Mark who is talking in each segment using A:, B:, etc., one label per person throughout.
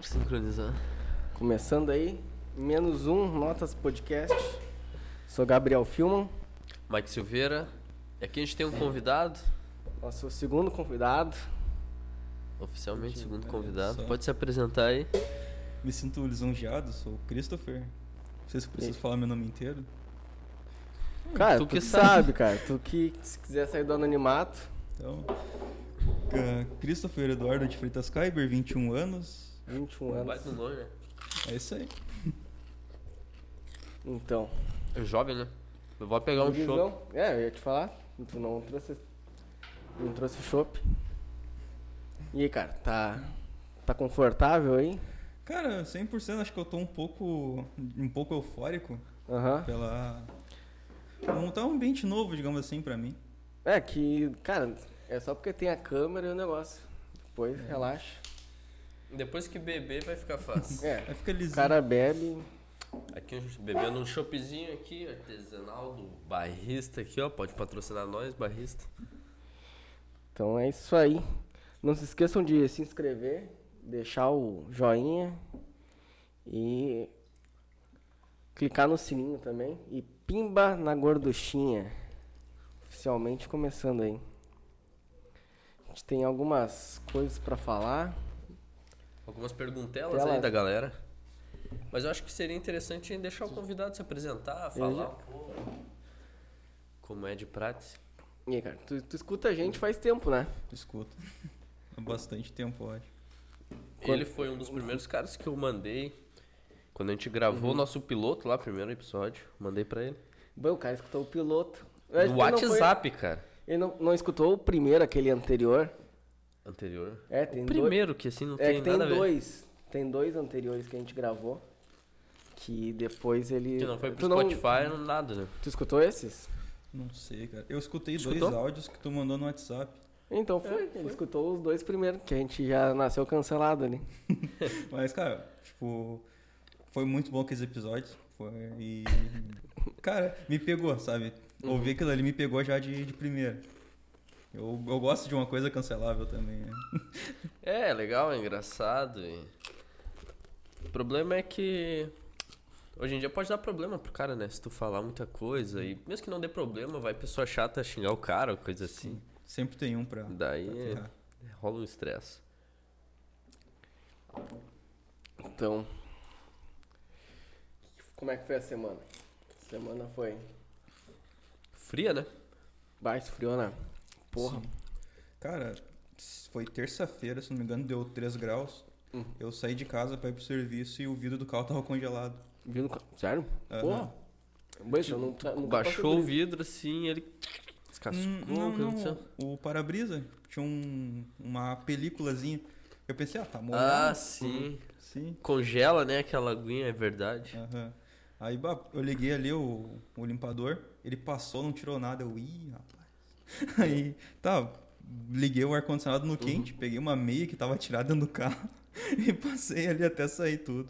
A: Sincronizar.
B: Começando aí, menos um, Notas Podcast. Sou Gabriel Filman,
A: Mike Silveira. E aqui a gente tem um convidado,
B: nosso segundo convidado.
A: oficialmente
C: Gente,
A: segundo
C: olha
A: convidado.
C: só.
A: Pode se apresentar aí.
C: Me sinto lisonjeado, sou o Christopher. Não sei se eu preciso falar meu nome inteiro.
B: Cara,
A: Hum, tu
B: tu,
A: que
B: que
A: sabe.
B: sabe, cara. Tu que se quiser sair do anonimato,
C: Então, ca- Christopher Eduardo de Freitas Kyber, 21 anos.
B: 21 anos.
A: no nome, né?
C: É isso aí.
B: Então.
A: É jovem, né? Eu vou pegar um
B: gurizão-
A: show.
B: É, eu ia te falar. Tu não trouxe. Não trouxe chopp. E aí, cara, tá. Tá confortável aí?
C: Cara, 100% acho que eu tô um pouco um pouco eufórico
B: Aham.
C: pela não tá um ambiente novo, digamos assim, pra mim.
B: É que, cara, é só porque tem a câmera e o negócio. Depois
A: É.
B: relaxa.
A: Depois que beber vai ficar fácil.
B: É,
C: Aí fica
B: O
C: lisinho.
B: cara bebe.
A: aqui a gente bebendo um choppzinho aqui, artesanal do barrista aqui, ó. Pode patrocinar nós, barrista.
B: Então é isso aí. Não se esqueçam de se inscrever, deixar o joinha e clicar no sininho também. E pimba na gorduchinha. Oficialmente começando aí. A gente tem algumas coisas pra falar.
A: Algumas perguntelas
B: Tela.
A: aí da galera. Mas eu acho que seria interessante deixar o convidado se apresentar, falar um pouco. Como é de prática.
B: E aí, cara, tu, tu escuta a gente faz tempo, né?
C: Escuta. Há bastante tempo, eu acho.
A: Ele foi um dos primeiros caras que eu mandei. Quando a gente gravou
B: Uhum.
A: o nosso piloto lá, primeiro episódio, mandei pra ele.
B: Bom, o cara escutou o piloto. Eu acho
A: No
B: que ele não foi-
A: WhatsApp, cara.
B: ele não, não escutou o primeiro, aquele anterior.
A: Anterior.
B: É, tem
A: O
B: dois.
A: primeiro, que assim não
B: É
A: tem
B: que tem
A: nada a ver.
B: dois. Tem dois anteriores que a gente gravou. Que depois ele.
A: Que não foi pro
B: tu, não-
A: Spotify, não... nada, né?
B: tu escutou esses?
C: Não sei, cara. Eu escutei dois
A: Escutou?
C: áudios que tu mandou no WhatsApp.
B: Então
A: É,
B: foi. Ele escutou os dois primeiros, que a gente já nasceu cancelado ali.
C: Mas, cara, tipo, foi muito bom aqueles episódios. Foi. E. Cara, me pegou, sabe?
A: Uhum.
C: Ouvir aquilo ali me pegou já de, de primeira. Eu, eu gosto de uma coisa cancelável também. Né?
A: É, legal, é engraçado. e- O problema é que. Hoje em dia pode dar problema pro cara, né? Se tu falar muita coisa e mesmo que não dê problema, vai pessoa chata xingar o cara, coisa assim.
C: Sempre tem um pra.
A: Daí
C: pra ferrar.
A: rola um estresse.
B: Então. Como é que foi a semana? Semana foi.
A: Fria, né?
B: Bah, esfriou, né? Porra.
C: Sim. Cara, foi terça-feira, se não me engano, deu 3 graus.
B: Uhum.
C: Eu saí de casa pra ir pro serviço e o vidro do carro tava congelado.
B: Viu no ca- Sério?
C: Aham.
B: Porra. Beijo, eu não, tá nunca
A: Tipo, Baixou o
B: passei por isso.
A: vidro assim, ele descascou, assim.
C: Hum,
A: o que aconteceu?
C: O para-brisa tinha um, uma películazinha. Eu pensei, ah, tá molhado.
B: é?
A: Ah, sim.
C: Sim.
A: Congela, né, aquela aguinha, é verdade.
C: Aham. Aí bah, eu liguei ali o, o limpador, ele passou, não tirou nada. Eu, ih, rapaz. Aí, tá, liguei o ar-condicionado no quente, peguei uma meia que tava tirada no carro e passei ali até sair tudo.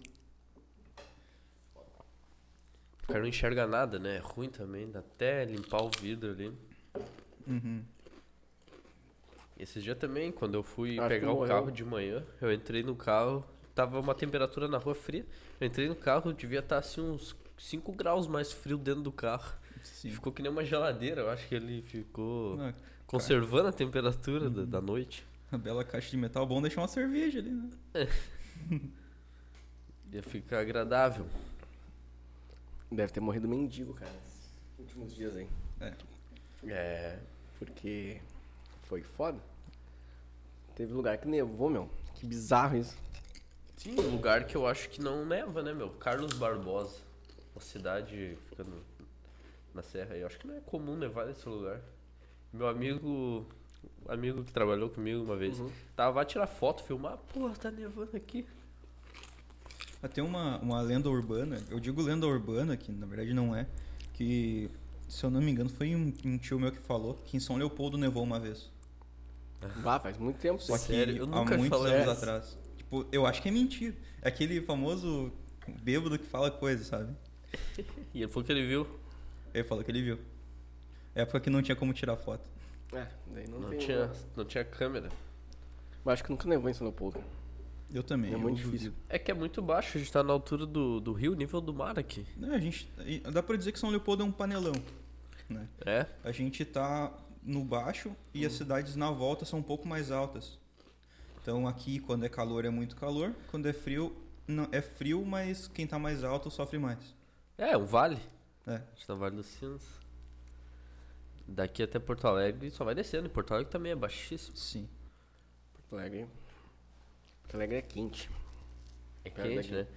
A: O cara não enxerga nada, né? É ruim também, dá até limpar o vidro ali.
C: Uhum.
A: Esse dia também, quando eu fui
B: Acho que
A: pegar o
B: morreu.
A: carro de manhã, eu entrei no carro, tava uma temperatura na rua fria. Eu entrei no carro, devia estar assim uns 5 graus mais frio dentro do carro.
C: Sim.
A: Ficou que nem uma geladeira, eu acho que ele ficou
C: Uma,
A: conservando a temperatura da- da noite.
C: Ah, uma bela caixa de metal, bom deixar uma cerveja ali, né?
A: Ia ficar agradável.
B: Deve ter morrido mendigo, cara. Nos últimos dias aí.
A: É.
B: Porque foi foda. Teve lugar que nevou, meu. Que bizarro isso.
A: Sim, um lugar que eu acho que não neva, né, meu? Carlos Barbosa. Uma cidade ficando na serra. Eu acho que não é comum nevar nesse lugar. Meu amigo. Amigo que trabalhou comigo uma vez. Tava vai tirar foto, filmar. Porra, tá nevando aqui.
C: Ah, Tem uma, uma lenda urbana, eu digo lenda urbana, que na verdade não é, que se eu não me engano foi um, um tio meu que falou que em São Leopoldo nevou uma vez.
B: Bah, faz muito tempo.
C: Só
B: Só
C: que
A: Sério? Eu nunca
C: há muitos
A: falei
C: anos
A: essa.
C: atrás. Tipo, eu acho que é mentira. É aquele famoso bêbado que fala coisa, sabe?
A: E ele falou que ele viu.
C: Ele falou que ele viu. É Época que não tinha como tirar foto.
B: É, daí não,
A: Não,
B: tem-
A: tinha, não tinha câmera.
B: Eu acho que nunca nevou em São Leopoldo.
C: Eu também.
B: É
C: eu
B: muito
C: duvido.
B: difícil.
A: É que é muito baixo, a gente tá na altura do, do rio, nível do mar aqui.
C: Não, a gente, dá pra dizer que São Leopoldo é um panelão. Né?
A: É?
C: A gente tá no baixo e
B: Hum.
C: as cidades na volta são um pouco mais altas. Então aqui, quando é calor, é muito calor. Quando é frio, não, é frio, mas quem tá mais alto sofre mais.
A: É, um vale.
C: É.
A: A gente tá no Vale dos Sinos. Daqui até Porto Alegre só vai descendo. E Porto Alegre também é baixíssimo.
C: Sim.
B: Porto Alegre. Porto Alegre é quente.
A: É
B: Perto
A: quente, né?
B: daqui.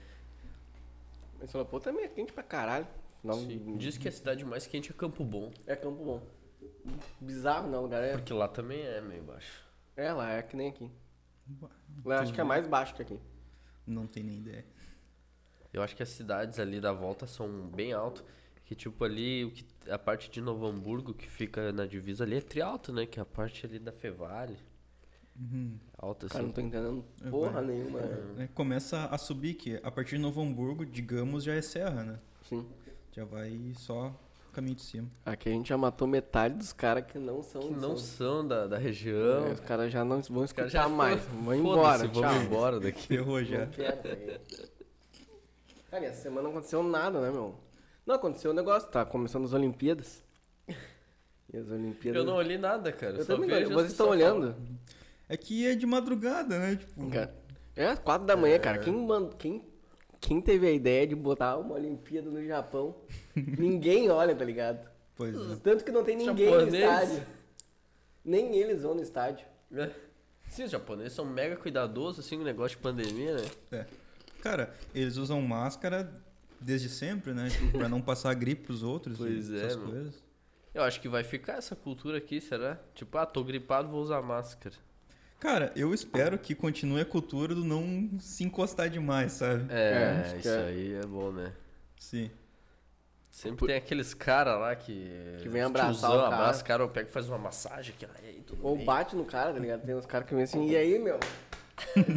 B: Mas São Leopoldo também é quente pra caralho. Não,
A: Sim. Diz que a cidade mais quente é Campo Bom.
B: É Campo Bom. Bizarro não, lugar é.
A: Porque lá também é meio baixo.
B: É lá, é que nem aqui. Lá acho que é mais baixo que aqui.
C: Não tem nem ideia.
A: Eu acho que as cidades ali da volta são bem alto. Que tipo ali, o que, a parte de Novo Hamburgo que fica na divisa ali é trialto, né? Que é a parte ali da Fevale. Alta
B: Cara,
A: assim.
B: não tô entendendo porra
C: vai.
B: nenhuma.
C: É, começa a subir, que a partir de Novo Hamburgo, digamos, já é serra, né?
B: Sim.
C: Já vai só caminho de cima.
B: Aqui a gente já matou metade dos caras que não são.
A: Que não
B: são.
A: são da, da região.
B: É, Os caras já não vão
A: Os caras já
B: escutar mais.
A: foram-
B: Vão
A: foda-se,
B: embora, tchau.
A: Vamos embora daqui.
C: Ferrou já.
B: Não quero, velho. Cara, e essa semana não aconteceu nada, né, meu? Não aconteceu um negócio, tá começando as Olimpíadas. E as Olimpíadas.
A: Eu não olhei nada, cara.
B: Eu
A: só
B: também não
A: vejo
B: olhei.
A: as
B: Vocês estão
A: pessoas falando.
B: olhando?
C: É que é de madrugada, né? Tipo,
B: Cara, é quatro da manhã, cara. Quem, mand- quem, quem teve a ideia de botar uma Olimpíada no Japão? ninguém olha, tá ligado?
C: pois é.
B: Tanto que não tem ninguém
A: Japonês.
B: no estádio. Nem eles vão no estádio.
A: Né? Sim, os japoneses são mega cuidadosos, assim, com o negócio de pandemia, né?
C: É. Cara, eles usam máscara desde sempre, né? Tipo, pra não passar gripe pros outros.
A: Pois
C: e
A: é,
C: essas
A: mano.
C: coisas.
A: Eu acho que vai ficar essa cultura aqui, será? Tipo, ah, tô gripado, vou usar máscara.
C: Cara, eu espero que continue a cultura do não se encostar demais, sabe?
B: É,
A: É,
B: acho que
A: isso
B: é.
A: aí é bom, né?
C: Sim.
A: Sempre tem aqueles caras lá que.
B: Que vem abraçar o cara.
A: abraça o cara, ou pega e faz uma massagem. Que, aí, tudo
B: Ou
A: bem.
B: bate no cara, tá ligado? Tem uns caras que vêm assim, e aí, meu?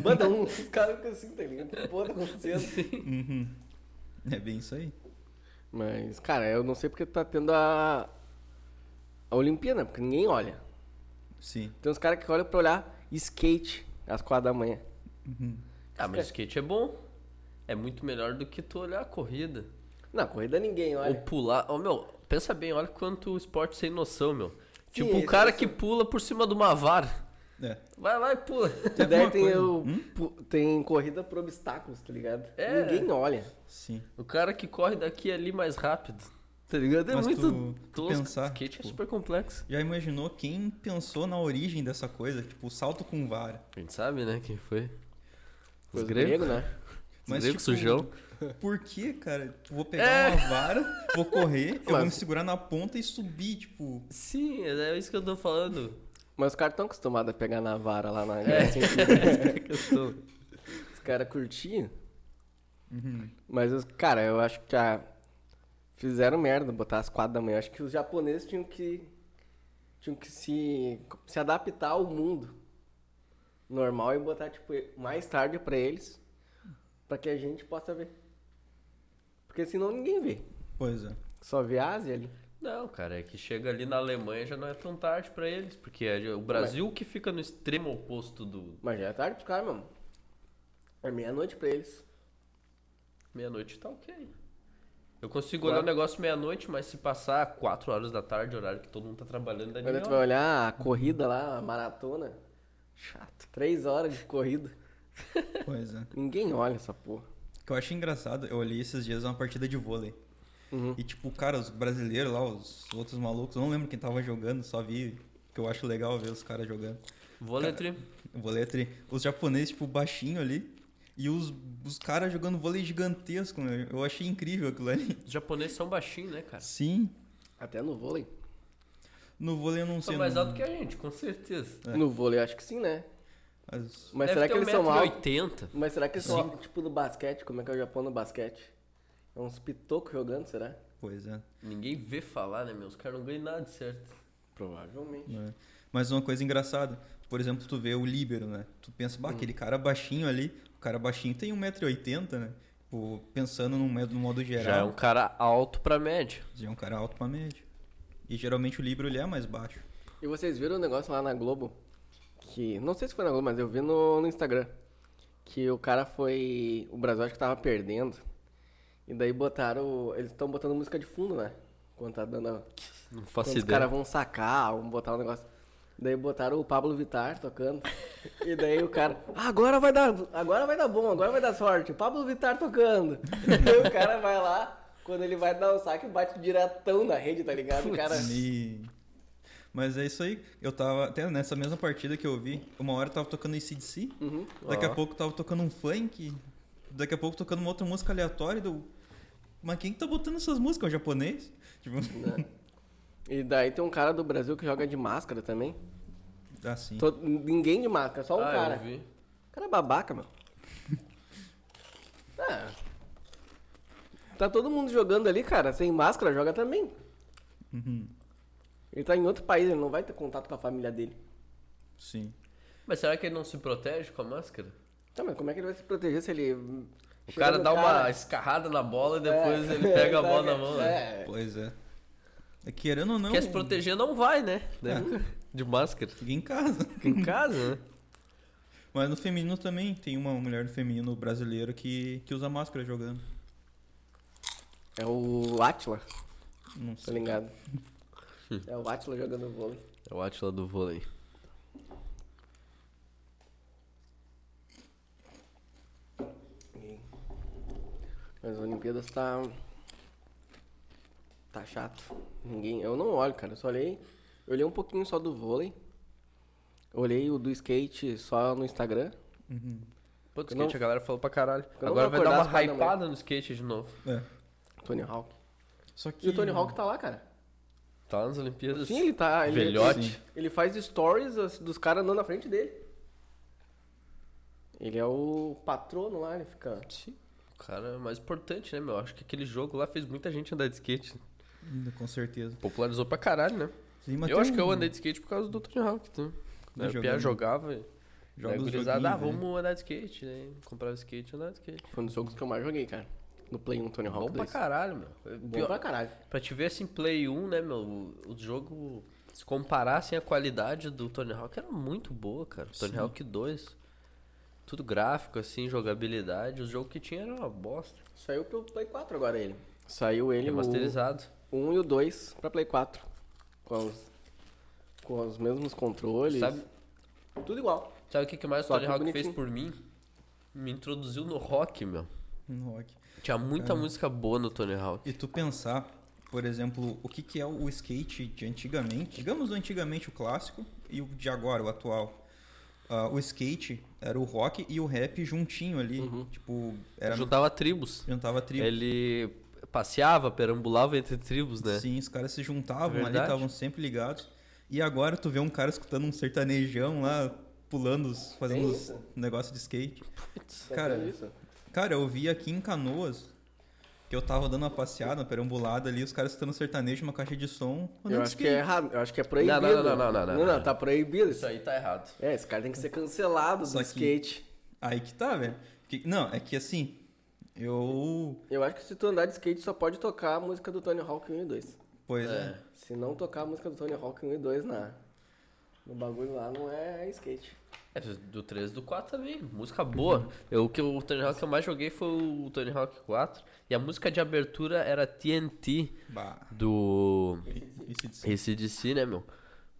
B: Manda um, os caras ficam assim, tá ligado? Que porra tá acontecendo?
C: Uhum. É bem isso aí.
B: Mas, cara, eu não sei porque tá tendo a. A Olimpíada, né? porque ninguém olha.
C: Sim.
B: Tem uns caras que olham pra olhar skate às quatro da manhã.
C: Uhum.
A: Ah, mas skate é bom. É muito melhor do que tu olhar a corrida.
B: Não, corrida ninguém
A: Ou
B: olha.
A: pular. Ô, meu, pensa bem, olha quanto esporte sem noção, meu.
B: Sim,
A: tipo, o
B: esse
A: cara
B: é
A: que pula por cima de uma vara.
C: É.
A: Vai lá e pula.
B: E
C: Teve
B: daí
C: uma
B: tem,
C: coisa-
B: o,
C: Hum?
B: pu- tem corrida por obstáculos, tá ligado?
A: É.
B: Ninguém olha.
C: Sim.
A: O cara que corre daqui e ali mais rápido. Tá ligado? É
C: Mas
A: muito
C: tu- tu
A: tosco.
C: pensar,
A: Skate é
C: tipo-
A: super complexo.
C: Já imaginou quem pensou na origem dessa coisa? Tipo, salto com vara.
A: A gente sabe, né, quem foi. Os
B: Foi os
A: gregos.
B: gregos, né?
A: Os gregos sujão.
C: tipo, Por que, cara? Tipo, Vou pegar
A: É.
C: uma vara, vou correr, eu vou me
B: Mas-
C: segurar na ponta e subir, tipo.
A: Sim, é isso que eu tô falando.
B: Mas os caras estão acostumados a pegar na vara lá na.
A: É.
B: Assim,
A: É que eu tô-
B: os caras curtiam.
C: Uhum.
B: Mas, os- cara, eu acho que já fizeram merda botar às quatro da manhã. Eu acho que os japoneses tinham que tinham que se, se adaptar ao mundo normal e botar, tipo, mais tarde pra eles, pra que a gente possa ver. Porque senão ninguém vê.
C: Pois é.
B: Só vê a Ásia ali.
A: Não, cara, é que chega ali na Alemanha já não é tão tarde pra eles, porque é o Brasil que fica no extremo oposto do
B: Mas já é tarde pros caras, mano. É meia-noite pra eles.
A: meia-noite, tá ok. Eu consigo
B: Claro.
A: olhar o negócio meia-noite, mas se passar 4 horas da tarde, horário que todo mundo tá trabalhando, daí
B: Quando
A: não.
B: tu vai olhar a corrida lá, a maratona,
A: Chato.
B: três horas de corrida.
C: Pois é.
B: Ninguém olha essa porra.
C: O que eu acho engraçado, eu olhei esses dias uma partida de vôlei.
B: Uhum.
C: E tipo, cara, os brasileiros lá, os outros malucos, eu não lembro quem tava jogando, só vi que eu acho legal ver os caras jogando.
A: Vôlei tri-
C: O vôlei é tri. Os japoneses, tipo, baixinho ali. E os, os caras jogando vôlei gigantesco, meu. Eu achei incrível aquilo ali.
A: Os japoneses são baixinhos, né, cara?
C: Sim.
B: Até no vôlei.
C: No vôlei eu não sei.
A: São
C: eu
A: mais
C: não-
A: altos que a gente, com certeza.
C: É.
B: No vôlei, eu acho que sim, né?
C: As-
B: Mas
A: Deve
B: será
A: ter
B: que eles são altos?
A: 1,80m.
B: Mas será que eles são altos, tipo no basquete? Como é que é o Japão no basquete? É uns pitocos jogando, será?
C: Pois é.
A: Ninguém vê falar, né, meu? Os caras não ganham nada, certo?
B: Provavelmente.
C: né? Mas uma coisa engraçada, por exemplo, tu vê o líbero, né? Tu pensa, bah, aquele cara baixinho ali, o cara baixinho tem 1,80m, né? Tipo, pensando no, me- no modo
A: Já é
C: geral,
A: um cara alto pra média.
C: já é um cara alto pra média. E geralmente o líbero ele é mais baixo.
B: E um vocês viram o negócio lá na Globo? Que. Não sei se foi na Globo, mas eu vi no, no Instagram. que o cara foi. O Brasil acho que tava perdendo. E daí botaram. Eles estão botando música de fundo, né? Quando tá dando. a-
A: Não faço
B: Quando os
A: ideia.
B: caras vão sacar, vão botar um negócio. Daí botaram o Pablo Vittar tocando. E daí o cara, "Ah, agora vai dar, agora vai dar bom, agora vai dar sorte. O Pablo Vittar tocando. Daí o cara vai lá, quando ele vai dar o saque, bate diretão na rede, tá ligado? O cara.
C: E- Mas é isso aí. Eu tava. Até nessa mesma partida que eu vi, uma hora eu tava tocando ICDC,
B: Uhum.
C: daqui a
A: Ó.
C: pouco eu tava tocando um funk, daqui a pouco tocando uma outra música aleatória. Deu... Mas quem que tá botando essas músicas? É o japonês? Tipo,
B: Né. E daí tem um cara do Brasil que joga de máscara também.
C: assim.
B: Todo- ninguém de máscara, só um
A: ah,
B: cara.
A: eu vi.
B: O cara é babaca, meu. Ah. Tá todo mundo jogando ali, cara. Sem máscara, joga também.
C: Uhum.
B: Ele tá em outro país, ele não vai ter contato com a família dele.
C: Sim.
A: Mas será que ele não se protege com a máscara?
B: Tá, mas como é que ele vai se proteger se ele.
A: O cara dá uma escarrada na bola e depois ele pega a bola na mão. né?
B: É.
C: Pois é. É, Querendo ou não,
A: Quer se proteger, não vai, né?
B: É.
A: Né? De máscara.
C: fica em casa.
A: Em casa, né?
C: Mas no feminino também tem uma mulher no feminino brasileira que, que usa máscara jogando.
B: É o Atila,
C: Não
B: tá
C: sei.
B: ligado? É o Atila jogando vôlei.
A: É o Atila do vôlei.
B: Mas as Olimpíadas tá. Tá chato. Ninguém. Eu não olho, cara. Eu só olhei. Eu olhei um pouquinho só do vôlei. Olhei o do skate só no Instagram.
C: Uhum.
A: Pô, do
B: Eu não-
A: skate a galera falou pra caralho.
B: não
A: Agora
B: vou
A: vai
B: acordar
A: dar
B: às
A: uma
B: quatro da
A: hypada no skate de novo.
C: É.
B: Tony Hawk.
C: Só que.
B: E o Tony Hawk tá lá, cara.
A: Tá nas Olimpíadas.
B: Sim, ele tá. Ele,
A: Velhote.
B: ele faz stories assim, dos caras andando na frente dele. Ele é o patrono lá, ele fica.
A: Sim. O cara é mais importante, né, meu? Acho que aquele jogo lá fez muita gente andar de skate.
C: Hum, Com certeza.
A: Popularizou pra caralho, né?
C: Sim, mas
A: eu
C: tem
A: acho que eu
C: um-
A: andei de skate por causa do Tony Hawk, então. Né, O
C: jogando.
A: Pia jogava e.
C: Joga
A: Daí a
C: os
A: gurizada,
C: joguinhos,
A: ah,
C: velho."
A: vamos andar de skate, né? Comprava skate e andar de skate.
B: Foi um dos jogos que eu mais joguei, cara. No Play 1 Tony Hawk
A: Bom pra
B: 2.
A: caralho, meu.
B: Bom
A: Pior-
B: pra caralho.
A: Pra te ver assim, Play 1, né, meu? o- O jogo. Se comparassem a qualidade do Tony Hawk, era muito boa, cara. Tony
C: Sim.
A: Hawk 2. Tudo gráfico, assim, jogabilidade. O jogo que tinha era uma bosta.
B: Saiu pro Play 4 agora ele. Saiu ele, o
A: Remasterizado.
B: 1 e o 2 pra Play 4. Com os, com os mesmos controles.
A: Sabe,
B: Tudo igual.
A: sabe o que, que mais o
B: Só
A: Tony
B: que
A: Hawk fez
B: bonitinho.
A: por mim? Me introduziu no rock, meu.
C: No rock.
A: Tinha muita música boa no Tony Hawk.
C: E tu pensar, por exemplo, o que, que é o skate de antigamente, digamos do antigamente o clássico e o de agora, o atual. Ah, o skate era o rock e o rap juntinho ali, tipo, era
A: Juntava tribos.
C: juntava tribo.
A: É Ele passeava, perambulava entre tribos, né?
C: Sim, os caras se juntavam ali,
A: Verdade.
C: estavam sempre ligados. E agora tu vê um cara escutando um sertanejão lá, pulando, os- fazendo
B: Tem
C: os
B: isso?
C: negócio de skate.
A: Putz.
C: Cara,
B: Tá vendo isso?
C: Cara, eu vi aqui em Canoas que eu tava dando uma passeada, uma perambulada ali, os caras escutando sertanejo, uma caixa de som, andando
B: Eu
C: de
B: acho que
C: skate.
B: é errado. Eu acho que é proibido.
A: não, não, não, não, não, não.
B: tá proibido
A: Isso
B: isso aí.
A: aí tá errado.
B: É, esse cara tem que ser cancelado do
C: Só que-
B: skate.
C: Aí que tá, velho. Que- não, é que assim, eu.
B: Eu acho que se tu andar de skate, só pode tocar a música do Tony Hawk 1 e 2.
C: Pois é.
A: É.
B: Se não tocar a música do Tony Hawk 1 e 2 na, no bagulho lá, não é skate.
A: É, do 3 e do 4 também, música boa. Eu, o que o Tony Hawk que eu mais joguei foi o Tony Hawk 4. E a música de abertura era TNT
B: É.
C: Bah.
A: do
C: Isso de
A: ACDC, né, meu?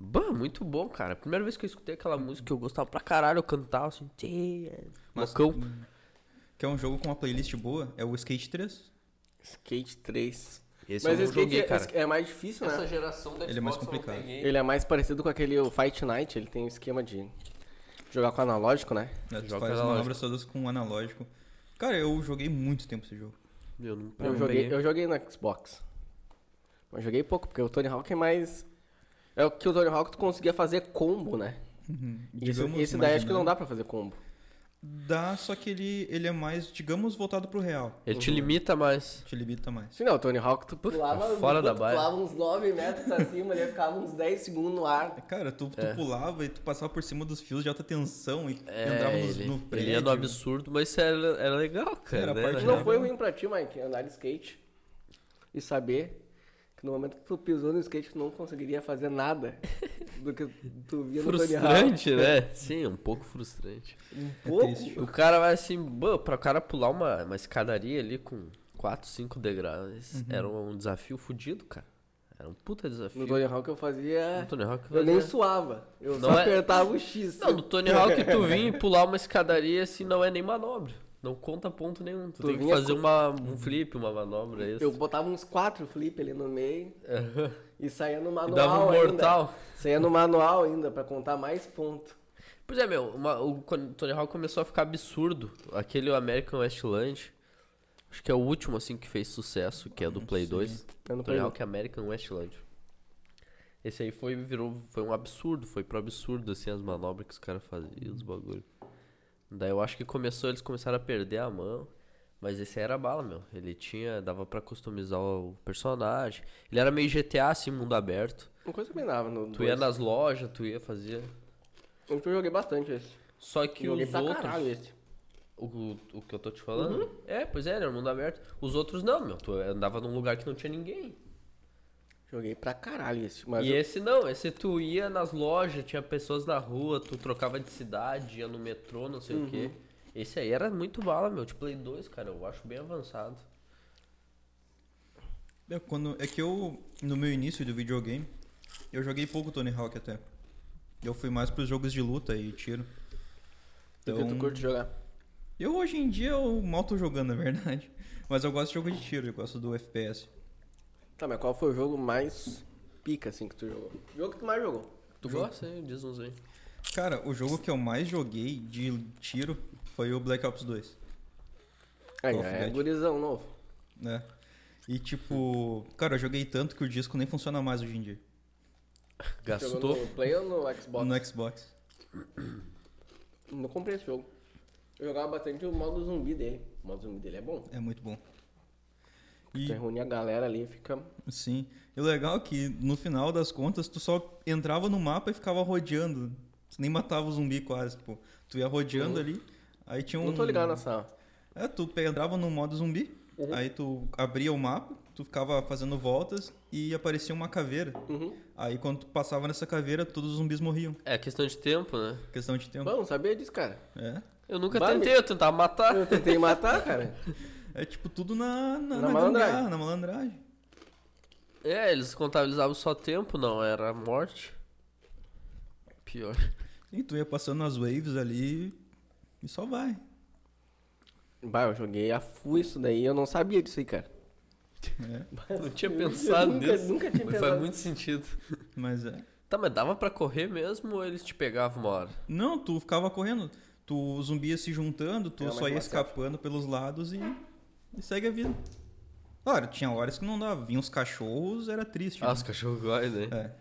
A: Bah, muito bom, cara. Primeira vez que eu escutei aquela música, eu gostava pra caralho, eu cantava assim, "Tê", loucão.
C: Que é um jogo com uma playlist boa, é o Skate 3.
B: Skate 3.
A: Esse eu
B: Mas
A: não
B: skate
A: joguei,
B: é,
A: cara.
B: é mais difícil,
A: Essa
B: né?
A: geração da Xbox
C: Ele é mais
A: eu
C: complicado.
A: não peguei.
B: Ele é mais parecido com aquele o Fight Night, ele tem um esquema de jogar com analógico, né?
C: Né? Tu
A: Jogo
C: faz as
A: analógico.
C: manobras todas com um analógico. Cara, eu joguei muito tempo esse jogo.
A: Eu não, eu
B: Eu
A: não
B: joguei,
A: peguei.
B: eu joguei no Xbox. Mas joguei pouco, porque o Tony Hawk é mais. É o que o Tony Hawk tu conseguia fazer combo, né? E Esse,
C: Uhum. Digamos,
B: esse daí acho que não
C: imaginando.
B: dá pra fazer combo.
C: Dá, só que ele, ele é mais, digamos, voltado pro real.
A: Ele te limita mais.
C: Te limita mais.
B: Se não, o Tony Hawk tu pulava, um
A: fora da
B: tu
A: baia.
B: pulava uns 9 metros acima, ele ficava uns 10 segundos no ar.
C: Cara, tu, tu
A: É.
C: pulava e tu passava por cima dos fios de alta tensão e entrava
A: É,
C: nos,
A: ele,
C: no
A: ele
C: prédio.
A: ia no absurdo, mas isso era, era legal, cara.
C: Era a
A: né?
C: parte
A: Na
C: É.
B: Não
A: real.
B: foi ruim pra ti, Mike, andar de skate e saber que no momento que tu pisou no skate, tu não conseguiria fazer nada do que tu via no Tony Hawk.
A: Frustrante, né? Sim, um pouco frustrante.
B: Um
C: É
B: pouco.
C: triste.
A: O cara vai assim, "Bô, pra o cara pular uma, uma escadaria ali com 4, 5 degraus,
C: Uhum.
A: era um desafio fudido, cara. Era um puta desafio.
B: No Tony Hawk eu fazia.
A: No Tony Hawk,
B: Eu nem
A: né?
B: suava. Eu
A: Não
B: só
A: é-
B: apertava o X.
A: Não, no Tony Hawk tu vinha e pular uma escadaria assim não é nem manobra. Não conta ponto nenhum. Tu,
B: Tu
A: tem que
B: vinha
A: fazer uma, um flip, uma manobra, isso.
B: eu botava uns quatro flip ali no meio
A: Aham.
B: e saía no
A: E
B: manual.
A: dava um
B: ainda.
A: mortal.
B: Saía no manual ainda, pra contar mais ponto.
A: Pois é, meu, uma- o, quando o Tony Hawk começou a ficar absurdo. Aquele American Westland, acho que é o último assim que fez sucesso, que é do Play 2.
B: Eu
A: Tony
B: não peguei.
A: Hawk é American Westland. Esse aí foi, virou, foi um absurdo, foi pro absurdo, assim, as manobras que os caras faziam, os bagulho. Daí eu acho que começou, eles começaram a perder a mão. Mas esse aí era bala, meu. Ele tinha, dava pra customizar o personagem. Ele era meio GTA, assim, mundo aberto.
B: Uma coisa que eu lembrava no
A: Tu
B: dois.
A: ia nas lojas, tu ia fazer.
B: Eu joguei bastante esse.
A: Só que
B: joguei
A: os
B: pra
A: outros.
B: caralho esse.
A: O, o que eu tô te falando?
B: Uhum.
A: É, pois é, era mundo aberto. Os outros não, meu. Tu andava num lugar que não tinha ninguém.
B: Joguei pra caralho esse. Mas
A: e
B: eu-
A: esse não, esse tu ia nas lojas, tinha pessoas na rua, tu trocava de cidade, ia no metrô, não sei o quê.
B: Uhum.
A: Esse aí era muito bala, meu. De Play 2, cara, eu acho bem avançado.
C: É, quando, é que eu, no meu início do videogame, eu joguei pouco Tony Hawk até. Eu fui mais pros jogos de luta e tiro. Então,
B: porque
A: então-
B: tu curte jogar.
C: Eu hoje em dia eu mal tô jogando, na verdade. Mas eu gosto de jogo de tiro, eu gosto do FPS.
B: Tá, mas qual foi o jogo mais pica, assim, que tu jogou? O jogo que tu mais jogou?
A: Tu gosta, hein? Diz uns aí.
C: Cara, o jogo que eu mais joguei de tiro foi o Black Ops 2,
B: Aí,
C: Call of
B: é
C: Duty.
B: gurizão novo.
C: né? E tipo, cara, eu joguei tanto que o disco nem funciona mais hoje em dia.
A: Gastou.
B: Jogou no Play ou no Xbox?
C: No Xbox.
B: Não comprei esse jogo. Eu jogava bastante o modo zumbi dele. O modo zumbi dele é bom.
C: É muito bom.
B: Tu
C: E,
B: reúne a galera ali e fica...
C: sim. E o legal é que no final das contas tu só entrava no mapa e ficava rodeando. Tu nem matava o zumbi quase, tipo. Tu ia rodeando ali, aí tinha um.
B: Uhum. Não tô
A: Hum.
B: ligado né? Uhum. nessa...
C: É, tu pe- entrava no modo zumbi, aí tu abria o mapa, tu ficava fazendo voltas e aparecia uma caveira.
B: Uhum.
C: Aí quando tu passava nessa caveira, todos os zumbis morriam.
A: É questão de tempo, né?
C: Questão de tempo.
B: Bom, sabia disso, cara.
C: É.
A: Eu nunca
B: Vale.
A: tentei, eu tentava matar.
B: Eu tentei matar, cara.
C: É tipo tudo na, na,
B: Na
C: na
B: malandragem.
C: gambiarra, na malandragem.
A: É, eles contabilizavam só tempo, não, era morte. Pior.
C: E tu ia passando nas waves ali e só vai.
B: Bah, eu joguei a full isso daí. Eu não sabia disso aí, cara.
C: né?
A: Não tinha
B: Eu
A: pensado
B: nunca-
A: nisso.
B: nunca tinha
A: Mas
B: pensado.
A: Faz muito sentido.
C: Mas é.
A: Tá, mas dava pra correr mesmo ou eles te pegavam uma hora?
C: Não, tu ficava correndo. Tu, o zumbi ia se juntando, tu
B: Era
C: só
B: mais
C: ia
B: uma selfie.
C: escapando pelos lados e, e segue a vida. Claro, tinha horas que não dava. Vinham os cachorros, era triste.
A: Ah, os cachorros gostam, né?
C: É.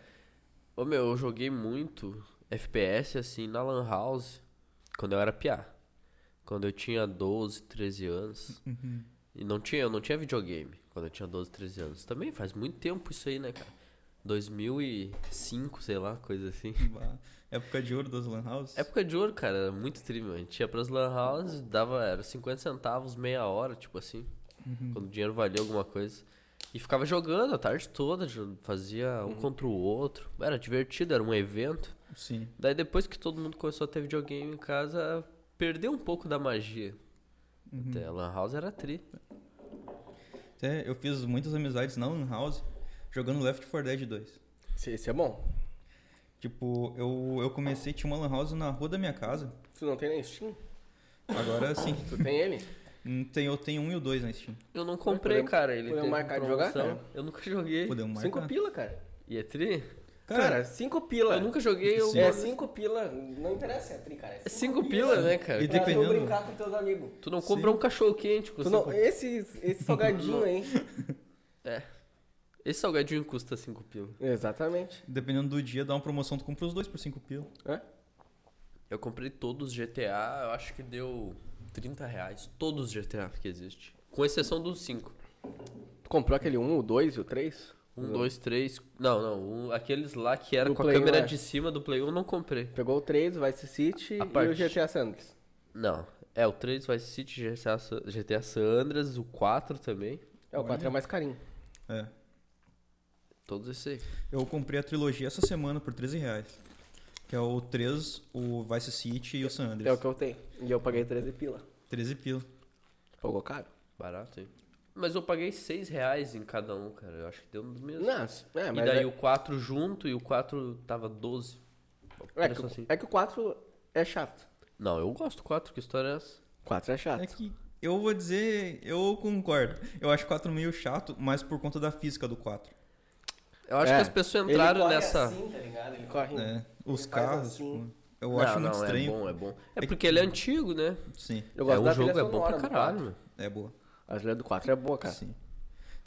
A: Ô meu, eu joguei muito FPS assim na Lan House quando eu era piá. Quando eu tinha 12, 13 anos. E não tinha, eu não tinha videogame quando eu tinha 12, 13 anos. Também faz muito tempo isso aí, né, cara? 2005, sei lá, coisa assim.
C: Bah, Época de ouro das lan houses.
B: É-
A: Época de ouro, cara, era muito trim, a gente ia pras lan houses, dava, era 50 centavos, meia hora, tipo assim,
C: Uhum.
A: quando o dinheiro valia alguma coisa. E ficava jogando a tarde toda, jo- fazia
C: Uhum.
A: um contra o outro, era divertido, era um evento.
C: Sim.
A: Daí depois que todo mundo começou a ter videogame em casa, perdeu um pouco da magia.
C: Uhum.
A: Até a lan house era tri.
C: Até eu fiz muitas amizades na Lan House jogando Left 4 Dead 2.
B: Esse, esse é bom.
C: Tipo, eu, eu comecei, tinha uma Lan House na rua da minha casa.
B: Tu não tem nem Steam?
C: Agora sim.
B: Tu tem ele?
C: Hum, Tem, eu tenho um e o dois na Steam.
A: Eu não comprei,
B: podemos-
A: cara, ele
B: podemos
A: teve
B: marcar de jogar,
A: promoção.
B: cara?
A: Eu nunca joguei.
C: Podemos marcar.
B: Cinco pila, cara.
A: E é tri?
B: Cara,
C: Cara,
B: cinco pila.
A: Eu nunca joguei, eu...
B: É cinco pila. Não interessa, é tri, cara. É
A: É cinco pila, né, cara?
C: E
B: Pra tu
C: dependendo-
B: brincar com teus amigos.
A: Tu não compra um cachorro quente com
B: Tu
A: cinco
B: não, esse, esse salgadinho aí.
A: É. Esse salgadinho custa 5 pila.
B: Exatamente.
C: dependendo do dia, dá uma promoção, tu compra os dois por 5 pila.
B: É?
A: Eu comprei todos os GTA, eu acho que deu 30 reais. Todos os GTA que existe. Com exceção dos 5.
B: Tu comprou aquele 1, o 2 e o 3?
A: 1, 2, 3. Um, Não, não. um- aqueles lá que era
B: Do
A: com
B: Play
A: a
B: um,
A: câmera
B: é.
A: de cima do Play 1, eu não comprei.
B: Pegou o 3, o Vice City
A: A
B: e
A: parte.
B: o GTA Sanders.
A: Não. É, o 3 vai City, GTA, Sa- GTA San Andreas, o 4 também.
B: É, o 4 é mais carinho.
C: É.
A: Todos esses aí.
C: Eu comprei a trilogia essa semana por 13 reais. Que é o 3, o Vice City e o San
B: É o
C: Andreas.
B: que eu tenho. E eu paguei 13 pila.
C: 13 pila.
B: Pagou caro?
A: Barato, hein? Mas eu paguei 6 reais em cada um, cara. Eu acho que deu nos mesmos.
B: Não, é,
A: e
B: mas
A: daí
B: é,
A: o 4 junto e o 4 tava 12.
B: é, que,
A: Preço
B: o-
A: assim.
B: é que o 4 é chato.
A: Não, eu gosto do 4, que história é essa?
B: 4 é chato.
C: É que eu vou dizer, eu concordo. Eu acho 4 meio chato, mas por conta da física do 4.
A: Eu acho
B: É.
A: que as pessoas
B: Ele
A: entraram
B: corre
A: nessa. É.
B: assim, tá ligado? Ele corre.
C: né?
B: faz
C: Os carros,
B: assim.
C: tipo, eu
A: não,
C: acho
A: não,
C: muito
A: é
C: estranho.
A: bom, é bom. É,
C: que-
A: porque ele é antigo, né?
C: Sim,
B: Eu gosto
A: é um
B: da
A: jogo,
B: trilha
A: é bom pra
B: sonora do
A: caralho,
B: quatro.
A: meu.
C: é boa.
B: A trilha do 4 é boa, cara.
C: Sim.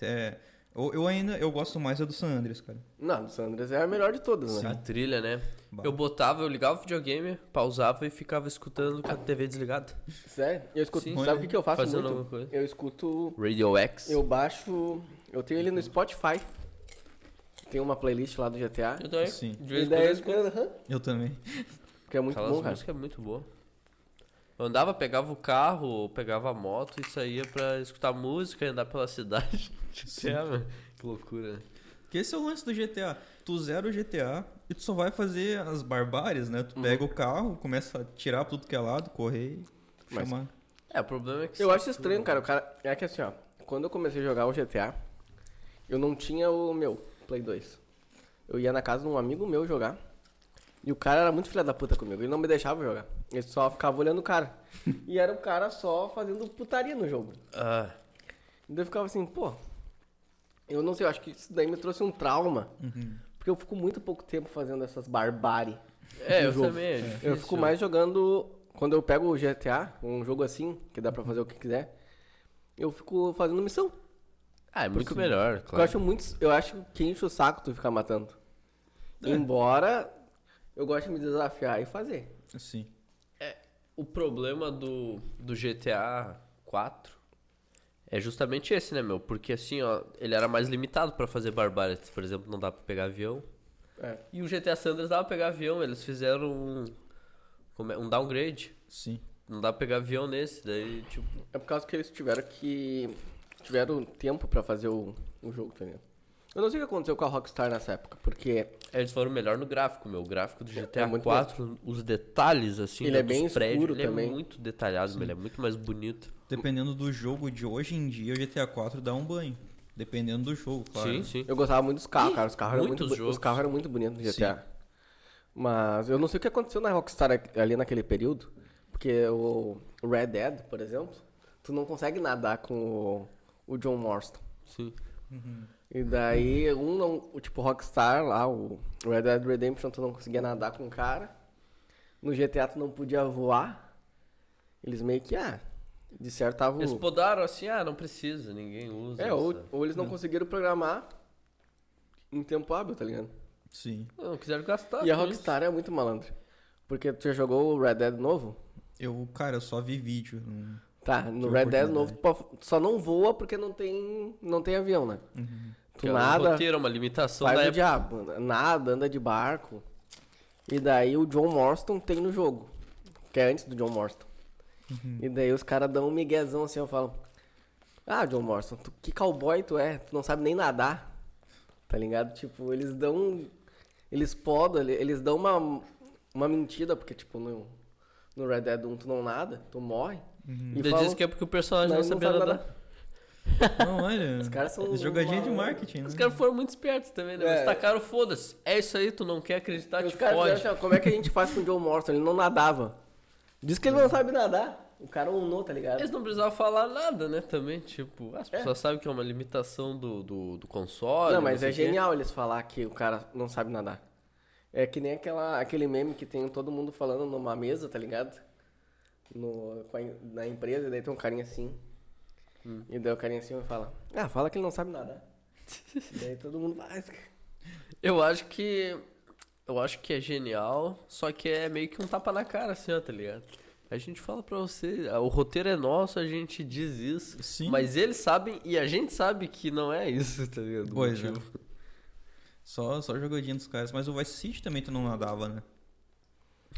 C: É, eu, eu ainda eu gosto mais da do San Andreas, cara.
B: Não, do Sandras é a melhor de todas,
A: A
B: né?
A: trilha, né?
C: Bah.
A: Eu botava, eu ligava o videogame, pausava e ficava escutando com a TV desligada.
B: Sério? Eu escuto.
A: Sim.
B: sabe o que, que eu faço
A: Fazendo alguma
B: muito?
A: coisa.
B: Eu escuto.
A: Radio X.
B: Eu baixo. Eu tenho ele no Spotify. Tem uma playlist lá do GTA.
A: Eu também.
C: Sim.
A: De
B: E
A: vez em quando
B: daí
A: eu
B: eu
A: escuto.
B: escuto. aham,
C: Eu também.
B: Porque é muito
A: Aquelas
B: bom, cara.
A: músicas é muito boa. Eu andava, pegava o carro, pegava a moto e saía pra escutar música e andar pela cidade. É, mano. que loucura, né?
C: Porque esse é o lance do GTA. Tu zera o GTA e tu só vai fazer as barbáries, né?
B: Uhum.
C: Tu pega o carro, começa a tirar pra tudo que é lado, correr, e
B: Mas-
C: chamar.
A: É, o problema é que.
B: Eu
A: se
B: acho
A: tu-
B: estranho, cara. O cara. É que assim, ó. Quando eu comecei a jogar o GTA, eu não tinha o meu Play 2. Eu ia na casa de um amigo meu jogar. E o cara era muito filha da puta comigo. Ele não me deixava jogar. Ele só ficava olhando o cara. e era o cara só fazendo putaria no jogo.
A: Ah,
B: E daí eu ficava assim, pô. Eu não sei, eu acho que isso daí me trouxe um trauma. Porque eu fico muito pouco tempo fazendo essas barbáries.
A: é, eu
B: jogo.
A: também. é
B: Eu
A: difícil.
B: fico mais jogando. Quando eu pego o GTA, um jogo assim, que dá pra fazer o que quiser, eu fico fazendo missão.
A: Ah, é muito melhor,
B: Eu
A: claro.
B: acho muito. Eu acho que enche o saco tu ficar matando. Embora eu goste de me desafiar e fazer.
C: Assim.
A: É, O problema do, do GTA 4 é justamente esse, né, meu? Porque assim, ó, ele era mais limitado pra fazer barbáries. Por exemplo, não dá pra pegar avião.
B: É.
A: E o GTA Sanders dava pra pegar avião, eles fizeram um, como é, um downgrade.
C: Sim.
A: Não dá pra pegar avião nesse, daí, tipo.
B: É por causa que eles tiveram que. Tiveram tempo pra fazer o, o jogo, tá ligado? Eu não sei o que aconteceu com a Rockstar nessa época, porque
A: Eles foram melhor no gráfico, meu. O gráfico do GTA
B: É, muito
A: 4, os detalhes, assim,
B: Ele
A: né,
B: é bem
A: dos prédios,
B: escuro
A: ele
B: também.
A: é muito detalhado, meu, ele é muito mais bonito.
C: Dependendo do jogo de hoje em dia, o GTA 4 dá um banho. Dependendo do jogo, claro.
A: Sim, sim.
B: eu gostava muito dos carros, cara. Os carros, eram muito,
A: muitos
B: bo- os
A: jogos.
B: carros eram muito bonitos no GTA. Mas eu não sei o que aconteceu na Rockstar ali naquele período, porque o Red Dead, por exemplo, tu não consegue nadar com o, o John Marston.
A: sim.
B: E daí, um não, o tipo Rockstar lá, o Red Dead Redemption, tu não conseguia nadar com o cara. No GTA tu não podia voar. Eles meio que, ah, de certo tava.
A: Eles
B: o-
A: podaram assim, ah, não precisa, ninguém usa.
B: É, ou,
A: essa- Hum.
B: ou eles não conseguiram programar em tempo hábil, tá ligado?
C: Sim.
A: Não, quiseram gastar.
B: E a
A: com isso.
B: Rockstar é muito malandra. Porque tu já jogou o Red Dead novo?
C: Eu, cara, eu só vi vídeo. não-
B: Tá, no
C: Tive
B: Red Dead
C: oportunidade.
B: novo tu po- tu só não voa porque não tem, não tem avião, né? Tu
A: Que é um
B: nada,
A: roteiro, uma limitação
B: faz
A: da
B: o
A: época.
B: diabo, nada, anda de barco. E daí o John Morston tem no jogo, que é antes do John Morston. E daí os caras dão um miguezão assim, eu falo, ah, John Morston, tu, que cowboy tu é, tu não sabe nem nadar, tá ligado? Tipo, eles dão, eles podam, ele- eles dão uma, uma mentira, porque tipo, no, no Red Dead 1 tu não nada, tu morre. E
A: Eles
B: falam,
A: dizem que é porque o personagem não,
B: "Não, não
A: sabia
B: sabe
A: nadar.
B: nadar."
C: Não, olha.
B: Os caras são
C: Jogadinha de
B: uma-
C: marketing, né?
A: Os caras foram muito espertos também, né?
B: É.
A: Eles tacaram, foda-se. É isso aí, tu não quer acreditar, Tá
B: Os
A: te
B: caras
A: fode.
B: fizeram assim, ó, como é que a gente faz com o Joe Morton? Ele não nadava. Diz que ele não sabe nadar. O cara unou, tá ligado?
A: Eles não precisavam falar nada, né? Também, tipo, as pessoas sabem que é uma limitação do, do, do console.
B: não, mas
A: sei
B: é
A: o quê.
B: genial eles falar que o cara não sabe nadar. É que nem aquela, aquele meme que tem todo mundo falando numa mesa, tá ligado? No, com a em- na empresa, e daí tem um carinha assim.
A: Hum.
B: E daí o carinha assim fala, ah, fala que ele não sabe nadar. daí todo mundo "Ah, faz.
A: Eu acho que. Eu acho que é genial, só que é meio que um tapa na cara, assim, ó, tá ligado? A gente fala pra você, ah, o roteiro é nosso, a gente diz isso.
C: Sim.
A: Mas eles sabem e a gente sabe que não é isso, tá ligado? O
C: Pois é.
A: motivo.
C: Só, só jogadinha dos caras. Mas o Vice City também tu não nadava, né?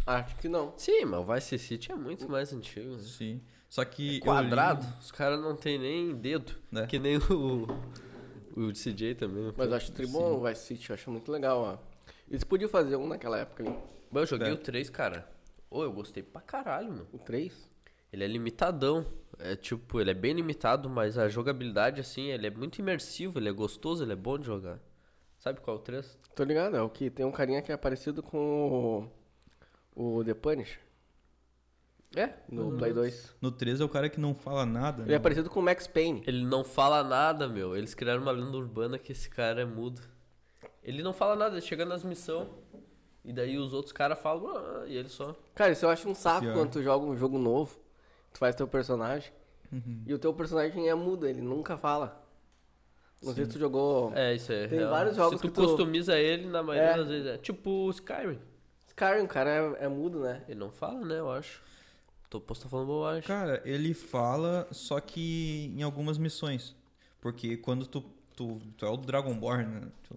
B: Acho que não.
A: Sim, mas o Vice City é muito mais antigo. Né?
B: É
C: Sim. Só que. eu li-
A: Quadrado, os caras não tem nem dedo.
C: Né?
A: Que nem o. O CJ também. né? não
B: Mas
A: foi?
B: eu acho tribom o Vice City, eu acho muito legal, ó. Eles podiam fazer um naquela época ali.
A: Mas eu joguei
C: É.
A: o 3, cara. Ô, eu gostei pra caralho, meu.
B: O 3?
A: Ele é limitadão. É tipo, ele é bem limitado, mas a jogabilidade, assim, ele é muito imersivo, ele é gostoso, ele é bom de jogar. Sabe qual é o 3?
B: Tô ligado, é o que tem um carinha que é parecido com o, o The Punisher
A: É.
B: no Play 2.
C: No 13 é o cara que não fala nada.
B: Ele é
C: né?
B: parecido com o Max Payne.
A: Ele não fala nada, meu. Eles criaram uma lenda urbana que esse cara é mudo. Ele não fala nada, ele chega nas missões. E daí os outros caras falam, "Ah", e ele só.
B: Cara, isso eu acho um saco
C: Pior.
B: quando tu joga um jogo novo, tu faz teu personagem,
A: Uhum.
B: e o teu personagem é mudo, ele nunca fala. Não sei se tu jogou...
A: É, isso aí. é
B: Tem
A: real.
B: vários jogos
A: Se tu
B: que tu-
A: customiza ele, na maioria
B: É.
A: das vezes é. Tipo o Skyrim.
B: Skyrim, o cara é, é mudo, né?
A: Ele não fala, né, eu acho. Tô, posso estar falando bobagem.
C: Cara, ele fala só que em algumas missões. Porque quando tu, tu, tu é o Dragonborn, né? Tu,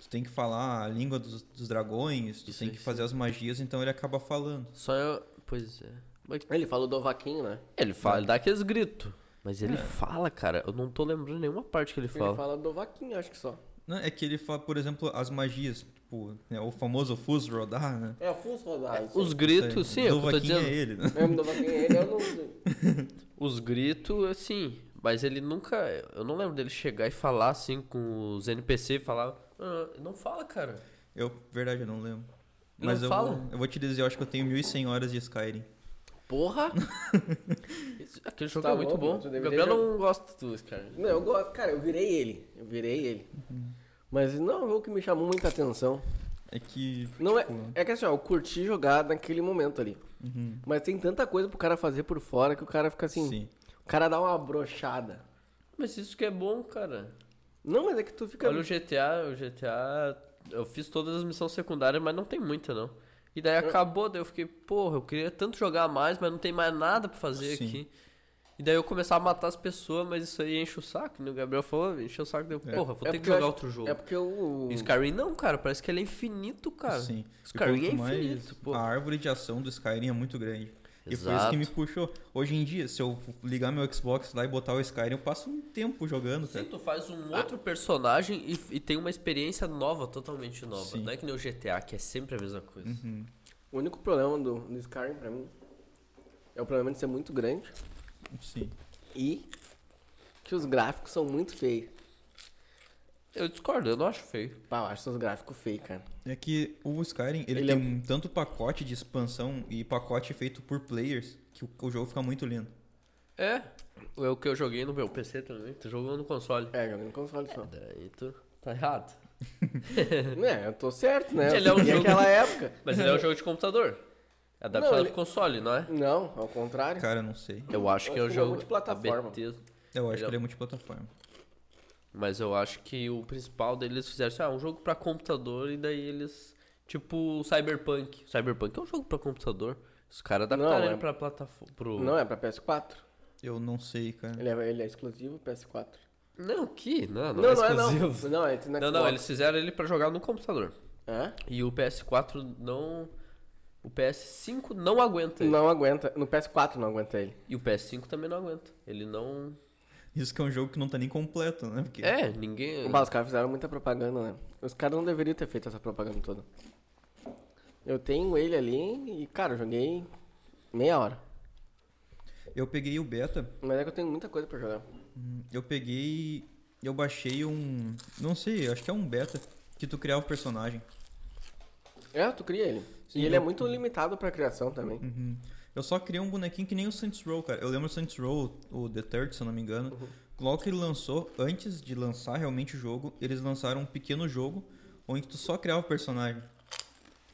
C: tu tem que falar a língua dos, dos dragões, tu
A: Isso,
C: tem que
A: isso.
C: fazer as magias, então ele acaba falando.
A: Só eu... Pois é. Mas
B: Ele falou do vaquinho, né?
A: Ele fala, ele dá aqueles É. gritos. Mas ele fala, cara. Eu não tô lembrando nenhuma parte que ele fala.
B: Ele fala do vaquinho, acho que só.
C: Não, é que ele fala, por exemplo, as magias, tipo, né, o famoso Fus Rodar, né?
B: É, Fus rodar. isso aí.
A: Os gritos, sim, é o que eu tô
C: Dovaquinha
A: dizendo.
C: é ele, né?
B: Eu me dou pra quem é ele, eu não sei.
A: Os gritos, assim. Mas ele nunca. Eu não lembro dele chegar e falar assim com os NPC e falar. "Ah, não fala, cara.
C: Eu, verdade, eu não lembro.
A: Não
C: Mas eu,
A: fala?
C: Vou, eu vou te dizer, eu acho que eu tenho 1.100 horas de Skyrim.
B: Porra!
A: Esse- Aquele jogo
B: Tá
A: é muito
B: louco,
A: bom.
B: tu
A: O
B: deveria
A: Gabriel
B: jogar.
A: não gosta dos cara.
B: Não, eu gosto. Cara, eu virei ele. Eu virei ele.
A: Uhum.
B: Mas não é um jogo que me chamou muita atenção.
C: É que.
B: Não é,
C: tipo,
B: é que assim, ó, eu curti jogar naquele momento ali.
C: Uhum.
B: Mas tem tanta coisa pro cara fazer por fora que o cara fica assim.
C: Sim.
B: O cara dá uma brochada.
A: Mas isso que é bom, cara.
B: Não, mas é que tu fica.
A: Olha o GTA, o GTA. Eu fiz todas as missões secundárias, mas não tem muita, não. E daí acabou, daí eu fiquei, porra, eu queria tanto jogar mais, mas não tem mais nada pra fazer
C: Sim.
A: aqui. E daí eu começava a matar as pessoas, mas isso aí enche o saco, né? O Gabriel falou, enche o saco, deu, porra, vou
B: É
A: ter que
B: porque eu
A: jogar
B: acho-
A: outro jogo.
B: É porque o.
A: E Skyrim não, cara, parece que ele é infinito, cara.
C: Sim.
A: Skyrim
C: E
A: é
C: quanto mais-
A: infinito, pô.
C: A árvore de ação do Skyrim é muito grande. E foi isso
A: Exato.
C: que me puxou. Hoje em dia, se eu ligar meu Xbox lá e botar o Skyrim, eu passo um tempo jogando,
A: Sim,
C: cara.
A: tu faz um outro personagem e, e tem uma experiência nova, totalmente nova.
C: Sim.
A: Não é que nem o GTA, que é sempre a mesma coisa. é-
B: O único problema do, do Skyrim pra mim é o problema de ser muito grande
C: Sim.
B: e que os gráficos são muito feios.
A: Eu discordo, eu não acho feio.
B: Pá, eu acho os gráficos feios, cara.
C: É que o Skyrim, ele,
B: Ele é-
C: tem tanto pacote de expansão e pacote feito por players que o, o jogo fica muito lindo.
A: É, é o que eu joguei no meu PC também. Tu jogou no console.
B: É, jogando no console só.
A: Daí tu tá errado.
B: É, eu tô certo, né?
A: Ele é um
B: E
A: jogo-
B: aquela época.
A: Mas ele é um jogo de computador. É adaptado
B: Não,
A: pro
B: ele-
A: console, não é?
B: Não, ao contrário.
C: Cara, eu não sei.
A: Eu acho que é um
B: Ele é
A: jogo
B: multiplataforma.
A: da Bethesda.
C: Eu
A: Ele
C: acho que
A: é-
C: ele é multiplataforma.
A: Mas eu acho que o principal deles fizeram assim, ah, um jogo pra computador e daí eles. Tipo o Cyberpunk. Cyberpunk é um jogo pra computador. Os caras adaptaram
B: Não,
A: ele
B: é-
A: pra plataforma. Pro...
B: Não é pra PS4.
C: Eu não sei, cara.
B: Ele é, ele é exclusivo PS4.
A: Não, que? Não, não,
B: Não,
A: é
B: não é, não.
A: exclusivo.
B: Não, é na
A: Não, não, eles fizeram ele pra jogar no computador.
B: É?
A: E o PS4 não. O PS5 não aguenta ele.
B: Não aguenta. No PS4 não aguenta ele.
A: E o PS5 também não aguenta. Ele não.
C: Isso que é um jogo que não tá nem completo, né? Porque
A: É, ninguém.
B: Bah, os caras fizeram muita propaganda, né? Os caras não deveriam ter feito essa propaganda toda. Eu tenho ele ali e, cara, eu joguei meia hora.
C: eu peguei o beta,
B: Mas é que eu tenho muita coisa pra jogar.
C: eu peguei. Eu baixei um. Não sei, acho que é um beta que tu criava o personagem.
B: É, tu cria ele.
C: Sim,
B: e ele
C: eu-
B: é muito limitado pra criação também.
A: Hum.
C: Uhum. Eu só criei um bonequinho que nem o Saints Row, cara. Eu lembro o Saints Row, o The Third, se eu não me engano. Logo que ele lançou, antes de lançar realmente o jogo, eles lançaram um pequeno jogo onde tu só criava o personagem.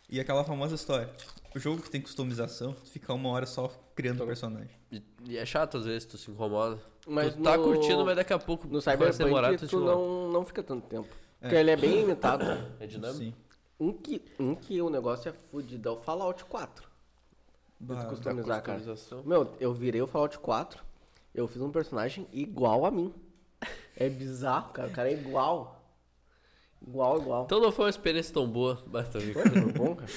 C: E aquela famosa história. O jogo que tem customização, tu fica uma hora só criando o personagem.
A: E, e é chato às vezes, tu se incomoda.
B: Mas
A: tu tá
B: no-
A: curtindo, mas daqui a pouco
B: No
A: vai
B: Cyberpunk
A: demorar, tu se
B: tu
A: incomoda.
B: não, não fica tanto tempo.
C: É.
B: Porque ele é bem limitado.
A: É dinâmico?
C: Sim.
B: Um que, um que o negócio é fudido é o Fallout 4.
C: Bah,
A: Da
B: Customizar, cara.
A: customização.
B: Meu, eu virei o Fallout 4, eu fiz um personagem igual a mim. É bizarro, cara. O cara é igual. Igual, igual.
A: Então não foi uma experiência tão boa, mas também.
B: Foi, foi bom, cara.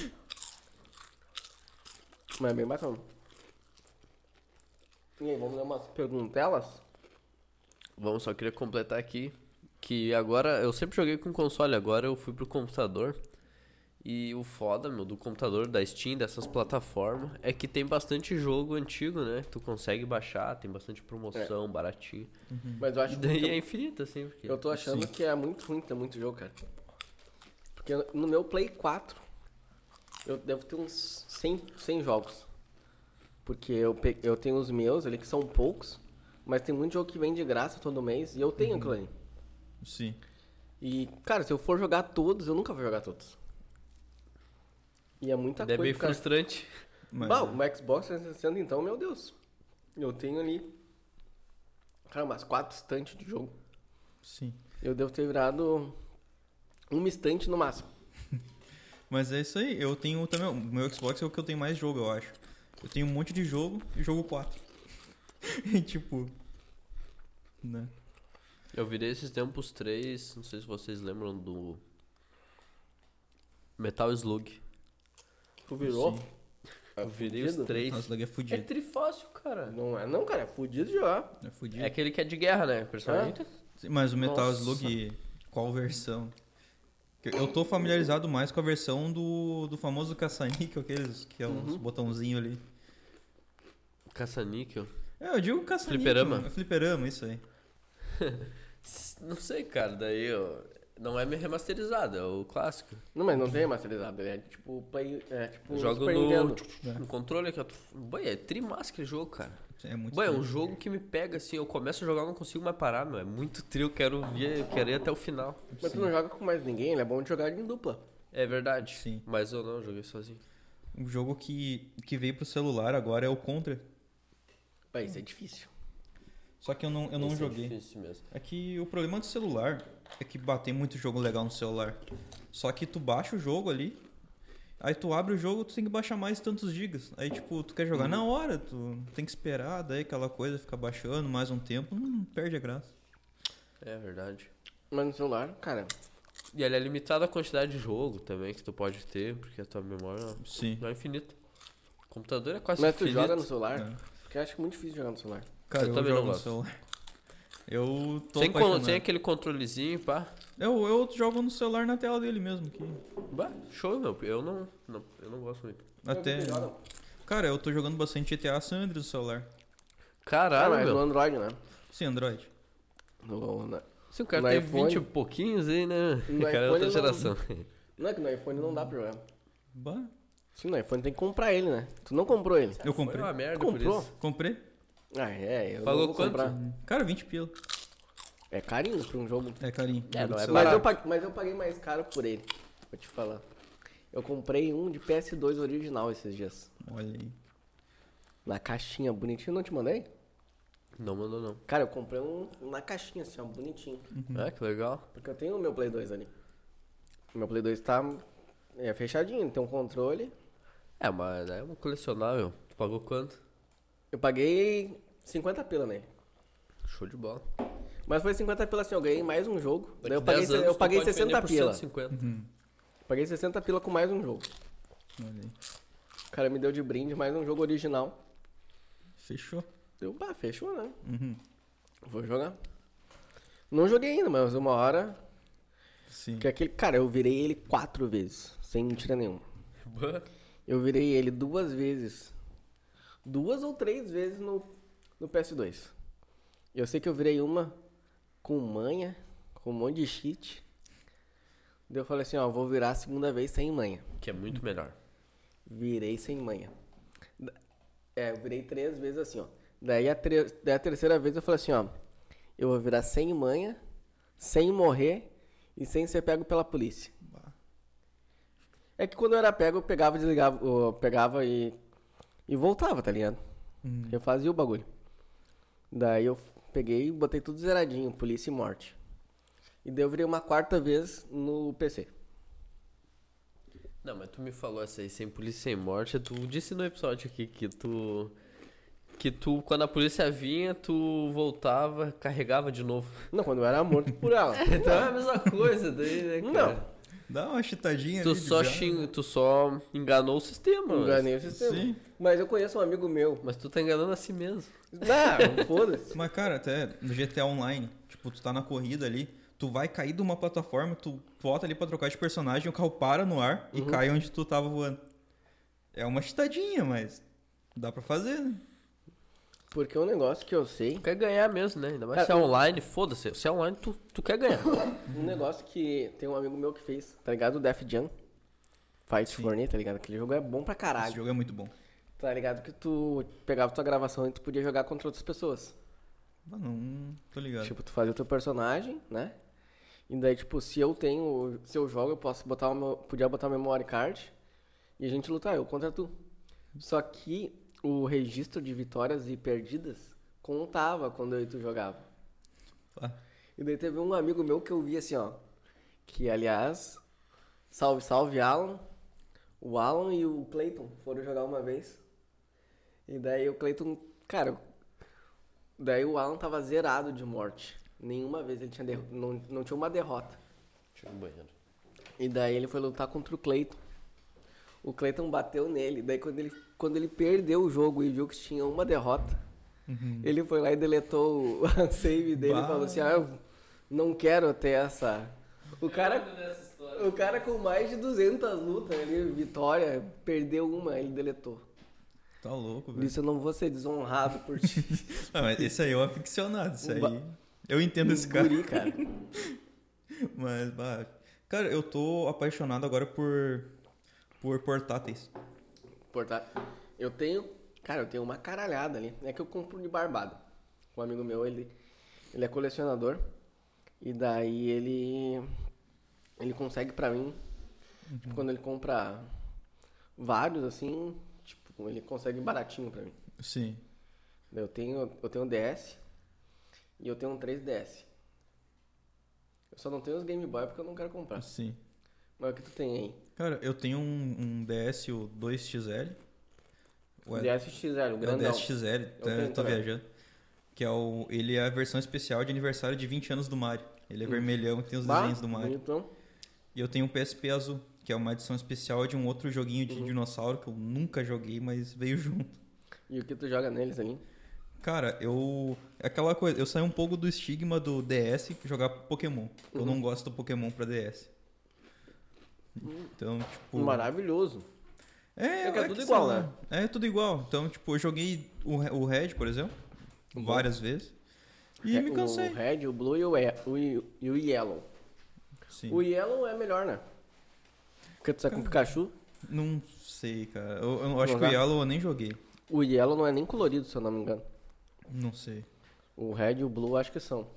B: Mas é bem bacana. E aí, vamos dar umas perguntelas?
A: Vamos, só queria completar aqui Que agora, eu sempre joguei com console, agora eu fui pro computador. E o foda, meu, do computador, da Steam, dessas plataformas, é que tem bastante jogo antigo, né? Tu consegue baixar, tem bastante promoção, baratinho.
B: Mas eu
A: E
B: É. acho que
A: daí
B: eu-
A: é infinito, assim, porque...
B: Eu tô achando que é muito ruim ter muito jogo, cara. Porque no meu Play 4, eu devo ter uns 100, 100 jogos. Porque eu, pe- eu tenho os meus ali, que são poucos, mas tem muito jogo que vem de graça todo mês, e eu tenho aquilo ali.
C: Sim.
B: E, cara, se eu for jogar todos, eu nunca vou jogar todos. E é muita
A: É bem
B: coisa, cara.
A: frustrante.
C: Mas,
B: Bah, o Xbox 360, então, meu Deus. Eu tenho ali, cara, umas quatro estantes de jogo.
C: sim.
B: Eu devo ter virado uma estante no máximo.
C: Mas é isso aí. Eu tenho também. O meu Xbox é o que eu tenho mais jogo, eu acho. Eu tenho um monte de jogo e jogo 4. e tipo. Né?
A: Eu virei esses tempos três, não sei se vocês lembram do Metal Slug.
B: Tu virou?
C: Sim.
B: É
A: Eu virei os
B: fudido?
A: três.
C: Nossa, lag é
A: É
C: fudido.
A: trifácil, cara.
B: Não é, não, cara, é fudido já.
C: É fudido.
A: É aquele que é de guerra, né? Personalmente.
C: Sim, Mas o Metal
A: Nossa.
C: Slug, qual versão? Que Eu tô familiarizado mais com a versão do, do famoso caça-níquel, aqueles que é
A: Uhum.
C: uns botãozinhos ali.
A: Caça-níquel.
C: É, eu digo caça-níquel.
A: Fliperama.
C: É fliperama, isso aí.
A: S- Não sei, cara. Daí eu... não é remasterizado, é o clássico.
B: Não, mas não tem masterizado, ele é tipo play, é tipo
A: Eu jogo
B: Super
A: no-
B: Nintendo.
A: No controle aqui, ó. tu- Boy, é trimassa aquele jogo, cara.
C: É muito
A: Boy, é um
C: estranho.
A: jogo que me pega assim. Eu começo a jogar, eu não consigo mais parar, meu. É muito trio, eu quero ver, eu quero ir até o final.
B: Mas tu não joga com mais ninguém, ele é bom de jogar em dupla.
A: É verdade.
C: Sim.
A: Mas eu não joguei sozinho.
C: Um jogo que, que veio pro celular agora é o Contra.
B: Pai, isso é difícil.
C: Só que eu não, eu não
A: Esse É
C: joguei.
A: difícil mesmo.
C: É que o problema do celular é que bah, tem muito jogo legal no celular. Só que tu baixa o jogo ali, aí tu abre o jogo, tu tem que baixar mais tantos gigas. Aí, tipo, tu quer jogar na hora, tu tem que esperar, daí aquela coisa, ficar baixando mais um tempo, não perde a graça.
A: É verdade.
B: Mas no celular, cara,
A: E ela é limitada a quantidade de jogo também que tu pode ter, porque a tua memória
C: Sim.
A: não é infinita. O computador é quase
B: mas tu
A: infinito.
B: joga no celular?
A: né?
C: É.
B: Porque eu acho muito difícil jogar no celular.
C: Cara,
A: Eu
C: eu,
A: também
C: jogo
A: não
C: no
A: gosto.
C: celular. Eu tô
A: sem, con-
C: apaixonado.
A: sem aquele controlezinho, pá.
C: Eu, eu jogo no celular na tela dele mesmo. Que
A: Bah, show, meu. Eu não, não- eu não gosto É muito.
C: até...
B: Não, não.
C: Cara, eu tô jogando bastante GTA San Andreas no celular.
B: Ah,
A: Caralho,
B: mas no
A: meu.
B: Android, né?
C: Sim, Android.
B: No, na-
A: Se o cara
B: no
A: tem
B: iPhone-
A: 20 e pouquinhos aí, né?
B: No
A: O cara é outra
B: iPhone eu não-
A: geração.
B: Não é que no iPhone não dá pra jogar.
C: Bah,
B: Sim, no iPhone tem que comprar ele, né? Tu não comprou ele.
A: Foi
C: eu comprei.
A: uma merda
B: Comprou?
A: por isso.
C: Comprei.
B: Ah, é, eu
A: Pagou
B: não vou
A: quanto?
B: comprar.
C: Cara, 20 pila.
B: É carinho pra um jogo
C: É carinho.
A: É, não é
C: Sei
B: Mas
C: lá.
A: barato.
B: eu, paguei, mas eu paguei mais caro por ele, vou te falar. Eu comprei um de PS2 original esses dias.
C: Olha aí.
B: Na caixinha, bonitinho, não te mandei?
A: Não mandou, não.
B: Cara, eu comprei um na caixinha, assim, ó, bonitinho.
C: Uhum.
A: É, que legal.
B: Porque eu tenho o meu Play 2 ali. O meu Play 2 tá é, fechadinho, tem um controle.
A: É, mas é um colecionável. Tu pagou quanto?
B: Eu paguei 50 pila nele.
A: Show de bola.
B: Mas foi 50 pila assim, eu ganhei mais um jogo. Daí eu
A: Daqui
B: paguei,
A: 10
B: se-
A: anos
B: eu
A: tu
B: paguei
A: pode vender
B: 60
A: por
B: pila.
A: 150.
C: Uhum.
B: Paguei 60 pila com mais um jogo.
C: Olha aí.
B: O cara me deu de brinde mais um jogo original.
C: Fechou.
B: Eu, pá, fechou, né?
C: Uhum.
B: Vou jogar. Não joguei ainda, mas uma hora.
C: Sim.
B: Que é aquele, cara, eu virei ele quatro vezes, sem mentira nenhuma.
A: Bah.
B: Eu virei ele duas vezes. Duas ou três vezes no, no PS2. Eu sei que eu virei uma com manha, com um monte de cheat. Daí eu falei assim, ó, vou virar a segunda vez sem manha.
A: Que é muito melhor.
B: Virei sem manha. Da- É, eu virei três vezes assim, ó. Daí a, tre- daí a terceira vez eu falei assim, ó. Eu vou virar sem manha, sem morrer e sem ser pego pela polícia.
C: Bah.
B: É que quando eu era pego, eu pegava, e desligava, eu pegava e, e voltava, tá ligado?
C: Hum.
B: Eu fazia o bagulho. Daí eu f- peguei e botei tudo zeradinho, polícia e morte. E daí eu virei uma quarta vez no PC.
A: Não, mas tu me falou essa aí, sem polícia sem morte. Tu disse no episódio aqui que tu. Que tu, quando a polícia vinha, tu voltava, carregava de novo.
B: Não, quando eu era morto por ela.
A: Então
C: Tá.
A: é a mesma coisa daí, né? Cara?
B: Não.
C: Dá uma chitadinha
A: Tu
C: ali de
A: só,
C: graça.
A: xing... tu só enganou o sistema. mas-
B: Enganei o sistema.
C: Sim.
B: Mas eu conheço um amigo meu.
A: Mas tu tá enganando a si mesmo.
B: Não, foda-se.
C: Mas, cara, até no GTA Online, tipo, tu tá na corrida ali, tu vai cair de uma plataforma, tu volta ali pra trocar de personagem, o carro para no ar e
A: Uhum.
C: cai onde tu tava voando. É uma chutadinha, mas dá pra fazer, né?
B: Porque é um negócio que eu sei
A: Tu quer ganhar mesmo, né? Ainda mais se é
B: Cara,
A: online, foda-se. Se é online, tu, tu quer ganhar.
C: Uhum.
B: Um negócio que tem um amigo meu que fez, tá ligado? O Def Jam. Fight for Me, tá ligado? Aquele jogo é bom pra
C: Esse
B: caralho.
C: jogo é muito bom.
B: Tá ligado que tu pegava tua gravação e tu podia jogar contra outras pessoas.
C: Ah, não, tô ligado.
B: Tipo, tu fazia o teu personagem, né? E daí, tipo, se eu tenho, se eu jogo, eu posso botar o meu, podia botar o memory card e a gente lutar, eu contra tu. Só que o registro de vitórias e perdidas contava quando eu e tu jogava.
C: Ah,
B: E daí teve um amigo meu que eu vi assim, ó. Que, aliás, salve, salve, Alan. O Alan e o Clayton foram jogar uma vez. E daí o Clayton, cara. Daí o Alan tava zerado de morte. Nenhuma vez ele tinha derro- não, não tinha uma derrota.
A: Deixa eu ir no um banheiro.
B: E daí ele foi lutar contra o Clayton. O Clayton bateu nele. Daí quando ele, quando ele perdeu o jogo e viu que tinha uma derrota, ele foi lá e deletou o a save dele
C: Bah.
B: e falou assim: Ah, eu não quero ter essa. O cara, o cara com mais de 200 lutas, ele, vitória, perdeu uma, ele deletou.
C: tá louco,
B: Por
C: velho.
B: isso eu não vou ser desonrado por ti.
C: Ah, mas esse aí é um aficionado, isso
B: Um
C: aí.
B: ba-
C: Eu
A: um
C: entendo esse cara.
B: Guri, cara.
C: Mas, bah, cara, eu tô apaixonado agora por por portáteis.
B: Porta- Eu tenho. Cara, eu tenho uma caralhada ali. É que eu compro de barbado. Um amigo meu, ele, ele é colecionador. E daí ele. Ele consegue pra mim.
C: Uhum.
B: Tipo, quando ele compra vários, assim. Tipo, ele consegue baratinho pra mim.
C: Sim.
B: Eu tenho, eu tenho um DS. E eu tenho um 3DS. Eu só não tenho os Game Boy porque eu não quero comprar.
C: Sim.
B: Mas o que tu tem aí?
C: Cara, eu tenho um, um DS, o 2XL. O é-
B: DS XL, Um o
C: é o
B: grandão.
C: DS XL,
B: tenho
C: tá, tô
B: também.
C: viajando. Que é o. Ele é a versão especial de aniversário de 20 anos do Mario. Ele é vermelhão e tem os
B: Hum. Bah,
C: desenhos do Mario.
B: bonitão.
C: E eu tenho um PSP azul, que é uma edição especial de um outro joguinho
B: Uhum.
C: de dinossauro que eu nunca joguei, mas veio junto.
B: E o que tu joga neles ali?
C: Cara, eu. é Aquela coisa, eu saí um pouco do estigma do DS jogar Pokémon.
B: Uhum.
C: Eu não gosto do Pokémon pra DS. Então, tipo.
B: Maravilhoso.
C: É,
B: É que é tudo
C: sei
B: igual,
C: lá.
B: né?
C: É tudo igual. Então, tipo, eu joguei o, Re- o Red, por exemplo, várias vezes. E
B: É,
C: me cansei.
B: Uhum. O red, o blue e o, e- o ye- e o yellow.
C: Sim.
B: O yellow é melhor, né? Porque tu sai com o Pikachu.
C: Não sei, cara. Eu, eu acho que o
B: Jogar?
C: Yellow eu nem joguei.
B: O yellow não é nem colorido, se eu não me engano.
C: Não sei.
B: O red e o blue acho que são.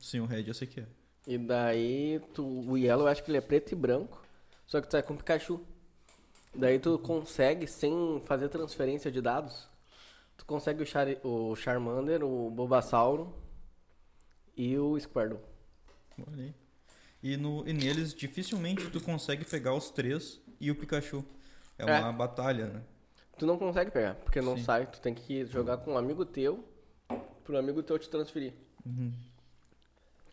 C: Sim, o Red eu sei que é.
B: E daí, tu, o yellow eu acho que ele é preto e branco. Só que tu sai com o Pikachu. Daí tu consegue, sem fazer transferência de dados, tu consegue o, Char o Charmander, o Bobasauro e o Squirtle.
C: Olha aí. E, no, e neles, dificilmente tu consegue pegar os três e o Pikachu. É
B: É.
C: uma batalha, né?
B: Tu não consegue pegar, porque não
C: Sim.
B: sai. Tu tem que jogar com um amigo teu, pro amigo teu te transferir.
C: Uhum.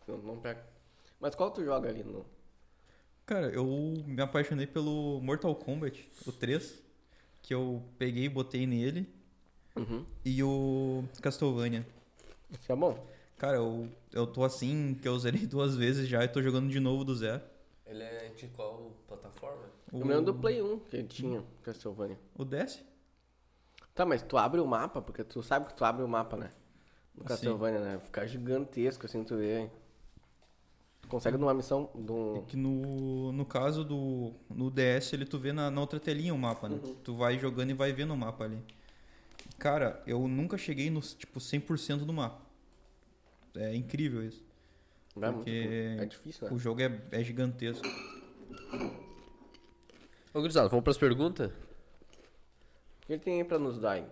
B: Não, não pega. Mas qual tu joga ali? No...
C: Cara, eu me apaixonei pelo Mortal Kombat, o 3, que eu peguei e botei nele,
B: Uhum.
C: e o Castlevania.
B: Isso é bom.
C: Cara, eu, eu tô assim, que eu zerei duas vezes já e tô jogando de novo do zero.
A: Ele é de qual plataforma?
C: O,
B: Eu me lembro é um do Play 1 que tinha Castlevania.
C: o DS?
B: Tá, mas tu abre o mapa, porque tu sabe que tu abre o mapa, né? No
C: Sim.
B: Castlevania, né? Fica gigantesco assim, tu vê. Tu consegue numa missão. um-
C: É
B: Num...
C: que no, no caso do no DS, ele tu vê na, na outra telinha o mapa, né? Tu vai jogando e vai vendo o mapa ali. Cara, eu nunca cheguei no tipo 100% do mapa. É incrível isso.
B: Vai muito.
C: porque
B: É difícil,
C: o
B: né?
C: jogo é, é gigantesco.
A: Ô, gurizada, vamos pras perguntas?
B: O que ele tem aí pra nos dar aí?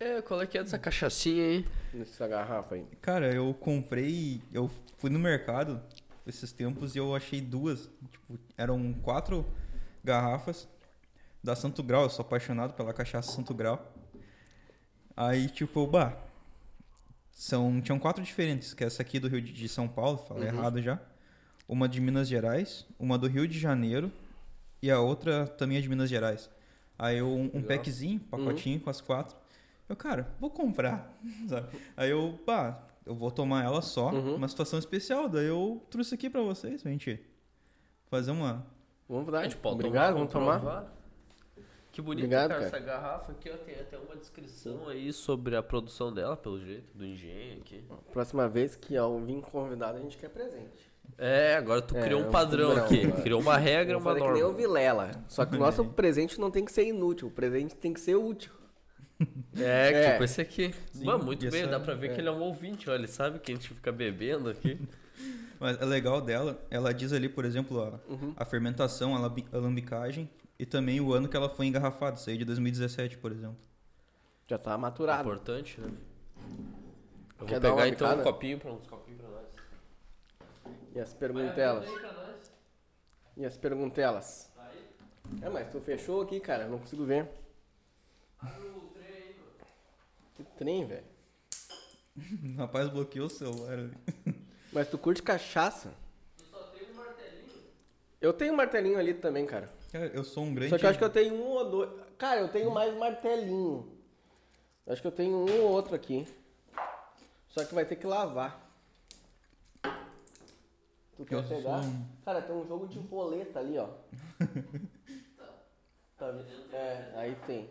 A: É, qual é que é dessa cachaçinha aí?
B: Nessa garrafa aí?
C: Cara, eu comprei, eu fui no mercado esses tempos e eu achei duas, tipo, eram quatro garrafas da Santo Grau, eu sou apaixonado pela cachaça Santo Grau. Aí, tipo, bah, são, tinham quatro diferentes, que é essa aqui do Rio de, de São Paulo, falei errado já, uma de Minas Gerais, uma do Rio de Janeiro e a outra também é de Minas Gerais. Aí eu, um, um
A: Legal.
C: packzinho, pacotinho com as quatro, eu, cara, vou comprar, sabe? Aí eu, pá, eu vou tomar ela só,
B: Uhum.
C: uma situação especial. Daí eu trouxe aqui pra vocês, pra gente fazer uma.
B: Vamos dar.
A: A gente pode
B: Obrigado,
A: Tá, tipo, tomar,
B: vamos tomar.
A: provar. Que bonito,
B: Obrigado,
A: cara,
B: cara.
A: essa garrafa aqui, ó, tem até uma descrição aí sobre a produção dela, pelo jeito, do engenho aqui.
B: Próxima vez que eu vim convidado, a gente quer presente.
A: É, agora tu
B: É,
A: criou
B: é
A: um
B: um
A: padrão
B: padrão
A: aqui,
B: agora.
A: criou uma regra,
B: Vamos
A: uma
B: fazer que nem o
A: norma.
B: Vilela. Só que o nosso presente não tem que ser inútil, o presente tem que ser útil.
A: É,
B: É.
A: tipo esse aqui.
C: Sim,
A: Mano, muito
C: e
A: bem,
C: essa-
A: dá pra ver
B: é.
A: que ele é um ouvinte, ó, ele sabe que a gente fica bebendo aqui.
C: Mas é legal dela, ela diz ali, por exemplo, a,
B: Uhum.
C: a fermentação, a lambi- a alambicagem e também o ano que ela foi engarrafada, isso aí é de 2017, por exemplo.
B: Já tá maturado.
A: Importante, né? Eu
B: Quer
A: vou
B: dar uma
A: pegar então um
B: bicada?
A: copinho pra uns copinhos pra nós.
B: E as perguntelas?
A: Vai, abre aí pra nós.
B: E as perguntelas? É, mas tu fechou aqui, cara, eu não consigo ver.
A: Abre o trem aí, mano.
B: Que trem, velho.
C: O rapaz bloqueou o celular ali.
B: Mas tu curte cachaça?
A: Tu só tem um martelinho.
B: Eu tenho um martelinho ali também, cara.
C: Cara, eu sou um grande.
B: Só que eu acho que eu tenho um ou dois. Cara, eu tenho mais martelinho. Eu acho que eu tenho um ou outro aqui. Só que vai ter que lavar. Tu quer
C: Eu sou
B: pegar?
C: um-
B: Cara, tem um jogo de boleta ali, ó. Tá vendo? É, aí tem.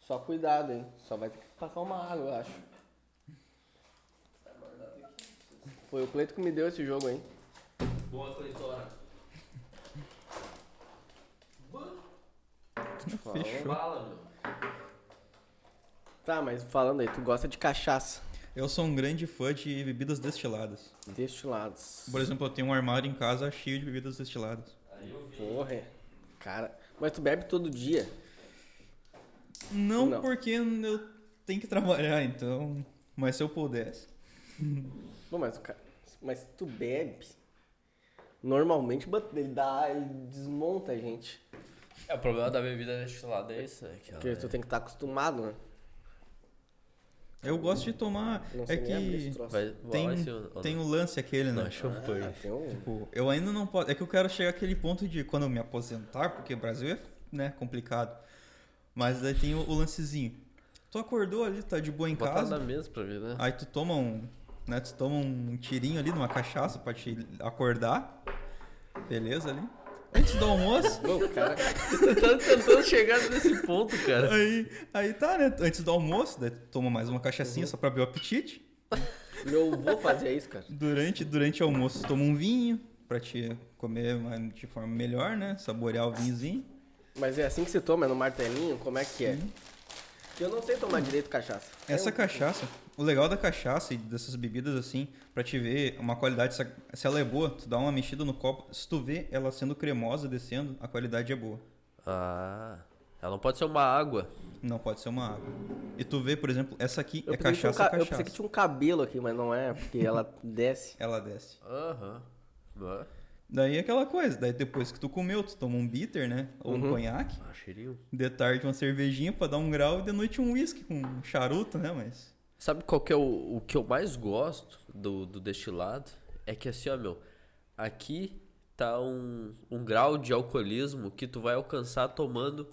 B: Só cuidado, hein? Só vai ter que passar uma água, eu acho. Foi o Cleito que me deu esse jogo, hein?
A: Boa coletora.
C: Fechou.
A: Fala, meu.
B: Tá, mas falando aí, tu gosta de cachaça.
C: Eu sou um grande fã de bebidas destiladas.
B: Destilados.
C: Por exemplo, eu tenho um armário em casa cheio de bebidas destiladas.
B: Porra, é. cara. Mas tu bebe todo dia.
C: Não,
B: Não.
C: porque eu tenho que trabalhar, então. Mas se eu pudesse.
B: Bom, mas, o ca- mas tu bebe. Normalmente but- ele, dá, ele desmonta a gente.
A: É, o problema da bebida destilada é isso, né? Que ela
B: Porque tu tem que estar acostumado, né?
C: Eu gosto de tomar.
B: Não
C: é
B: sei nem abrir esse
C: que
B: troço.
A: vai, vai
C: tem, um
A: ser ou não.
C: tem o lance aquele, né?
A: Não, é champanhe.
B: Ah, tem um...
C: Tipo, eu ainda não posso. É que eu quero chegar àquele ponto de quando eu me aposentar, porque o Brasil é né, complicado. Mas daí tem o, o lancezinho. Tu acordou ali, tá de boa em
A: Botar
C: casa.
A: na mesa pra ver, né?
C: Aí tu toma um. Né, tu toma um tirinho ali numa cachaça pra te acordar. Beleza ali. Antes do almoço.
B: Bom, cara,
A: Tu tá tentando chegar nesse ponto, cara.
C: aí, aí tá, né? Antes do almoço, daí tu toma mais uma cachaçinha só pra abrir o apetite.
B: meu avô fazia isso, cara.
C: Durante, durante o almoço, tu toma um vinho pra te comer mais- de forma melhor, né? Saborear o vinhozinho.
B: Mas é assim que se toma, é no martelinho? Como é que é? Eu não sei tomar direito cachaça.
C: Essa
B: Eu-
C: cachaça, o legal da cachaça e dessas bebidas assim, pra te ver uma qualidade, se se ela é boa, tu dá uma mexida no copo, se tu vê ela sendo cremosa descendo, a qualidade é boa.
A: Ah, ela não pode ser uma água.
C: Não pode ser uma água. E tu vê, por exemplo, essa aqui
B: Eu
C: é
B: pensei que tinha um
C: cachaça,
B: ca- Eu
C: cachaça.
B: pensei que tinha um cabelo aqui, mas não é, porque ela desce.
C: Ela desce.
A: Aham. Ó,
C: Daí é aquela coisa, daí depois que tu comeu, tu toma um bitter, né? Ou
B: Uhum.
C: um conhaque.
A: Ah, cheirinho.
C: De tarde uma cervejinha pra dar um grau e de noite um whisky com um charuto, né? Mas.
A: Sabe qual que é o, o que eu mais gosto do, do destilado? É que assim, ó, meu, aqui tá um, um grau de alcoolismo que tu vai alcançar tomando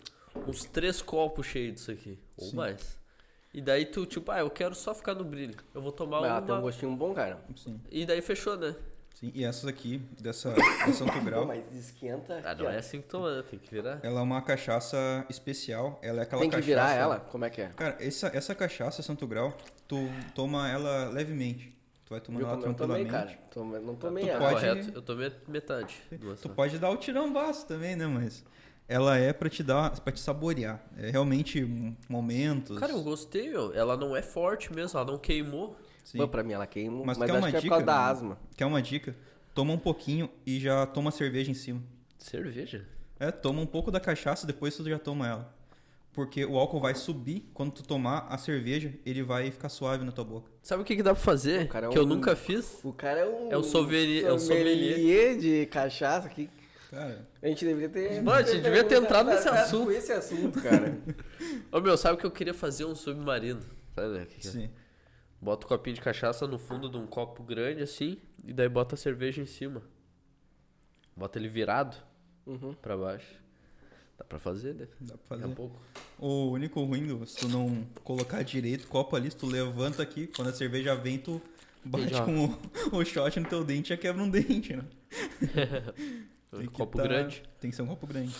A: uns três copos cheios disso aqui, ou mais. E daí tu, tipo, ah, eu quero só ficar no brilho. Eu vou tomar
B: Mas ela tem
A: uma.
B: um gostinho bom, cara.
C: Sim.
A: E daí fechou, né?
C: Sim. E essas aqui, dessa de Santo
B: Pô,
C: Grau.
B: mas esquenta.
A: Ah,
B: aqui,
A: não
B: ó.
A: é assim que toma, né? Tem que virar.
C: Ela é uma cachaça especial. Ela é aquela
B: Tem que
C: cachaça.
B: virar ela? Como é que é?
C: Cara, essa, essa cachaça Santo Grau, tu toma ela levemente. Tu vai tomando
B: Viu
C: ela
B: como eu tomei,
C: tranquilamente.
B: cara? Tome- não tomei
A: tu
B: ela.
C: um pode-
A: Tá correto. Eu tomei metade. Duas
C: Tu
A: só.
C: pode dar o tirambaço também, né? Mas ela é pra te dar, para te saborear. É realmente um- momentos.
A: Cara, eu gostei, meu. Ela não é forte mesmo, ela não queimou.
C: Sim.
B: Pô, pra mim ela queimou. Mas,
C: Mas quer
B: acho
C: uma
B: que é por
C: dica?
B: causa da asma.
C: assim, Quer uma dica? Toma um pouquinho e já toma a cerveja em cima.
A: Cerveja?
C: É, toma um pouco da cachaça, depois tu já toma ela. Porque o álcool vai subir, quando tu tomar a cerveja, ele vai ficar suave na tua boca.
A: Sabe o que, que dá pra fazer?
B: O cara é
A: que eu
B: um-
A: nunca fiz?
B: O cara é um.
A: É o sommelier- é o sommelier.
B: sommelier de cachaça aqui.
C: Cara,
B: A gente deveria ter.
A: Mano, a gente devia ter entrado nesse
B: com
A: assunto.
B: esse assunto, cara.
A: Ô meu, sabe que eu queria fazer um submarino? Sabe? né? Que-
C: sim.
A: Bota o copinho de cachaça no fundo de um copo grande assim, e daí bota a cerveja em cima. Bota ele virado
B: Uhum.
A: pra baixo. Dá pra fazer, né?
C: Dá pra
A: Daqui
C: fazer.
A: a pouco.
C: O único ruim, do- se tu não colocar direito o copo ali, se tu levanta aqui, quando a cerveja vem, tu Bate
B: Entendi.
C: com o, o shot no teu dente já quebra um dente, né?
A: Um
C: Tem que
A: copo
C: tá-
A: grande.
C: Tem que ser um copo grande.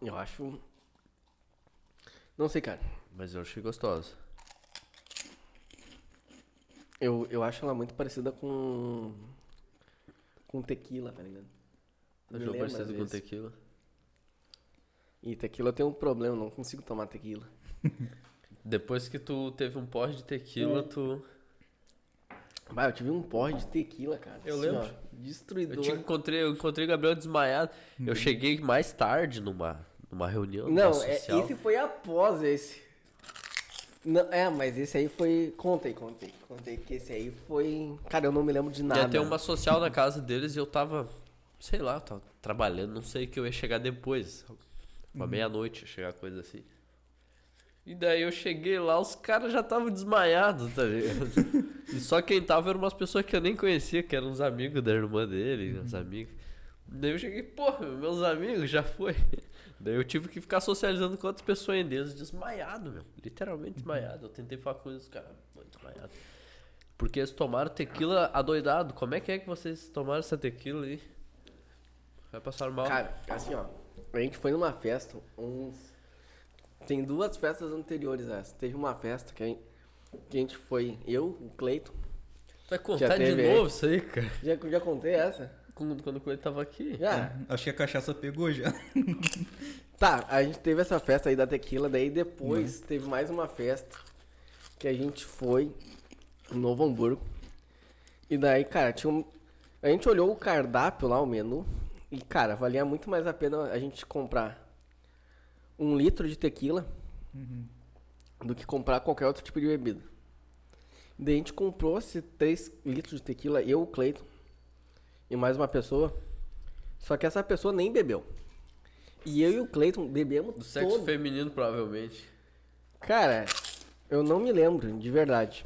B: Eu acho. Não sei, cara.
A: Mas eu achei gostosa.
B: Eu, eu acho ela muito parecida com. com tequila, tá ligado? Me
A: Achou
B: lembra, às
A: parecido com
B: vezes.
A: tequila.
B: E tequila tem um problema, não consigo tomar tequila.
A: Depois que tu teve um pós de
C: É.
A: tequila, tu.
B: Bah, eu tive um porre de tequila, cara. Assim,
A: Eu
B: ó,
A: lembro.
B: destruidor.
A: Eu te encontrei, eu encontrei o Gabriel desmaiado. Eu cheguei mais tarde numa, numa reunião
B: Uhum. Não,
A: numa
B: é,
A: social.
B: esse foi após esse. Não, é, mas esse aí foi. Contei, contei. Contei que esse aí foi. Cara, eu não me lembro de nada.
A: Ia ter uma social na casa deles e eu tava, sei lá, eu tava trabalhando, não sei que eu ia chegar depois. Uma
B: Uhum.
A: meia-noite ia chegar coisa assim. E daí eu cheguei lá, os caras já estavam desmaiados, tá ligado? e só quem tava eram umas pessoas que eu nem conhecia, que eram uns amigos da irmã
B: Uhum.
A: dele, uns amigos. Daí eu cheguei, pô, meus amigos, já foi. Daí eu tive que ficar socializando com outras pessoas inglesas, desmaiado, meu.
B: Uhum.
A: Literalmente desmaiado. Eu tentei falar com eles, cara, desmaiado. Porque eles tomaram tequila adoidado. Como é que é que vocês tomaram essa tequila aí? Vai passar mal.
B: Cara, assim, ó. A gente foi numa festa, uns. Tem duas festas anteriores a essa. Teve uma festa que a gente, que a gente foi, eu, o Cleiton.
A: tu vai contar de
B: teve aí.
A: novo isso aí, cara?
B: Já, já contei essa?
A: Quando, quando o Coelho tava aqui.
B: Já.
C: Acho que a cachaça pegou já.
B: Tá, a gente teve essa festa aí da tequila, daí
A: Uhum.
B: depois teve mais uma festa que a gente foi no Novo Hamburgo. E daí, cara, tinha um... A gente olhou o cardápio lá, o menu, e, cara, valia muito mais a pena a gente comprar um litro de tequila do que comprar qualquer outro tipo de bebida. Daí a gente comprou esses 3 litros de tequila, eu, o Cleiton e mais uma pessoa. Só que essa pessoa nem bebeu. E eu e o Cleiton bebemos
A: Do sexo
B: todo.
A: feminino, provavelmente.
B: Cara, eu não me lembro, de verdade.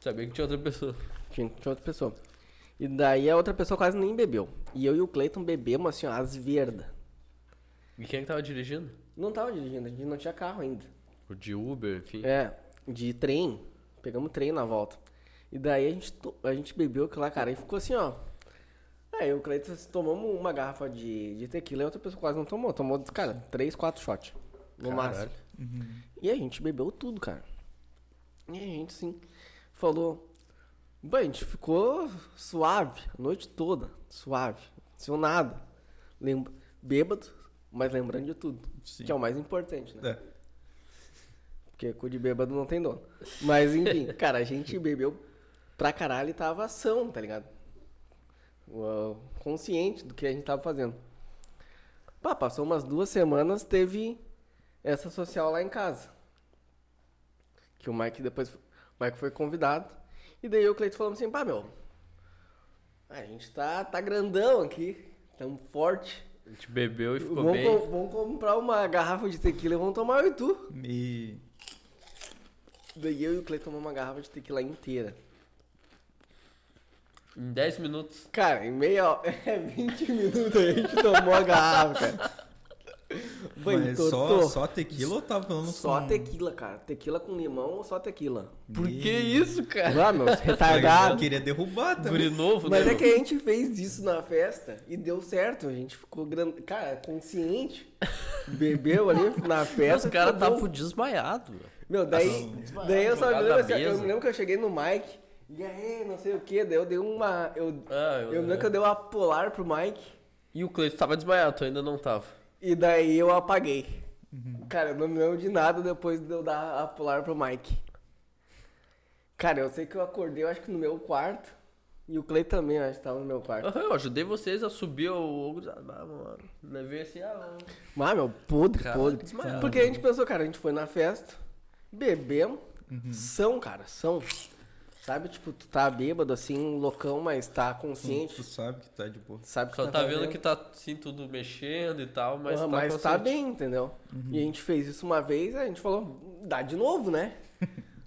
A: Sabia que tinha outra pessoa.
B: Tinha, tinha outra pessoa. E daí a outra pessoa quase nem bebeu. E eu e o Cleiton bebemos assim, ó, as verdas.
A: E quem é que tava dirigindo?
B: Não tava dirigindo, a gente não tinha carro ainda.
A: O de Uber, enfim.
B: É, de trem. Pegamos trem na volta. E daí a gente, to- a gente bebeu aquilo lá, cara, e ficou assim, ó. Aí o Cleiton assim, tomamos uma garrafa de, de tequila e a outra pessoa quase não tomou. Tomou, cara, três, quatro shots. No máximo.
A: Caralho.
B: E a gente bebeu tudo, cara. E a gente, assim, falou. Bem, a gente ficou suave a noite toda. Suave. Sem nada. Lembra... Bêbado, mas lembrando de tudo.
C: Sim.
B: Que é o mais importante, né?
C: É.
B: Porque cu de bêbado não tem dono. Mas enfim, cara, a gente bebeu pra caralho e tava ação, tá ligado? Uau, Consciente do que a gente tava fazendo. Pá, passou umas duas semanas, teve essa social lá em casa. Que o Mike depois. O Mike foi convidado. E daí eu e o Cleiton falamos assim, pá, meu. A gente tá, tá grandão aqui. Tamo forte.
A: A gente bebeu e ficou
B: Vamos,
A: bem.
B: co- vamos comprar uma garrafa de tequila e vamos tomar eu e tu.
C: E.
B: Daí eu e o Clay tomamos uma garrafa de tequila inteira.
A: Em 10 minutos.
B: Cara, em meia hora, é 20 minutos a gente tomou a garrafa, cara. Bem,
C: Mas só,
B: tortou.
C: só tequila ou tava falando
B: Só
C: com...
B: tequila, cara. Tequila com limão ou só tequila?
A: Por que isso,
C: É.
A: cara?
B: Ah, meus
C: Eu
B: retardado.
C: queria derrubar
A: Guri
C: também.
A: novo,
B: Mas
A: né?
B: é que a gente fez isso na festa e deu certo. A gente ficou, gran... cara, consciente. Bebeu ali na
A: meu?
B: festa.
A: Os caras
C: tá
B: ficou bom.
A: estavam desmaiados. meu.
B: Meu, daí,
A: Nossa.
B: daí
C: um
B: eu só me
A: Jogado
B: lembro,
A: na
B: assim, ó, eu
A: mesa.
B: me lembro que eu cheguei no Mike, e aí, não sei o que, daí eu dei uma. Eu,
A: Ah, eu-
B: eu, me lembro que eu dei uma polar pro Mike,
A: E o Cleiton tava desmaiado, tu ainda não tava.
B: e daí eu apaguei. Cara, eu não me lembro de nada depois de eu dar a polar pro Mike. Cara, eu sei que eu acordei, eu acho que no meu quarto. E o Clay também, eu acho que tava no meu quarto.
A: Aham, eu ajudei vocês a subir o. Ah, mano. Levei assim, ah, mano.
B: Mas, meu, podre,
A: Cara,
B: podre.
A: desmaiado.
B: Porque a gente pensou, cara, a gente foi na festa, bebemos, são, cara, são. Sabe, tipo, tu tá bêbado, assim, loucão, mas tá
C: Tu,
B: consciente.
C: tu sabe que tá de boa.
B: Sabe que
A: Uhum. Só tá vendo
B: fazendo.
A: que tá assim tudo mexendo e tal, mas,
B: Mas,
A: tá,
B: tá, mas tá
A: consciente.
B: bem, entendeu?
C: Uhum.
B: E a gente fez isso uma vez, a gente falou, dá de novo, né?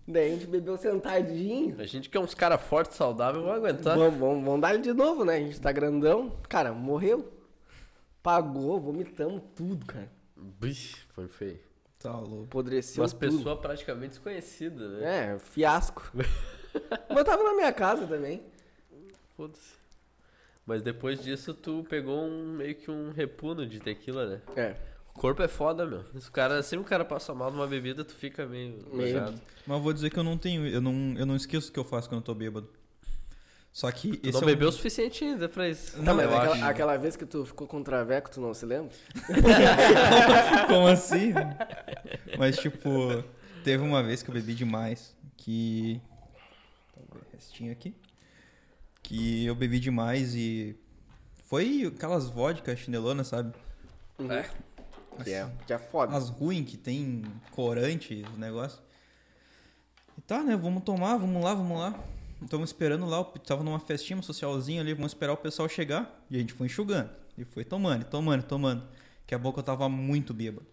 B: Daí a gente bebeu sentadinho.
A: A gente que é uns caras fortes, saudáveis, vamos aguentar.
B: Vamos, vamos, vamos dar de novo, né? A gente tá grandão. Cara, morreu. Pagou, vomitamos tudo, cara.
A: Vixe, foi feio.
C: Tá louco.
B: Apodreceu
A: Umas
B: tudo.
A: pessoas praticamente desconhecidas, né?
B: É, fiasco. Botava na minha casa também.
A: Foda-se. Mas depois disso, tu pegou um, meio que um repuno de tequila, né?
B: É.
A: O corpo é foda, meu. Os cara, sempre o cara passa mal numa bebida, tu fica meio.
B: Meio.
A: manjado.
C: Mas eu vou dizer que eu não tenho. Eu não, eu não esqueço o que eu faço quando eu tô bêbado. Só que
A: Tu
C: esse
A: não
C: é um-
A: bebeu o suficiente ainda pra isso.
B: Tá,
C: Não,
B: mas
A: eu acho.
B: aquela, aquela vez que tu ficou com o Traveco, tu não se lembra?
C: um- Como assim? Mas, tipo, teve uma vez que eu bebi demais. Que. Vou ver o Restinho aqui. Que eu bebi demais e. Foi aquelas vodka chinelona, sabe?
B: Que
C: Assim.
B: é, que é foda.
C: As ruins que tem corante, os negócios. E tá, né? Vamos tomar, vamos lá, vamos lá. Estamos esperando lá, eu tava numa festinha, um socialzinho ali, vamos esperar o pessoal chegar. E a gente foi enxugando. E foi tomando, e tomando, e tomando. Daqui a pouco eu tava muito bêbado.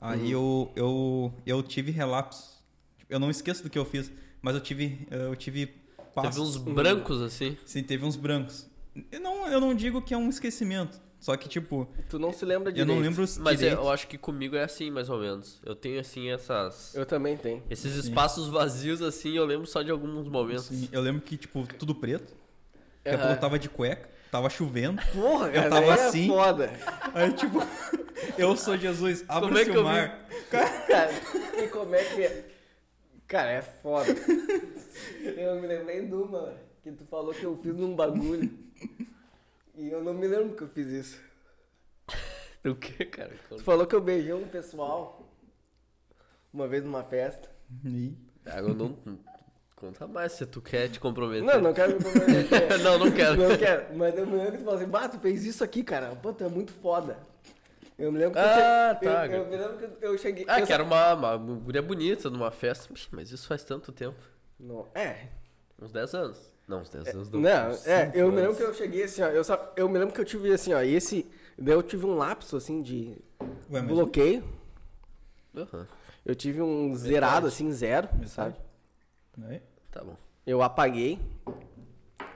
C: Aí eu, eu, eu tive relapso. Tipo, Eu não esqueço do que eu fiz, mas eu tive. Eu tive
A: Teve
C: passos.
A: uns brancos assim.
C: Sim, teve uns brancos. Eu não, eu não digo que é um esquecimento. Só que, tipo,
B: Tu não se lembra
C: eu
B: direito.
C: não lembro os
A: Mas eu acho que comigo é assim, mais ou menos. Eu tenho assim essas.
B: Eu também tenho.
A: Esses espaços vazios, assim, eu lembro só de alguns momentos.
C: Sim, eu lembro que, tipo, tudo preto. Daqui a pouco É, eu tava de cueca, tava chovendo.
B: Porra, cara,
C: tava
B: aí
C: assim.
B: É foda.
C: Aí, tipo, eu sou Jesus,
A: Como é
C: abre-se
A: que eu
C: o mar.
B: Cara, e como é que é? Cara, é foda. Eu me lembrei de uma que tu falou que eu fiz num bagulho. E eu não me lembro que eu fiz isso.
A: O que, cara?
B: Tu falou que eu beijei um pessoal uma vez numa festa.
C: Ih,
A: Ah, eu não. Conta mais se tu quer te comprometer.
B: Não, não quero me comprometer.
A: não, não quero.
B: Não quero. Mas eu me lembro que tu falou assim, bah, tu fez isso aqui, cara. Pô, tu é muito foda. Eu me lembro que
A: Ah,
B: eu, che-
A: tá.
B: eu, eu me lembro que eu cheguei.
A: Ah,
B: eu
A: que era uma, uma guria bonita numa festa. Ixi, Mas isso faz tanto tempo.
B: Não, é.
A: Uns 10 anos. Não, uns 10 anos não.
B: Não,
A: uns
B: é,
A: cinco
B: eu me lembro
A: anos.
B: que eu cheguei assim, ó. Eu, só, eu me lembro que eu tive assim, ó, esse. Daí eu tive um lapso assim de
C: Ué, mas
B: bloqueio.
A: Aham,
B: Eu tive um zerado, assim, zero,
C: Metade.
B: sabe?
C: né?
A: tá bom.
B: Eu apaguei.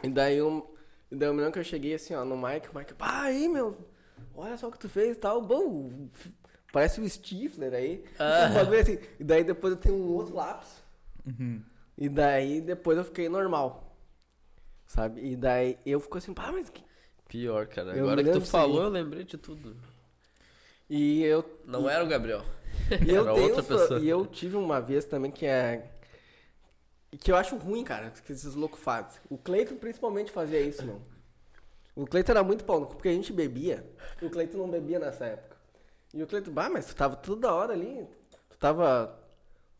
B: E daí eu, e daí eu me lembro que eu cheguei assim, ó, no Mike, o Mike, pá, aí, meu, olha só o que tu fez e tal. Bom, parece o Stifler aí.
A: Ah.
B: Um bagulho assim. E daí depois eu tenho um outro lapso.
A: Uhum.
B: E daí depois eu fiquei normal. Sabe? E daí eu fico assim, pá, mas que.
A: Pior, cara.
B: Eu
A: Agora
B: me
A: que tu
B: lembro
A: falou,
B: sim.
A: eu lembrei de tudo.
B: E eu
A: Não era o Gabriel.
B: E
A: Era
B: eu, tenho
A: outra
B: uns pro-
A: pessoa.
B: e eu tive uma vez também que é. Que eu acho ruim, cara, que esses loucos fazem. O Cleiton principalmente fazia isso, não. O Cleiton era muito pau no cu, porque a gente bebia. E o Cleiton não bebia nessa época. E o Cleiton, bah, mas tu tava toda hora ali. Tu tava.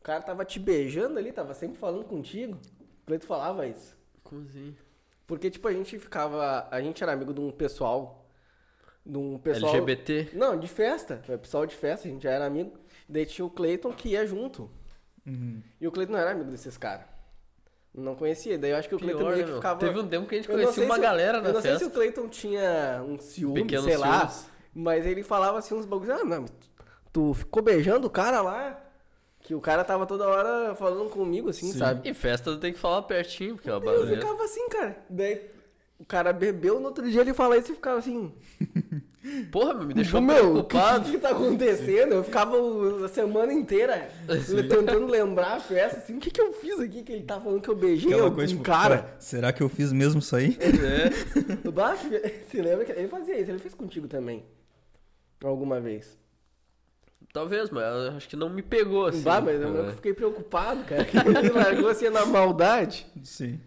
B: O cara tava te beijando ali, tava sempre falando contigo. O Cleiton falava isso.
A: Como assim?
B: Porque, tipo, a gente ficava. A gente era amigo de um pessoal. De um pessoal.
A: LGBT.
B: Não, de festa. É pessoal de festa, a gente já era amigo. Daí tinha o Cleiton que ia junto.
C: Uhum.
B: E o Cleiton não era amigo desses caras. Não conhecia. Daí eu acho que o Cleiton
A: Pior,
B: meio
A: né,
B: que
A: meu?
B: ficava.
A: Teve um tempo que a gente
B: Eu não sei
A: conhecia uma
B: se-
A: galera
B: Eu
A: na
B: não sei se o
A: festa.
B: Cleiton tinha um ciúme,
A: Pequenos
B: sei lá.
A: ciúmes.
B: Mas ele falava assim uns bagulhos. Ah, não, tu- tu ficou beijando o cara lá. Que o cara tava toda hora falando comigo, assim,
C: Sim.
B: sabe?
A: E festa tem que falar pertinho, porque é uma
B: Daí eu
A: barulheira.
B: ficava assim, cara. Daí o cara bebeu, no outro dia ele fala isso e ficava assim.
A: Porra, meu, me deixou
B: Meu, o que,
A: preocupado.
B: que tá acontecendo? Eu ficava o- a semana inteira le- tentando lembrar a festa, assim, o que que eu fiz aqui que ele tá falando que eu beijei
C: Aquela
B: algum
C: coisa, tipo,
B: cara?
C: ué, será que eu fiz mesmo isso aí?
B: O Bach, se lembra que ele fazia isso, ele fez contigo também. Alguma vez.
A: Talvez, mas eu acho que não me pegou assim.
B: bah, mas
C: É.
B: eu, eu
A: né?
B: fiquei preocupado, cara, que ele largou assim na maldade.
C: Sim.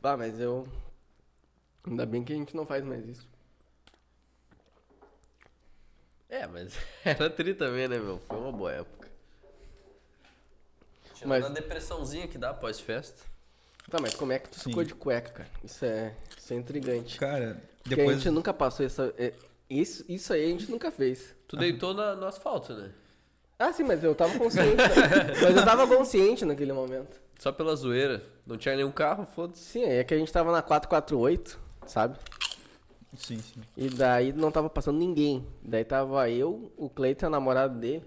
B: Bah, mas eu... Ainda bem que a gente não faz mais isso.
A: É, mas era tri também, né, meu? Foi uma boa época. Tinha
B: Mas-
A: uma depressãozinha que dá pós-festa.
B: Tá, mas como é que tu
C: Sim.
B: ficou de cueca, cara? Isso é, isso é intrigante.
C: Cara,
B: Porque a
C: depois.
B: gente nunca passou essa... é- Isso, isso aí a gente nunca fez.
A: Tu deitou na, no asfalto, né?
B: Ah, sim, mas eu tava consciente. né? mas eu tava consciente naquele momento.
A: Só pela zoeira. Não tinha nenhum carro, foda-se.
B: Sim, é que a gente tava na 448, sabe?
C: Sim, sim.
B: E daí não tava passando ninguém. Daí tava eu, o Cleiton, a namorada dele.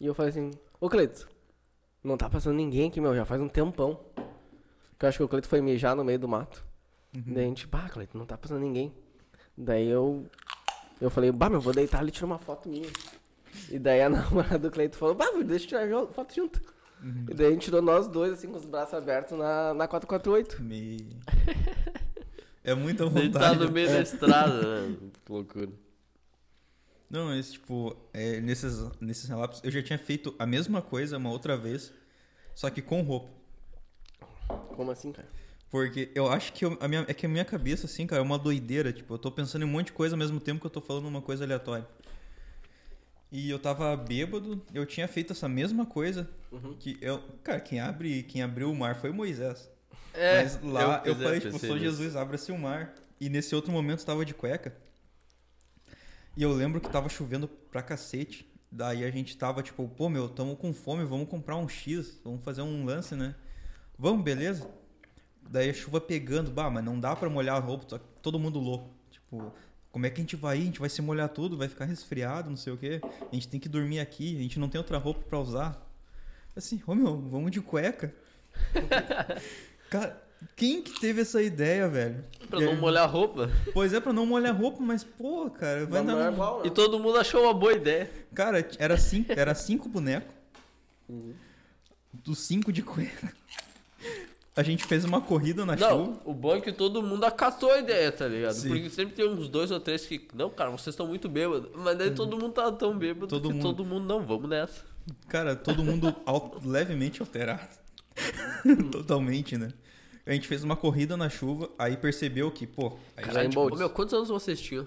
B: E eu falei assim: Ô Cleiton, não tá passando ninguém aqui, meu, já faz um tempão. Que eu acho que o Cleiton foi mijar no meio do mato. Daí a gente, bah, Cleiton, não tá passando ninguém. Daí eu. Eu falei, bah, meu, vou deitar ali e tirar uma foto minha. E daí a namorada do Cleiton falou, bah, meu, deixa eu tirar jo- foto junto. E daí a gente tirou nós dois, assim, com os braços abertos na, na 448.
C: Me... É muita
A: Deitar
C: vontade. É.
A: no meio da estrada, né? Que loucura.
C: Não, mas tipo, é, nesses, nesses relapsos, eu já tinha feito a mesma coisa uma outra vez, só que com roupa.
B: Como assim, cara?
C: Porque eu acho que eu- a minha, é que a minha cabeça, assim, cara, é uma doideira. Tipo, eu tô pensando em um monte de coisa ao mesmo tempo que eu tô falando uma coisa aleatória. E eu tava bêbado, eu tinha feito essa mesma coisa.
A: Uhum.
C: Que eu. Cara, quem abre, quem abriu o mar foi Moisés. Mas lá eu,
A: pois é,
C: falei, tipo,
A: pensei
C: sou
A: nisso.
C: Jesus, abra-se o mar. E nesse outro momento eu tava de cueca. E eu lembro que tava chovendo pra cacete. Daí a gente tava tipo, pô, meu, tamo com fome, vamos comprar um X, vamos fazer um lance, né? Vamos, beleza? Daí a chuva pegando, bah, mas não dá pra molhar a roupa, tá todo mundo louco. Tipo, como é que a gente vai ir? A gente vai se molhar tudo, vai ficar resfriado, não sei o quê. A gente tem que dormir aqui, a gente não tem outra roupa pra usar. Assim, ô meu, vamos de cueca. Cara, quem que teve essa ideia, velho?
A: Pra
C: E
A: não
C: aí-
A: molhar a roupa.
C: Pois é, pra não molhar a roupa, mas pô, cara, vai
B: Não, não
C: dar
B: é
C: um-
B: igual, né?
A: E todo mundo achou uma boa ideia.
C: Cara, era cinco, era cinco bonecos. Dos cinco de cueca. A gente fez uma corrida na
A: Não,
C: chuva.
A: o bom é que todo mundo acatou a ideia, tá ligado?
C: Sim.
A: Porque sempre tem uns dois ou três que. Não, cara, vocês estão muito bêbados. Mas daí todo mundo tá tão bêbado
C: Uhum. Todo
A: que
C: mundo.
A: todo mundo não, vamos nessa.
C: Cara, todo mundo al- levemente alterado. Totalmente, né? A gente fez uma corrida na chuva, aí percebeu que, pô,
B: Cara,
C: aí já,
B: em
A: Caralho,
B: Bolt.
A: tipo, meu, quantos anos vocês tinham?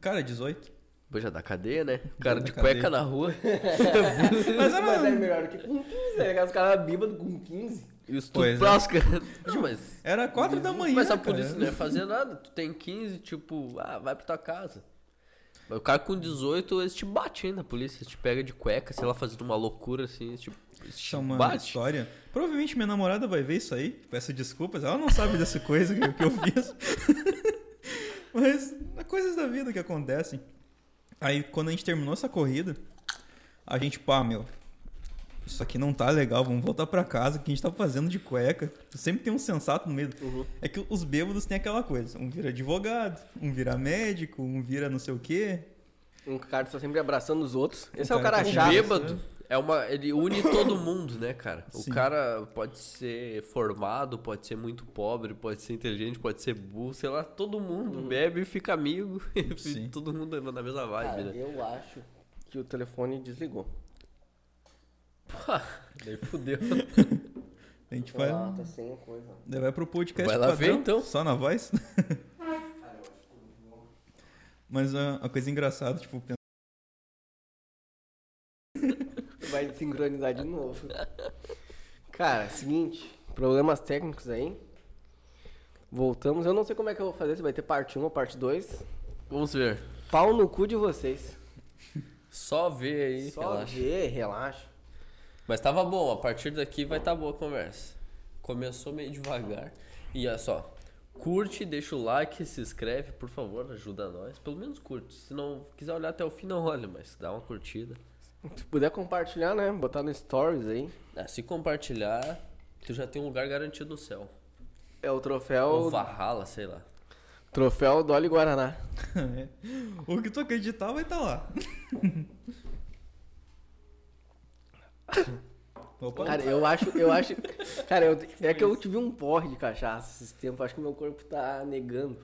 C: cara 18.
A: Pô, já da cadeia, né? O cara
C: da
A: de
C: cadeia.
A: cueca na rua
C: Mas era
B: é melhor que com 15, tá ligado? Os caras bêbados com 15.
A: e os
C: Pois é.
A: tuplasca. Não, mas.
C: Era quatro da manhã.
A: Mas a
C: é, cara.
A: polícia não ia fazer nada. Tu tem 15, tipo, ah, vai pra tua casa. Mas o cara com 18, eles te batem ainda, a polícia. Eles te pega de cueca, sei lá, fazendo uma loucura assim. Eles te, eles te
C: Isso é uma
A: bate.
C: história. Provavelmente minha namorada vai ver isso aí. Peço desculpas. Ela não sabe dessa coisa que, que eu fiz. Mas é coisas da vida que acontecem. Aí quando a gente terminou essa corrida, a gente, pá, meu, isso aqui não tá legal, vamos voltar pra casa, o que a gente tá fazendo de cueca. Sempre tem um sensato no meio. É que os bêbados têm aquela coisa. Um vira advogado, um vira médico, um vira não sei o quê.
B: Um cara tá sempre abraçando os outros. Esse
C: Um
B: é o cara
C: cara com
A: O
B: chato.
C: medo.
A: bêbado é uma. Ele une todo mundo, né, cara? O
C: né? Sim.
A: cara pode ser formado, pode ser muito pobre, pode ser inteligente, pode ser burro, sei lá, todo mundo bebe e fica amigo. e
C: Sim.
A: todo mundo na mesma vibe,
B: Cara,
A: né?
B: eu acho que o telefone desligou.
A: Pá, daí fudeu.
C: A gente um-
B: Vai
C: vai.
B: lá, tá sem coisa.
C: Daí vai pro podcast
A: Vai lá
C: padrão,
A: ver, então.
C: Só na voz. Mas a, a coisa engraçada, tipo, pen-
B: Vai sincronizar de novo. Cara, seguinte, problemas técnicos aí. Voltamos. Eu não sei como é que eu vou fazer, se vai ter parte 1 ou parte 2.
A: Vamos ver.
B: Pau no cu de vocês.
A: Só ver aí,
B: Só
A: relaxa.
B: vê, relaxa.
A: Mas tava bom, a partir daqui vai tá boa a conversa. Começou meio devagar. E olha só, curte, deixa o like, se inscreve, por favor, ajuda nós. Pelo menos curte. Se não quiser olhar até o fim, não olha, mas dá uma curtida.
B: Se puder compartilhar, né? Botar no stories aí.
A: Ah, se compartilhar, tu já tem um lugar garantido no céu.
B: É o
A: Ou
B: troféu.
A: Valhalla, sei lá.
B: Troféu Dolly Guaraná.
C: é. o que tu acreditar vai estar tá lá. Opa,
B: Cara, eu acho, eu acho. Cara, eu- é que eu tive um porre de cachaça esses tempos. Acho que meu corpo tá negando.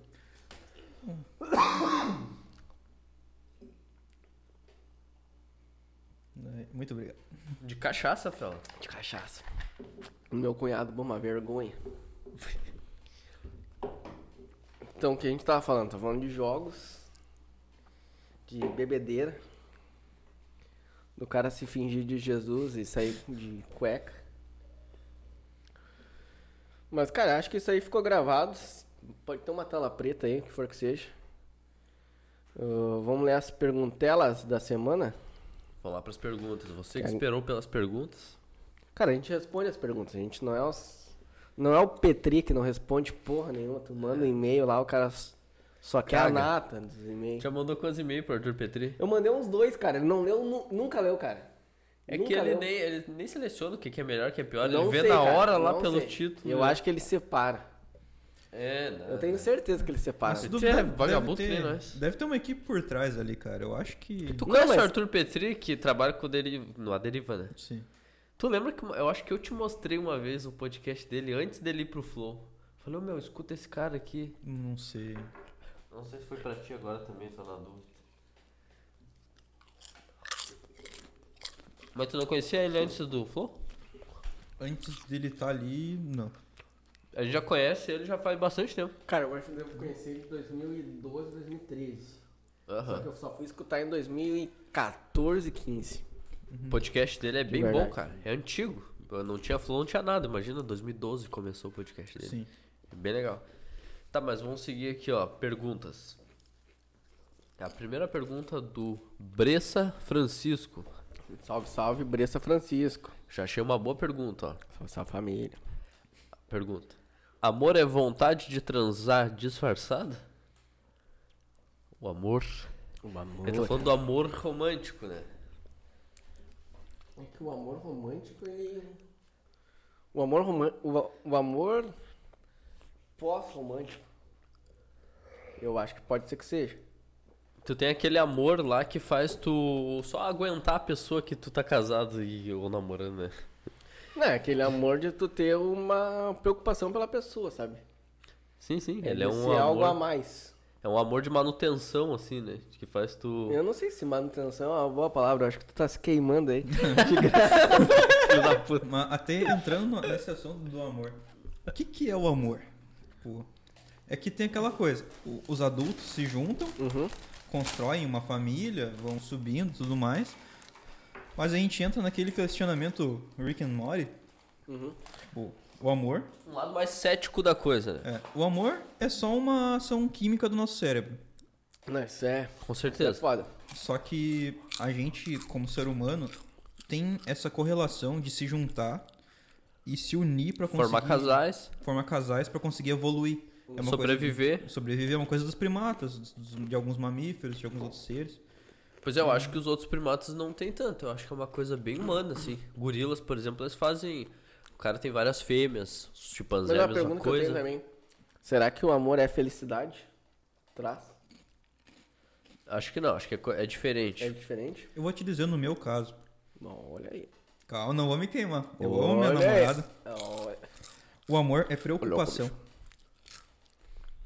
C: É, muito obrigado.
A: De cachaça, fela.
B: De cachaça. Meu cunhado, bom, uma vergonha. Então, o que a gente tava falando? Tava falando de jogos, de bebedeira, do cara se fingir de Jesus e sair de cueca. Mas, cara, acho que isso aí ficou gravado. Pode ter uma tela preta aí, o que for que seja. Ah, vamos ler as perguntelas da semana?
A: Vamos lá pras perguntas. Você que
B: Cara,
A: esperou pelas perguntas.
B: Cara, a gente responde as perguntas, a gente não é os... Não é o Petri que não responde porra nenhuma. Tu manda um e-mail lá, o cara s- só quer a
A: É. Caga.
B: nata dos e-mails.
A: Já mandou quase e-mail pro Arthur Petri.
B: Eu mandei uns dois, cara. Ele não leu, nu- nunca leu, cara.
A: É
B: Nunca
A: que ele
B: leu.
A: nem, ele nem seleciona o que que é melhor, o que é pior.
B: Não
A: ele vê
B: sei,
A: na
B: cara,
A: hora lá
B: não
A: pelo
B: sei.
A: título.
B: Eu
A: né?
B: acho que ele separa.
A: É, não.
B: Eu tenho certeza que ele separa.
A: Nossa,
C: Du-
A: tu é
C: deve-
A: vagabundo
C: deve
A: que nem
C: ter-
A: nós.
C: Deve ter uma equipe por trás ali, cara. Eu acho que.
A: Tu
B: Não,
A: conhece
B: mas-
A: o Arthur Petri, que trabalha com deriva, no A Deriva, né?
C: Sim.
A: Tu lembra que eu acho que eu te mostrei uma vez o podcast dele antes dele ir pro Flow? Falei, ô meu, escuta esse cara aqui.
C: Não sei.
A: Não sei se foi pra ti agora também, tô na dúvida. Mas tu não conhecia ele antes do Flow?
C: Antes dele estar ali, não.
A: A gente já conhece ele já faz bastante tempo.
B: Cara, eu acho que eu devo conhecer ele em 2012, 2013. Só que eu só fui escutar em 2014, 15.
A: O podcast dele é bem bom,
B: verdade.
A: cara. É antigo. Eu Não tinha Flow, não tinha nada. Imagina, 2012 começou o podcast dele.
C: Sim.
A: Bem legal. Tá, mas vamos seguir aqui, ó. Perguntas. A primeira pergunta do Bressa Francisco.
B: Salve, salve, Bressa Francisco.
A: Já achei uma boa pergunta, ó.
B: Salve, salve família.
A: Pergunta. Amor é vontade de transar disfarçada? O amor.
B: O amor.
A: Ele tá falando do amor romântico, né?
B: É que o amor romântico ele. O amor romântico. O, o amor pós-romântico. Eu acho que pode ser que seja.
A: Tu tem aquele amor lá que faz tu só aguentar a pessoa que tu tá casado e ou namorando, né?
B: Não, é aquele amor de tu ter uma preocupação pela pessoa, sabe?
A: Sim, sim.
B: É
A: Ele é
B: de
A: um
B: ser algo a
A: amor.
B: mais.
A: É um amor de manutenção, assim, né? Que faz tu.
B: Eu não sei se manutenção é uma boa palavra, eu acho que tu tá se queimando aí.
A: Filho da puta.
C: Mas até entrando no- nesse assunto do amor. O que, que é o amor? Tipo, é que tem aquela coisa. o- os adultos se juntam,
B: Uhum.
C: constroem uma família, vão subindo e tudo mais. Mas a gente entra naquele questionamento Rick and Morty.
B: Uhum.
C: Tipo, o amor.
A: Um lado mais cético da coisa, né?
C: É, o amor é só uma ação química do nosso cérebro.
B: Não, isso é,
A: Com
B: isso é
A: certeza.
B: foda.
C: Só que a gente, como ser humano, tem essa correlação de se juntar e se unir pra conseguir
A: Formar casais,
C: formar casais para conseguir evoluir. É uma
A: sobreviver.
C: Coisa, sobreviver é uma coisa dos primatas, dos- de alguns mamíferos, de alguns outros seres.
A: Pois é, eu acho que os outros primatas não tem tanto. Eu acho que é uma coisa bem humana, assim. Gorilas, por exemplo, eles fazem. O cara tem várias fêmeas, os
B: Mas
A: chimpanzés,
B: é
A: a
B: uma
A: mesma
B: pergunta
A: coisa.
B: que eu tenho também. Será que o amor é felicidade? Traz?
A: Acho que não, acho que é, co- é diferente.
B: É diferente?
C: Eu vou te dizer no meu caso.
B: Bom, olha aí.
C: Calma, não vou me queimar. Eu amo minha
B: Olha aí.
C: namorada.
B: Olha.
C: O amor é preocupação.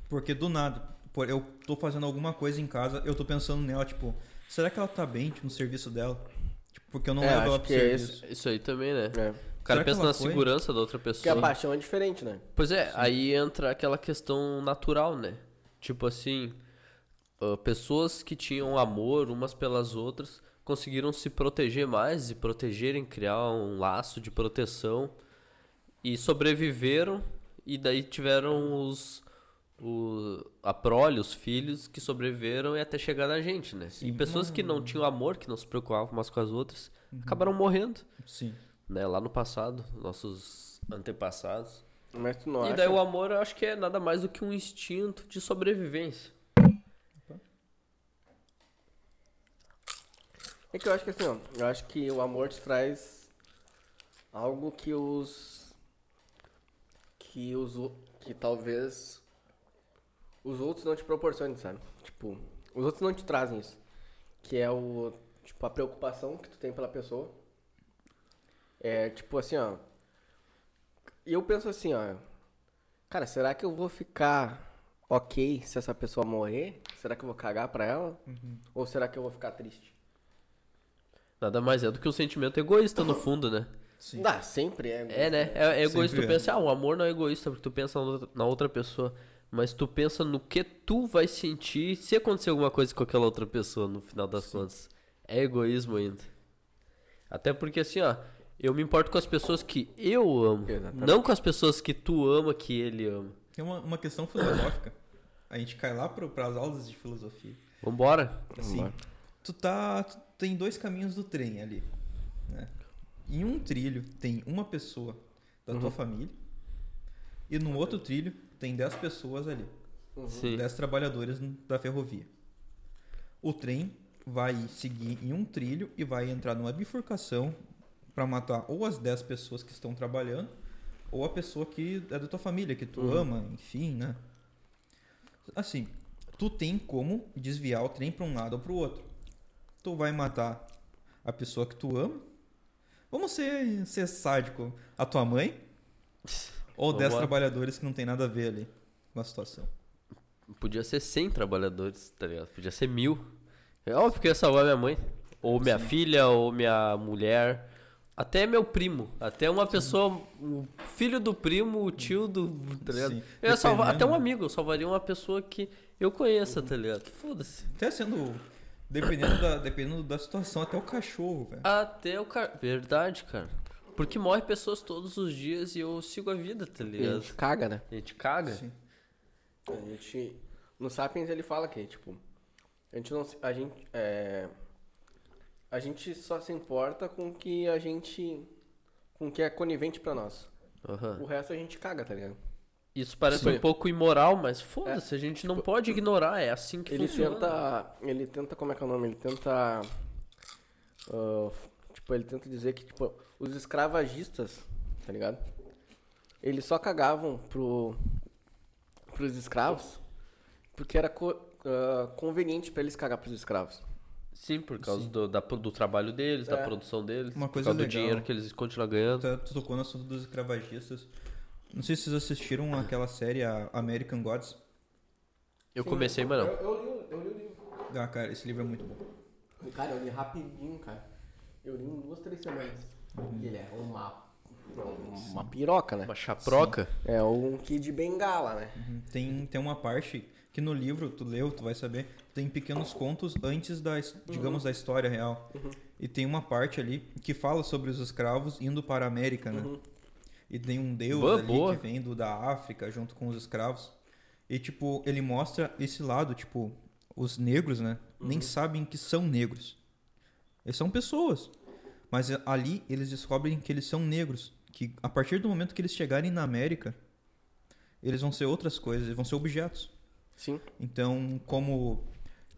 C: Porque do nada, por- eu tô fazendo alguma coisa em casa, eu tô pensando nela, tipo, será que ela tá bem tipo, no serviço dela? Tipo, porque eu não
B: É,
C: levo
B: acho
C: ela pro
B: que é
C: serviço.
A: Isso aí também, né?
B: É.
A: O cara
C: Será que
A: pensa
C: ela
A: na
C: foi?
A: segurança da outra
B: Porque a
A: pessoa.
B: paixão é diferente, né?
A: Pois é, aí entra aquela questão natural, né? Tipo assim, ah, pessoas que tinham amor umas pelas outras conseguiram se proteger mais e protegerem, criar um laço de proteção e sobreviveram e daí tiveram os o, a prole, os filhos que sobreviveram e até chegar na gente, né? E
C: Sim.
A: pessoas que não tinham amor, que não se preocupavam umas com as outras, acabaram morrendo,
C: Sim.
A: né? Lá no passado, nossos antepassados.
B: Mas tu não
A: E
B: acha?
A: daí o amor eu acho que é nada mais do que um instinto de sobrevivência.
B: É que eu acho que assim, ó, eu acho que o amor te traz algo que os. que os. o- que talvez os outros não te proporcionem, sabe? Tipo, os outros não te trazem isso. Que é o. tipo, a preocupação que tu tem pela pessoa. É tipo assim, ó. E eu penso assim, ó. Cara, será que eu vou ficar ok se essa pessoa morrer? Será que eu vou cagar pra ela? Ou será que eu vou ficar triste?
A: Nada mais é do que um sentimento egoísta no fundo, né?
C: Sim.
B: Ah, sempre é.
A: É, né? É, é egoísta.
C: Sempre
A: Tu
C: é.
A: pensa, ah, o amor não é egoísta, porque tu pensa na outra- na outra pessoa. Mas tu pensa no que tu vai sentir se acontecer alguma coisa com aquela outra pessoa, no final das contas. É egoísmo ainda. Até porque assim, ó, eu me importo com as pessoas que eu amo.
B: Exatamente.
A: Não com as pessoas que tu ama, que ele ama.
C: Tem uma, uma questão filosófica. A gente cai lá pro, pras aulas de filosofia.
A: Vambora.
C: Assim,
B: Vambora.
C: tu tá. Tu tem dois caminhos do trem ali. Né? Em um trilho tem uma pessoa da tua família. E no outro trilho tem dez pessoas ali.
A: Sim.
C: Dez trabalhadores n- da ferrovia. O trem vai seguir em um trilho e vai entrar numa bifurcação pra matar ou as dez pessoas que estão trabalhando ou a pessoa que é da tua família, que tu ama, enfim, né? Assim, tu tem como desviar o trem pra um lado ou pro outro. Tu vai matar a pessoa que tu ama, Vamos ser, ser sádico. A tua mãe ou
A: Vamos
C: 10
A: lá.
C: trabalhadores que não tem nada a ver ali com a situação?
A: Podia ser 100 trabalhadores, tá ligado? Podia ser mil. É óbvio que eu ia salvar minha mãe. Ou minha filha, ou minha mulher. Até meu primo. Até uma pessoa. O filho do primo, o tio do. Tá ligado?
C: Sim.
A: Eu ia salvar. Até um
C: Dependendo.
A: amigo. Eu salvaria uma pessoa que eu conheça, tá ligado? Foda-se.
C: Até sendo. Dependendo da, dependendo da situação, até o cachorro, velho.
A: Até o cara. Verdade, cara. Porque morre pessoas todos os dias e eu sigo a vida, tá
B: E a
A: ligado?
B: gente caga, né?
A: A gente caga.
C: Sim.
B: A gente. No Sapiens ele fala que, tipo. A gente não. se- A gente. É, a gente só se importa com o que a gente. Com o que é conivente pra nós.
A: Aham.
B: O resto a gente caga, tá ligado?
A: Isso parece
B: Sim.
A: um pouco imoral, mas foda-se, a gente não pode ignorar, é assim que
B: Ele
A: funciona.
B: tenta. Ele tenta. Como é que é o nome? Ele tenta. ah, f- tipo, ele tenta dizer que, tipo, os escravagistas, tá ligado? Eles só cagavam pro, pros escravos porque era co- ah, conveniente pra eles cagar pros escravos.
A: Sim, por causa Do, da pro- do trabalho deles, da
B: É.
A: produção deles,
C: Uma coisa
A: por causa
C: legal.
A: do dinheiro que eles continuam ganhando.
C: Tá- Tu tocou no assunto dos escravagistas. Não sei se vocês assistiram aquela série a American Gods.
A: Eu comecei, mas não.
B: eu, li, eu li o livro.
C: Ah, cara, esse livro é muito bom.
B: Cara, eu li rapidinho, cara. Eu li em duas, três semanas. Ele é uma. Uma piroca, né?
A: Uma chaproca.
B: É um Kid Bengala, né?
C: Tem, tem uma parte que no livro, tu leu, tu vai saber, tem pequenos contos antes da, his- digamos, da história real. E tem uma parte ali que fala sobre os escravos indo para a América, né? E tem um deus
A: Boa,
C: ali
A: boa.
C: que vem do, da África junto com os escravos. E, tipo, ele mostra esse lado, tipo, os negros, né? Nem sabem que são negros. Eles são pessoas. Mas eh, ali eles descobrem que eles são negros. Que a partir do momento que eles chegarem na América, eles vão ser outras coisas, eles vão ser objetos.
B: Sim.
C: Então, como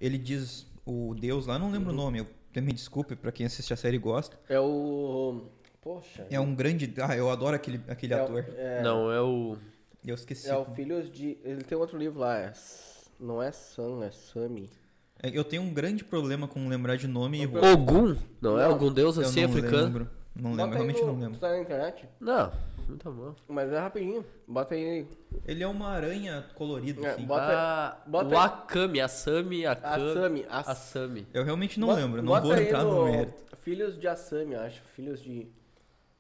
C: ele diz, o Deus lá, não lembro o nome, eu, me desculpe pra quem assiste a série e gosta.
B: É o. Poxa.
C: É um grande. Ah, eu adoro aquele, aquele
B: é o-
C: ator.
B: É,
A: Não, é o.
C: Eu esqueci.
B: é o Filhos de. Ele tem outro livro lá, é. S- Não é Sam, é Sami.
C: É, Eu tenho um grande problema com lembrar de nome
B: É
C: e rosto.
A: Ogum? Não, é
B: Não.
A: algum deus
C: Eu
A: assim
C: não
A: africano?
C: lembro. Não lembro,
B: aí
C: realmente
B: no-
C: não
B: Tu
C: lembro.
B: tá na internet?
A: Não, muito bom.
B: Mas é rapidinho. Bota aí.
C: Ele é uma aranha colorida,
B: É,
C: assim.
B: bota-
A: Ah,
B: bota
A: o
B: aí.
A: Akami, a Sami, a
B: A
A: Kami.
B: Sami. A
A: A Sami.
C: Eu realmente não
B: Bota-
C: lembro, não
B: bota
C: vou
B: aí
C: entrar no mérito.
B: Filhos de Assami, eu acho. Filhos de.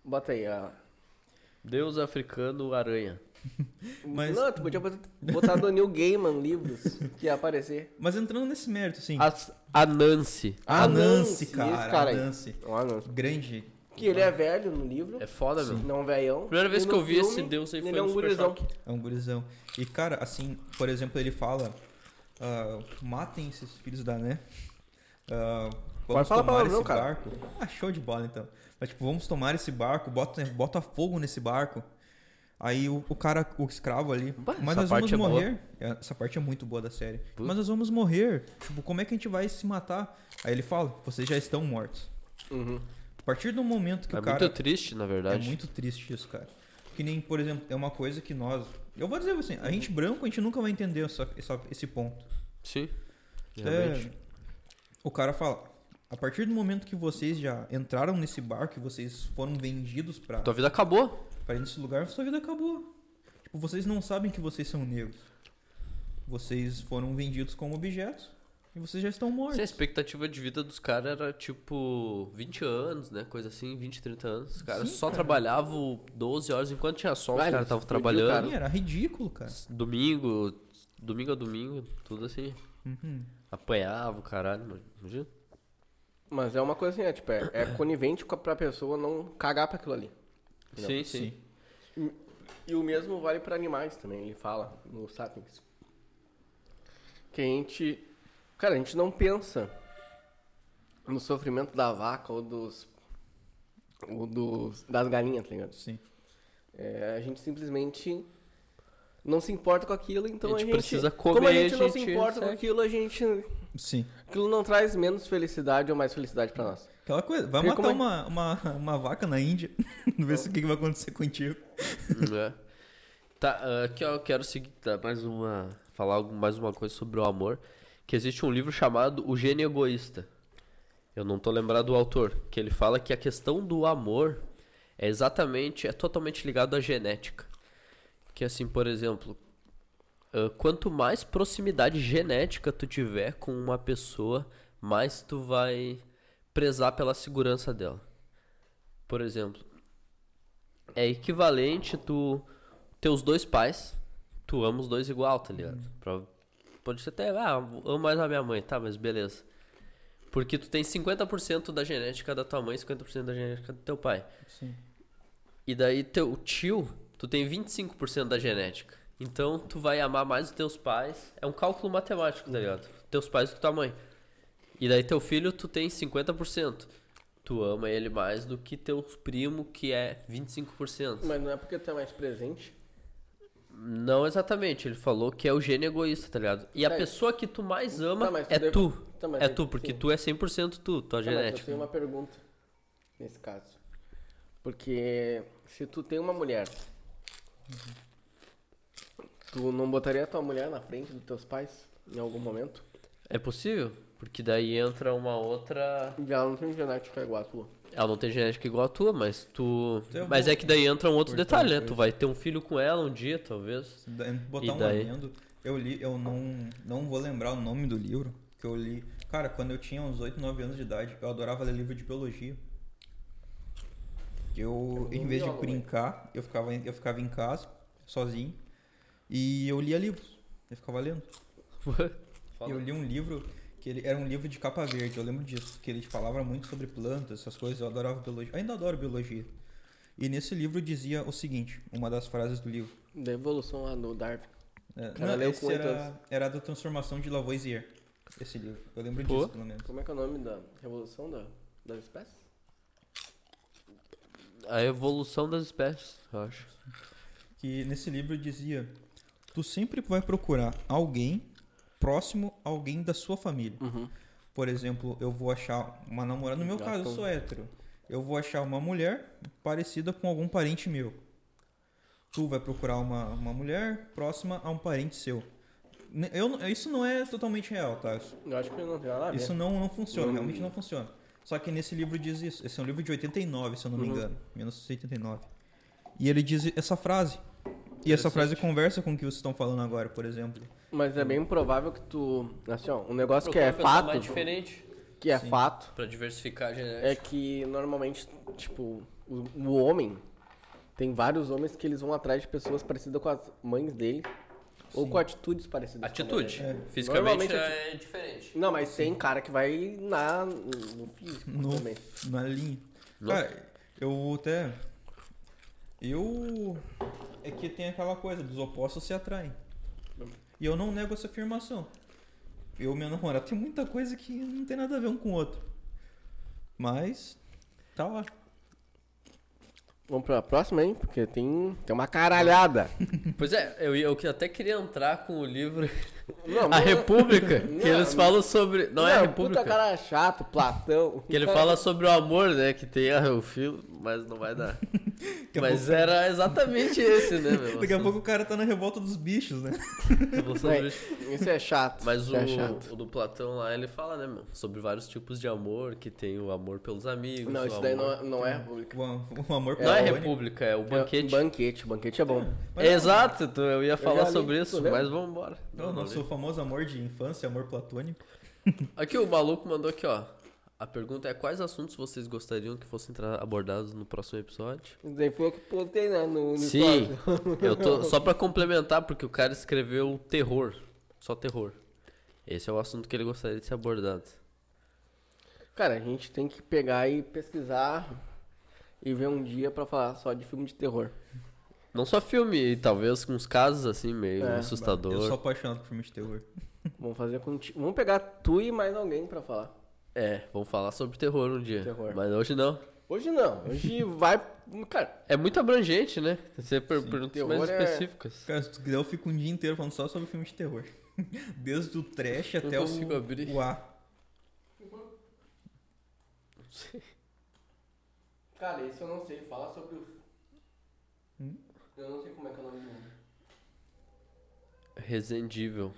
B: Bota aí, a.
A: Deus africano aranha.
C: Mas-
B: Não, tu podia botar, botar do Neil Gaiman livros que ia aparecer.
C: Mas entrando nesse mérito, sim.
A: A, a Nancy.
C: A Nancy,
B: esse
C: cara.
B: cara
C: a
B: aí.
C: Nancy.
B: Ó, não.
C: Grande.
B: Que ele é velho no livro,
A: Ah, É foda, meu.
B: não velhão.
A: Primeira vez
B: E
A: que
B: no
A: eu vi esse
B: filme,
A: deus aí foi
B: ele é
A: no
B: um
A: Super
B: gurizão.
A: Choque.
C: É um gurizão. E, cara, assim, por exemplo, ele fala: ah, matem esses filhos da né. Ah, vamos
B: Pode falar
C: tomar
B: palavrão,
C: esse
B: cara.
C: barco. Ah, show de bola então. Mas, tipo, vamos tomar esse barco, bota, né, bota fogo nesse barco. Aí o, o cara, o escravo ali.
A: Bah,
C: mas
A: essa
C: nós vamos
A: parte é boa."
C: morrer. É, Essa parte é muito boa da série. Mas nós vamos morrer. Tipo, como é que a gente vai se matar? Aí ele fala: vocês já estão mortos.
B: Uhum.
C: A partir do momento que
A: É
C: o cara.
A: muito triste, na
C: É
A: verdade.
C: muito triste isso, cara. Que nem, por exemplo, é uma coisa que nós. Eu vou dizer assim, a gente branco, a gente nunca vai entender essa, essa- esse ponto.
A: Sim.
C: É,
A: Realmente.
C: o cara fala. A partir do momento que vocês já entraram nesse barco, que vocês foram vendidos pra,
A: Tua vida acabou.
C: pra ir nesse lugar, sua vida acabou. Tipo, vocês não sabem que vocês são negros. Vocês foram vendidos como objetos e vocês já estão mortos.
A: Sim, a expectativa de vida dos caras era tipo 20 anos, né? Coisa assim, 20, 30 anos. Os caras
C: Sim,
A: só
C: cara.
A: trabalhavam 12 horas enquanto tinha sol, os
B: Velho,
A: caras estavam
B: explodiu,
A: trabalhando.
C: Sim, era ridículo, cara.
A: Domingo, domingo a domingo, tudo assim.
C: Uhum.
A: Apanhava o caralho, imagina.
B: Mas é uma coisa assim, é, tipo, é, é conivente com a- pra pessoa não cagar pra aquilo ali. Não,
A: Sim, sim.
B: E o mesmo vale pra animais também, ele fala no Sapiens. Que a gente. Cara, a gente não pensa no sofrimento da vaca ou dos. ou dos das galinhas, tá ligado?
C: Sim.
B: É, a gente simplesmente não se importa com aquilo, então a gente.
A: precisa comer,
B: como a gente não
A: a
B: se
A: gente
B: importa com
A: segue.
B: aquilo, a gente.
C: Sim.
B: Aquilo não traz menos felicidade ou mais felicidade pra nós.
C: Aquela coisa, vai
B: Porque
C: matar
B: como é-
C: uma, uma, uma vaca na Índia, ver se o que que vai acontecer contigo.
A: É. Tá, ah, aqui ó, eu quero seguir tá, mais uma. Falar algo- mais uma coisa sobre o amor. Que existe um livro chamado O Gênio Egoísta. Eu não tô lembrado do autor, que ele fala que a questão do amor é exatamente, é totalmente ligado à genética. Que assim, por exemplo, ah, quanto mais proximidade genética tu tiver com uma pessoa, mais tu vai prezar pela segurança dela. Por exemplo, é equivalente tu ter os dois pais, tu ama os dois igual, tá ligado? Prova- Pode ser até, ah, amo mais a minha mãe, tá, mas beleza. Porque tu tem 50% da genética da tua mãe e 50% da genética do teu pai.
C: Sim.
A: E daí teu tio, tu tem 25% da genética. Então tu vai amar mais os teus pais. É um cálculo matemático, tá ligado? Teus pais do que tua mãe. E daí teu filho, tu tem 50%. Tu ama ele mais do que teu primo, que é 25%.
B: Mas não é porque tu é mais presente.
A: Não exatamente, ele falou que é o gene egoísta, tá ligado? E a
B: Tá,
A: pessoa que tu mais ama
B: Tá, mas tu
A: é
B: deve-
A: tu.
B: Tá, mas
A: é
B: eu-
A: tu, porque
B: sim.
A: tu é 100% tu, tua
B: Tá, mas eu
A: genética.
B: tenho uma pergunta nesse caso. Porque se tu tem uma mulher, tu não botaria a tua mulher na frente dos teus pais em algum momento?
A: É possível? Porque daí entra uma outra
B: E ela não tem genética igual a tua.
A: Ela não tem genética igual a tua, mas tu.
C: Então eu
A: mas
C: vou
A: é que daí entra um outro
C: cortar
A: detalhe, né?
C: isso aí.
A: Tu vai ter um filho com ela um dia, talvez.
C: Se da- botar
A: E
C: um
A: daí?
C: adendo, eu li, eu não, não vou lembrar o nome do livro que eu li. Cara, quando eu tinha uns 8, 9 anos de idade, eu adorava ler livro de biologia. Eu, em vez de
B: biólogo,
C: brincar, eu ficava, em- eu ficava em casa, sozinho, e eu lia livros. Eu ficava lendo.
A: Foda.
C: Eu li um livro que ele era um livro de capa verde, eu lembro disso, que ele falava muito sobre plantas, essas coisas, eu adorava biologia, ainda adoro biologia. E nesse livro dizia o seguinte, uma das frases do livro.
B: Da evolução lá do Darwin.
C: É,
B: Cara,
C: não,
B: leu
C: esse
B: com oito
C: era,
B: anos.
C: era da transformação de Lavoisier, esse livro. Eu lembro
A: Pô.
C: disso, pelo menos.
B: Como é que é o nome da revolução da, das espécies?
A: A evolução das espécies, eu acho.
C: Que nesse livro dizia, tu sempre vai procurar alguém próximo a alguém da sua família.
B: Uhum.
C: Por exemplo, eu vou achar uma namorada. No meu
B: Gato.
C: caso, eu sou hétero. Eu vou achar uma mulher parecida com algum parente meu. Tu vai procurar uma, uma mulher próxima a um parente seu. Ne- Eu, não- isso não é totalmente real, tá? Isso,
B: Eu acho que não tem nada a ver.
C: isso não, não funciona,
B: é. Não.
C: realmente não funciona. Só que nesse livro diz isso. Esse é um livro de 89, se eu não
B: Uhum.
C: me engano. 1989. E ele diz essa frase. E essa frase conversa com o que vocês estão falando agora, por exemplo.
B: Mas é bem provável que tu. Assim, ó, um negócio que
A: Procura
B: é
A: pensar
B: fato.
A: mais diferente
B: Que é
C: Sim.
B: fato.
A: pra diversificar a genética.
B: É que normalmente, tipo, o, o homem. Tem vários homens que eles vão atrás de pessoas parecidas com as mães dele. Ou com atitudes parecidas. com a mãe
A: Atitude.
B: dele.
C: É.
A: Fisicamente
B: Normalmente
A: é, diferente.
B: Não, mas tem cara que vai na, no físico
C: No-
B: também.
C: na linha.
A: No-
C: Cara, eu até. Eu. É que tem aquela coisa, dos opostos se atraem. E eu não nego essa afirmação. Eu e minha namorada tem muita coisa que não tem nada a ver um com o outro. Mas. Tá lá.
B: Vamos pra próxima, hein? Porque tem, tem uma caralhada.
A: Pois é, eu, eu que até queria entrar com o livro
B: Não,
A: A
B: não-
A: República, que
B: Não,
A: eles falam sobre. Não, é a
B: Puta
A: República.
B: cara chato, Platão.
A: Que ele fala sobre o amor, né? Que tem ah, o filho, mas não vai dar.
C: a
A: mas era exatamente esse, né, meu?
C: Daqui a
A: assunto.
C: pouco o cara tá na revolta dos bichos, né?
A: Evolução
B: Não,
A: do-
B: Isso é chato.
A: Mas
B: isso
A: o,
B: é chato.
A: o do Platão lá, ele fala, né, meu, sobre vários tipos de amor, que tem o amor pelos amigos.
B: Não,
A: o
B: isso daí
A: amor-
B: não é, não é república.
C: O, am- o amor
A: Não é
C: pela Oni.
A: república, é o banquete.
B: Banquete, banquete é bom.
C: Mas
A: É,
C: não,
A: Exato, tu- eu ia falar
B: já li,
A: sobre
B: tu
A: isso,
B: leu?
A: mas vamos embora.
C: É o nosso famoso amor de infância, amor platônico.
A: Aqui o maluco mandou aqui, ó. A pergunta é quais assuntos vocês gostariam que fossem tra- abordados no próximo episódio?
B: Isso daí foi o que postei, né? No, no
A: Sim,
B: stories.
A: eu tô só pra complementar porque o cara escreveu terror, só terror. Esse é o assunto que ele gostaria de ser abordado.
B: Cara, a gente tem que pegar e pesquisar e ver um dia pra falar só de filme de terror.
A: Não só filme, e talvez com uns casos assim meio
B: É.
A: assustador.
C: Eu sou apaixonado por filme de terror.
B: Vamos fazer contigo. Vamos pegar tu e mais alguém pra falar.
A: É, vamos falar sobre terror um dia.
B: Terror.
A: Mas hoje não.
B: Hoje não, hoje vai. Cara,
A: É muito abrangente, né? Você per perguntas
B: Terror
A: mais
B: é-
A: específicas.
C: Cara, se tu quiser, eu fico um dia inteiro falando só sobre filme de terror. Desde o trash até
A: consigo
C: o,
A: abrir.
C: o A.
B: Cara, esse eu não sei. Fala sobre o. Eu não sei como é que é o nome do.
A: Resendível.
B: né?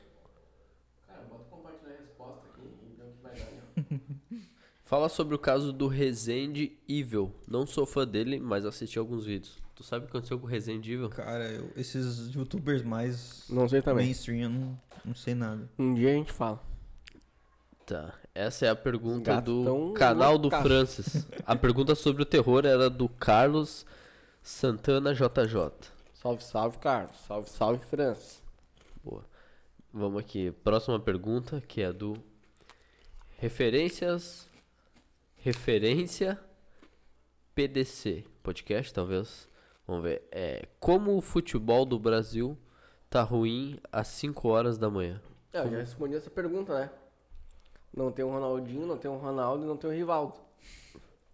B: Cara, bota compartilhar a resposta aqui e vê o que vai dar.
A: Fala sobre o caso do Resende Evil. Não sou fã dele, mas assisti alguns vídeos. Tu sabe o que aconteceu com o Resende Evil?
C: Cara, eu- esses youtubers mais
B: Não sei também.
C: mainstream, eu não, não sei nada.
B: Um dia a gente fala.
A: Tá, essa é a pergunta
B: Gato
A: do
B: tão
A: canal do
B: loucaço.
A: Francis. A pergunta sobre o terror era do Carlos Santana JJ.
B: Salve, salve, Carlos. Salve, salve, França.
A: Boa. Vamos aqui. Próxima pergunta, que é do Referências. Referência PDC. Podcast, talvez. Vamos ver. É, como o futebol do Brasil tá ruim às 5 horas da manhã?
B: É, eu já respondi essa pergunta, né? Não tem um Ronaldinho, não tem um Ronaldo e não tem um Rivaldo.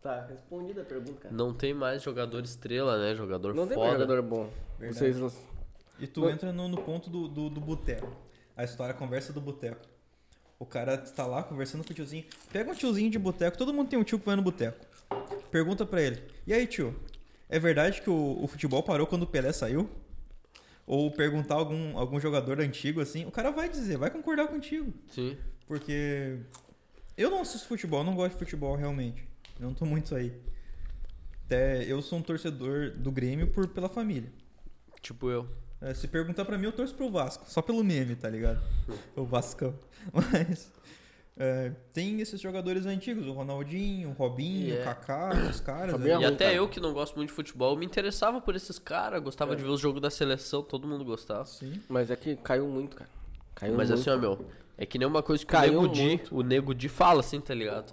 B: Tá, respondida a pergunta, cara.
A: Não tem mais jogador estrela, né? Jogador
B: Não tem mais
A: foda.
B: jogador bom.
C: Verdade.
B: Vocês não...
C: E tu entra no, no ponto do, do, do boteco. A história, a conversa do boteco. O cara tá lá conversando com o tiozinho. Pega um tiozinho de boteco, todo mundo tem um tio que vai no boteco. Pergunta pra ele: E aí, tio? É verdade que o, o futebol parou quando o Pelé saiu? Ou perguntar algum, algum jogador antigo assim, o cara vai dizer, vai concordar contigo.
A: Sim.
C: Porque eu não assisto futebol, eu não gosto de futebol realmente. Eu não tô muito aí. Até eu sou um torcedor do Grêmio por, pela família.
A: Tipo eu.
C: É, se perguntar pra mim, eu torço pro Vasco. Só pelo meme, tá ligado? o Vascão. Mas. é, tem esses jogadores antigos, o Ronaldinho, o Robinho,
A: E é-
C: o Kaká, esses caras.
B: Também é
A: e
C: ali.
B: ruim,
A: até
B: cara. É.
A: eu que não gosto muito de futebol, me interessava por esses caras, gostava de ver os jogos da seleção, todo mundo gostava.
C: Sim.
B: Mas é que caiu muito, cara. Caiu
A: Mas
B: muito.
A: assim, ó, meu, é que nem uma coisa que
B: Caiu
A: o Nego Di, o Nego Di fala assim, tá ligado?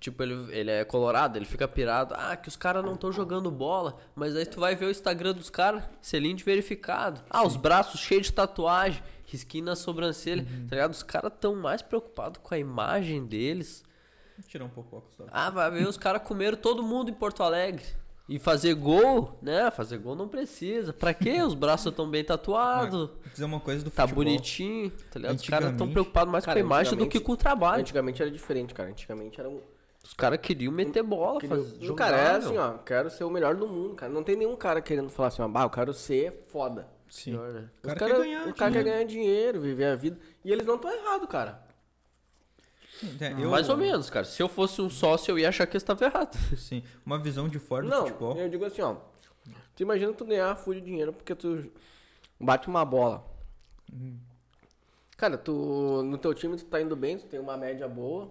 A: Tipo, ele, ele é colorado, ele fica pirado. Ah, que os caras não estão jogando bola. Mas aí tu vai ver o Instagram dos caras, selinho de verificado. Ah, os braços cheios de tatuagem, risquinho na sobrancelha,
B: Uhum.
A: tá ligado? Os caras tão mais preocupados com a imagem deles.
C: Vou tirar um pouco o óculos. Tá?
A: Ah, vai ver os caras comeram todo mundo em Porto Alegre. E fazer gol, né? Fazer gol não precisa. Pra quê? Os braços tão bem tatuados.
C: Vou dizer uma coisa do
A: Tá
C: futebol.
A: bonitinho, tá ligado? Os caras estão
C: Antigamente-
A: preocupados mais
B: Cara,
A: com a imagem do que
B: antigamente-
A: com o trabalho.
B: Antigamente era diferente, cara. Antigamente era um.
A: Os caras queriam meter bola,
B: queria-
A: fazer
B: o
A: jogar,
B: cara é assim,
A: meu.
B: ó. Quero ser o melhor do mundo, cara. Não tem nenhum cara querendo falar assim, ó. Bah, eu quero ser foda.
C: Sim.
A: Pior, né?
C: O
B: Os
C: cara,
B: cara- é
C: quer ganhar.
B: O cara quer
C: dinheiro.
B: ganhar dinheiro, viver a vida. E eles não estão errados, cara.
C: É, eu-
A: Mais ou menos, cara. Se eu fosse um sócio, eu ia achar que eu estava errado.
C: Sim. Uma visão de fora do
B: Não,
C: futebol.
B: eu digo assim, ó. Tu imagina tu ganhar full de dinheiro porque tu bate uma bola. Cara, tu. No teu time tu tá indo bem, tu tem uma média boa.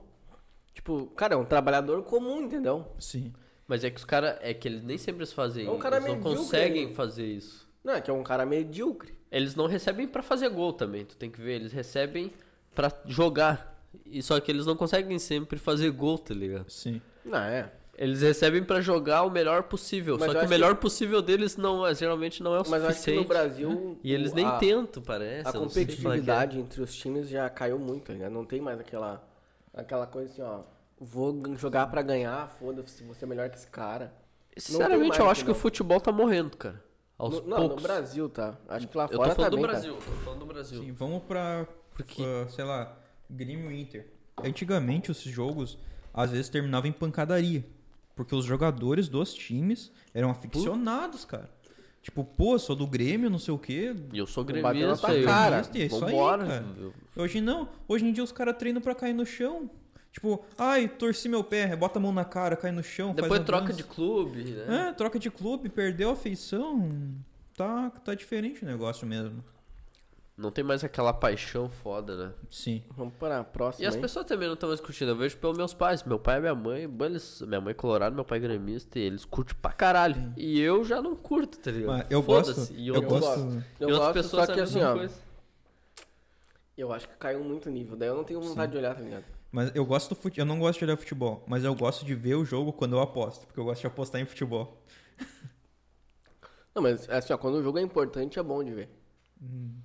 B: Tipo, cara, é um trabalhador comum, entendeu?
C: Sim.
A: Mas é que os caras, é que eles nem sempre fazem
B: É um cara
A: Eles não
B: medíocre,
A: conseguem
B: né?
A: fazer isso.
B: Não, é que é um cara medíocre.
A: Eles não recebem pra fazer gol também, tu tem que ver. Eles recebem pra jogar. E só que eles não conseguem sempre fazer gol, tá ligado?
C: Sim.
B: Não, é.
A: Eles recebem pra jogar o melhor possível.
B: Mas eu
A: só que o
B: acho
A: melhor possível deles não, é- geralmente não é o
B: Mas eu acho que
A: suficiente.
B: no Brasil.
A: E eles
B: o-
A: nem
B: a,
A: tentam, parece.
B: A
A: eu não sei falar que é.
B: competitividade entre os times já caiu muito, tá ligado? Não tem mais aquela. Aquela coisa assim, ó. Vou gan- jogar pra ganhar, foda-se, você é melhor que esse cara.
A: Sinceramente,
B: mais
A: eu
B: isso,
A: acho que o
B: não.
A: futebol tá morrendo, cara. Aos
B: No- não, no
A: poucos.
B: Brasil, tá? Acho que lá
A: eu
B: fora
A: tô falando
B: também,
A: do
B: cara.
A: Brasil, tô falando do Brasil.
C: Sim, vamos pra,
A: Porque-
C: ah, sei lá, Grêmio e Inter. Antigamente, os jogos, às vezes, terminavam em pancadaria. Porque os jogadores dos times eram aficionados, cara. Tipo, pô, sou do Grêmio, não sei o quê.
A: E eu sou
B: Vou bater na
A: gremista,
B: tua
A: eu...
B: cara.
C: Gremista, é isso aí,
A: Vambora.
C: cara.
A: Eu-
C: Hoje não. Hoje em dia, os caras treinam pra cair no chão. Tipo, ai, torci meu pé, bota a mão na cara, cai no chão. faz
A: Depois troca
C: avanço.
A: de clube, né?
C: É, troca de clube, perdeu a feição. Tá, tá diferente o negócio mesmo.
A: Não tem mais aquela paixão foda, né?
C: Sim.
B: Vamos para a
A: E
B: próxima.
A: as
C: é?
B: hein?
A: pessoas também não estão mais curtindo. Eu vejo pelos meus pais. Meu pai e minha mãe. bom, eles- Minha mãe é colorada, meu pai é gremista. E eles curtem pra caralho. E eu já não curto, tá ligado?
C: Mas eu
A: Foda-se.
C: gosto.
A: E
C: eu
A: outras-
C: gosto. né?
A: E
B: Eu
A: outras
B: gosto,
A: pessoas
B: só
A: é
B: que
A: a
B: assim,
A: mesma
B: ó.
A: coisa.
B: Eu acho que caiu muito o nível. Daí eu não tenho vontade de olhar, tá ligado?
C: Mas eu gosto do fute... Eu não gosto de olhar futebol, mas eu gosto de ver o jogo quando eu aposto, porque eu gosto de apostar em futebol.
B: Não, mas assim, ó, quando o jogo é importante, é bom de ver.
C: Hum.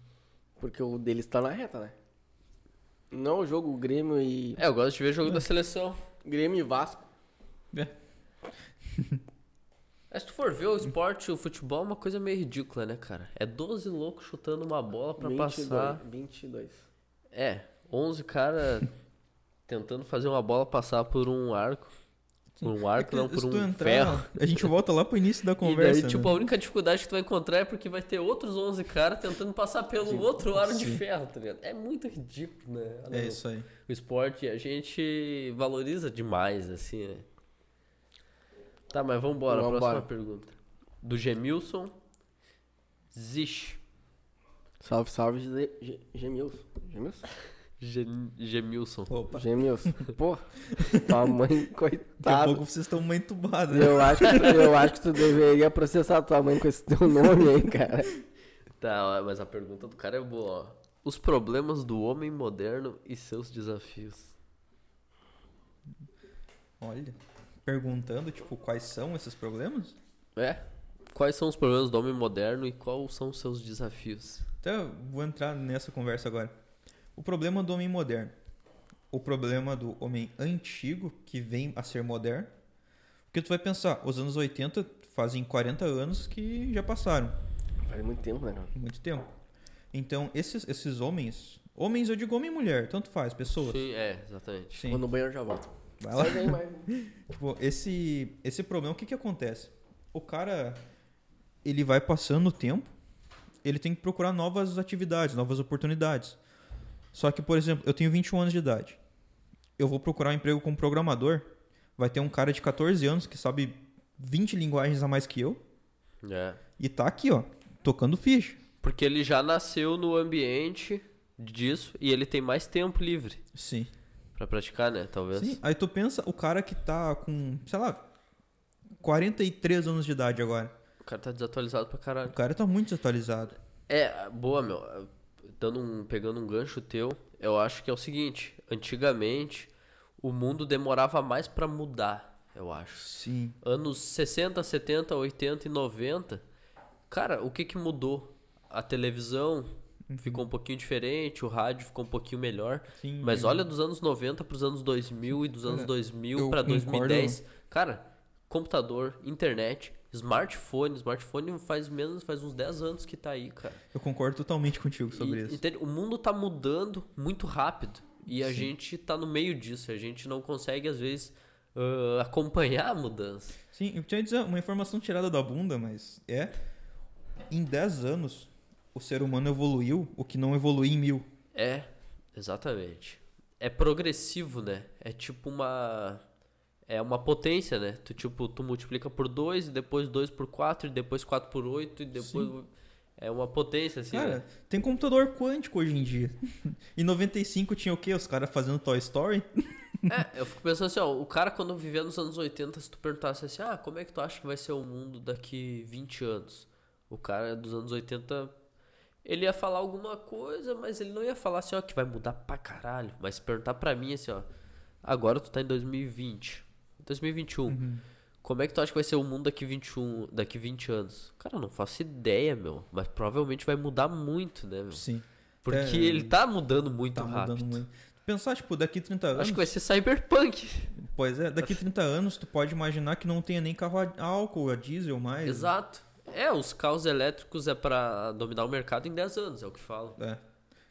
B: Porque o deles tá na reta, né? Não o jogo Grêmio e.
A: É, eu gosto de ver jogo da seleção.
B: Grêmio e Vasco.
A: É, se tu for ver o esporte, o futebol é uma coisa meio ridícula, né, cara? É 12 loucos chutando uma bola pra
B: 22.
A: passar.
B: 22.
A: É, 11 cara tentando fazer uma bola passar por um arco. Por um arco, não, por
C: Se tu
A: um
C: entrar,
A: ferro.
C: A gente volta lá pro início da
A: E
C: conversa. né?
A: daí, tipo, a única dificuldade que tu vai encontrar é porque vai ter outros 11 caras tentando passar pelo outro aro de
C: sim.
A: ferro, tá ligado? É muito ridículo, né? Ah,
C: né? É
A: não.
C: isso aí.
A: O esporte a gente valoriza demais, assim, né? Tá, mas vambora,
B: Vambora.
A: próxima pergunta. Do Gemilson Zish.
B: Salve, salve, Ge- Ge- Gemilson. Gemilson?
A: Gen- Gemilson.
C: Opa.
B: Gemilson. Pô, tua mãe,
C: Daqui a pouco
B: coitada.
C: vocês estão muito entubados, né?
B: Eu acho, que tu, eu acho que tu deveria processar tua mãe com esse teu nome aí, cara.
A: Tá, mas a pergunta do cara é boa, ó. Os problemas do homem moderno e seus desafios.
C: Olha, perguntando, tipo, quais são esses problemas?
A: É? Quais são os problemas do homem moderno e quais são os seus desafios?
C: Então, eu vou entrar nessa conversa agora. O problema do homem moderno. O problema do homem antigo, que vem a ser moderno. Porque tu vai pensar, os anos 80 fazem 40 anos que já passaram.
B: Faz muito tempo, né, cara?
C: Muito tempo. Então, esses, esses homens... Homens, eu digo homem e mulher, tanto faz, pessoas.
A: Sim, é, exatamente.
C: Sim.
B: Vou no banheiro e já volto.
C: Vai lá.
B: Sai daí, né? mas...
C: Tipo, esse, esse problema, o que que acontece? O cara, ele vai passando o tempo, ele tem que procurar novas atividades, novas oportunidades. Só que, por exemplo, eu tenho 21 anos de idade. Eu vou procurar um emprego como programador, vai ter um cara de 14 anos que sabe 20 linguagens a mais que eu
A: É.
C: e tá aqui, ó, tocando ficha.
A: Porque ele já nasceu no ambiente disso e ele tem mais tempo livre
C: Sim.
A: pra praticar, né? Talvez.
C: Sim, aí tu pensa, o cara que tá com, sei lá, 43 anos de idade agora.
A: O cara tá desatualizado pra caralho.
C: O cara tá muito desatualizado.
A: É, boa, meu. Dando um, pegando um gancho teu, eu acho que é o seguinte: antigamente o mundo demorava mais pra mudar, eu acho.
C: Sim.
A: Anos 60, 70, 80 e 90, cara, o que que mudou? A televisão
C: Uhum.
A: ficou um pouquinho diferente, o rádio ficou um pouquinho melhor.
C: Sim,
A: Mas olha dos anos 90 pros anos 2000 e dos anos
C: Olha,
A: 2000
C: eu
A: pra
C: concordo.
A: 2010. Cara, computador, internet, smartphone, smartphone faz menos, faz uns 10 anos que tá aí, cara.
C: Eu concordo totalmente contigo sobre
A: E-
C: isso.
A: entende? O mundo tá mudando muito rápido e a gente tá no meio disso, a gente não consegue às vezes ah, acompanhar a mudança.
C: Sim, eu tinha que dizer uma informação tirada da bunda, mas é. Em 10 anos, o ser humano evoluiu o que não evoluiu em mil.
A: É, exatamente. É progressivo, né? É tipo uma. É uma potência, né? Tu, tipo, tu multiplica por 2, e depois 2 por 4, e depois 4 por 8, e depois. É uma potência, assim,
C: Cara,
A: né?
C: tem computador quântico hoje em dia. em 95 tinha o quê? Os caras fazendo Toy Story?
A: É, eu fico pensando assim, ó, o cara quando vivia nos anos 80, se tu perguntasse assim, ah, como é que tu acha que vai ser o mundo daqui 20 anos? O cara dos anos 80, ele ia falar alguma coisa, mas ele não ia falar assim, ó, que vai mudar pra caralho. Mas se perguntar pra mim assim, ó, agora tu tá em 2020, 2021,
C: Uhum.
A: como é que tu acha que vai ser o mundo daqui 21, daqui 20 anos? Cara, eu não faço ideia, meu, mas provavelmente vai mudar muito, né, meu?
C: Sim.
A: Porque
C: É,
A: ele tá mudando muito
C: Tá
A: rápido.
C: mudando muito. Pensar, tipo, daqui 30 anos.
A: Acho que vai ser cyberpunk.
C: Pois é, daqui 30 anos tu pode imaginar que não tenha nem carro a a álcool, a diesel mais.
A: Exato. É, os carros elétricos é pra dominar o mercado em 10 anos, é o que falam.
C: É.
A: Eu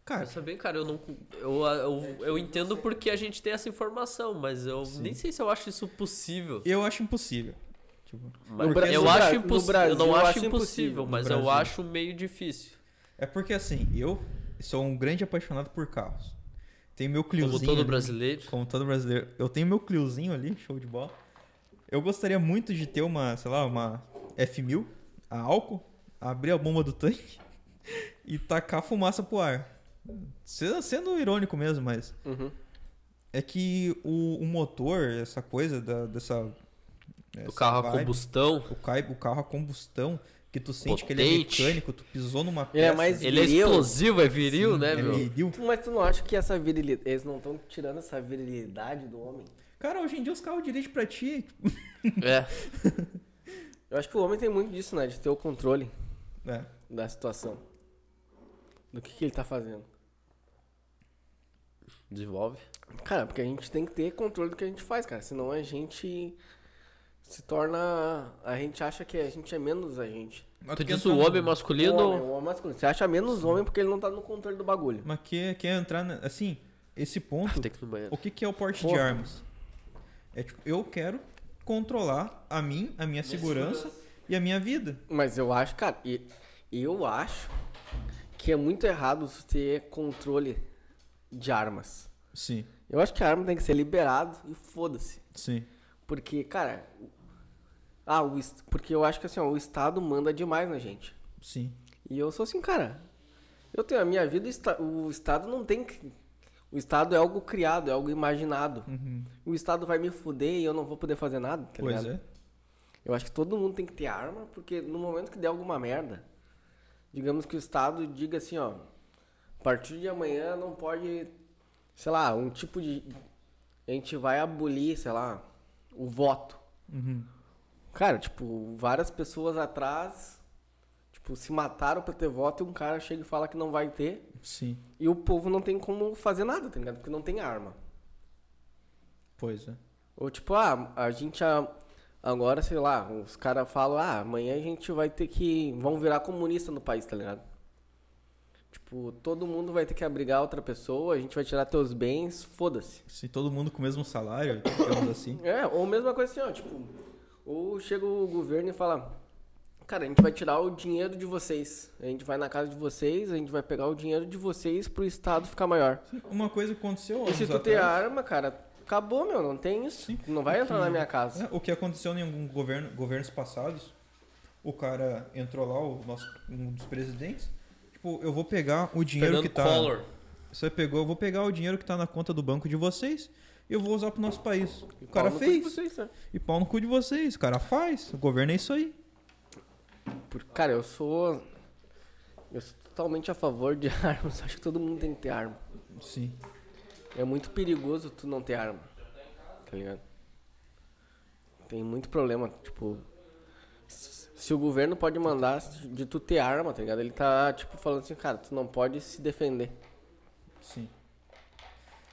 C: Cara,
A: sabia, cara, eu não. Eu, eu, eu entendo porque a gente tem essa informação, mas eu nem sei se eu acho isso possível.
C: eu acho impossível. Tipo,
A: Mas
B: Brasil-
A: eu
B: no
A: acho
B: Bra- no
A: impossível.
B: Brasil,
A: Eu não
B: eu
A: acho,
B: acho
A: impossível,
B: impossível.
A: mas
C: No
A: eu
C: Brasil.
A: acho meio difícil.
C: É porque assim, eu sou um grande apaixonado por carros. Tenho meu Cliozinho.
A: Como todo
C: ali,
A: brasileiro.
C: Como todo brasileiro. Eu tenho meu Cliozinho ali, show de bola. Eu gostaria muito de ter uma, sei lá, uma F1000 a álcool, abrir a bomba do tanque e tacar fumaça pro ar. Se- Sendo irônico mesmo, mas
B: Uhum.
C: é que o, o motor, essa coisa da- dessa.
A: O
C: essa
A: carro a
C: vibe,
A: combustão.
C: O, cai- o carro a combustão, que tu sente que ele é
A: Potente.
C: mecânico, tu pisou numa
B: Ele
C: peça.
B: é mais
A: Ele é
B: viril.
A: explosivo, é viril, né,
C: é
A: meu?
C: viril.
B: Tu- Mas tu não acha que essa virilidade. Eles não estão tirando essa virilidade do homem?
C: Cara, hoje em dia os carros dirigem pra ti.
A: É.
B: Eu acho que o homem tem muito disso, né? De ter o controle
C: É,
B: da situação. Do que, que ele tá fazendo.
A: Desenvolve.
B: Cara, porque a gente tem que ter controle do que a gente faz, cara. Senão a gente se torna. A gente acha que a gente é menos a gente.
A: Tu
C: tá
A: disse o homem masculino.
B: O homem, o homem masculino. Você acha menos homem porque ele não tá no controle do bagulho.
C: Mas quer, quer entrar, na- assim, esse ponto,
A: Ah, Tem que ir no banheiro.
C: o que, que é o porte de
B: Porra.
C: armas? É tipo, eu quero controlar a mim, a minha segurança, e a minha vida.
B: Mas eu acho, cara, e- eu acho que é muito errado você ter controle de armas.
C: Sim,
B: Eu acho que a arma tem que ser liberado e foda-se.
C: sim.
B: Porque, cara. Ah, o, est- porque eu acho que assim, ó, o Estado manda demais na gente.
C: Sim.
B: E eu sou assim, cara. Eu tenho a minha vida, o esta- o Estado não tem que. O Estado é algo criado, é algo imaginado.
C: Uhum.
B: O Estado vai me fuder e eu não vou poder fazer nada, tá
C: pois
B: ligado?
C: é.
B: Eu acho que todo mundo tem que ter arma, porque no momento que der alguma merda, digamos que o Estado diga assim, ó, a partir de amanhã não pode, sei lá, um tipo de. A gente vai abolir, sei lá, o voto.
C: Uhum.
B: Cara, tipo, várias pessoas atrás, tipo, se mataram pra ter voto e um cara chega e fala que não vai ter.
C: Sim,
B: E o povo não tem como fazer nada, tá ligado? Porque não tem arma.
C: pois é.
B: Ou tipo, ah, a gente a- agora, sei lá, os caras falam, ah, amanhã a gente vai ter que. vão virar comunista no país, tá ligado? Tipo, todo mundo vai ter que abrigar outra pessoa, a gente vai tirar teus bens, foda-se.
C: Se todo mundo com o mesmo salário, digamos assim.
B: É, ou mesma coisa assim, ó, tipo, ou chega o governo e fala, cara, a gente vai tirar o dinheiro de vocês. A gente vai na casa de vocês, a gente vai pegar o dinheiro de vocês pro Estado ficar maior.
C: Uma coisa que aconteceu
B: E
C: anos
B: se tu
C: atrás,
B: ter arma, cara, acabou, meu, não tem isso.
C: Sim.
B: Não vai entrar na minha casa.
C: É, o que aconteceu em algum governo, governos passados, o cara entrou lá, o nosso, um dos presidentes, tipo, eu vou pegar o dinheiro
A: Fernando
C: que tá...
A: Collor.
C: Você pegou, eu vou pegar o dinheiro que tá na conta do banco de vocês e eu vou usar pro nosso país. O
B: Pau
C: cara
B: no cu de
C: fez.
B: vocês, né?
C: E pau no cu de vocês. O cara faz. O governo é isso aí.
B: Por- Cara, eu sou. Eu sou totalmente a favor de armas. Acho que todo mundo tem que ter arma.
C: Sim.
B: É muito perigoso tu não ter arma. Tá ligado? Tem muito problema. Tipo. s- Se o governo pode mandar de tu ter arma, tá ligado? Ele tá, tipo, falando assim, cara, tu não pode se defender.
C: Sim.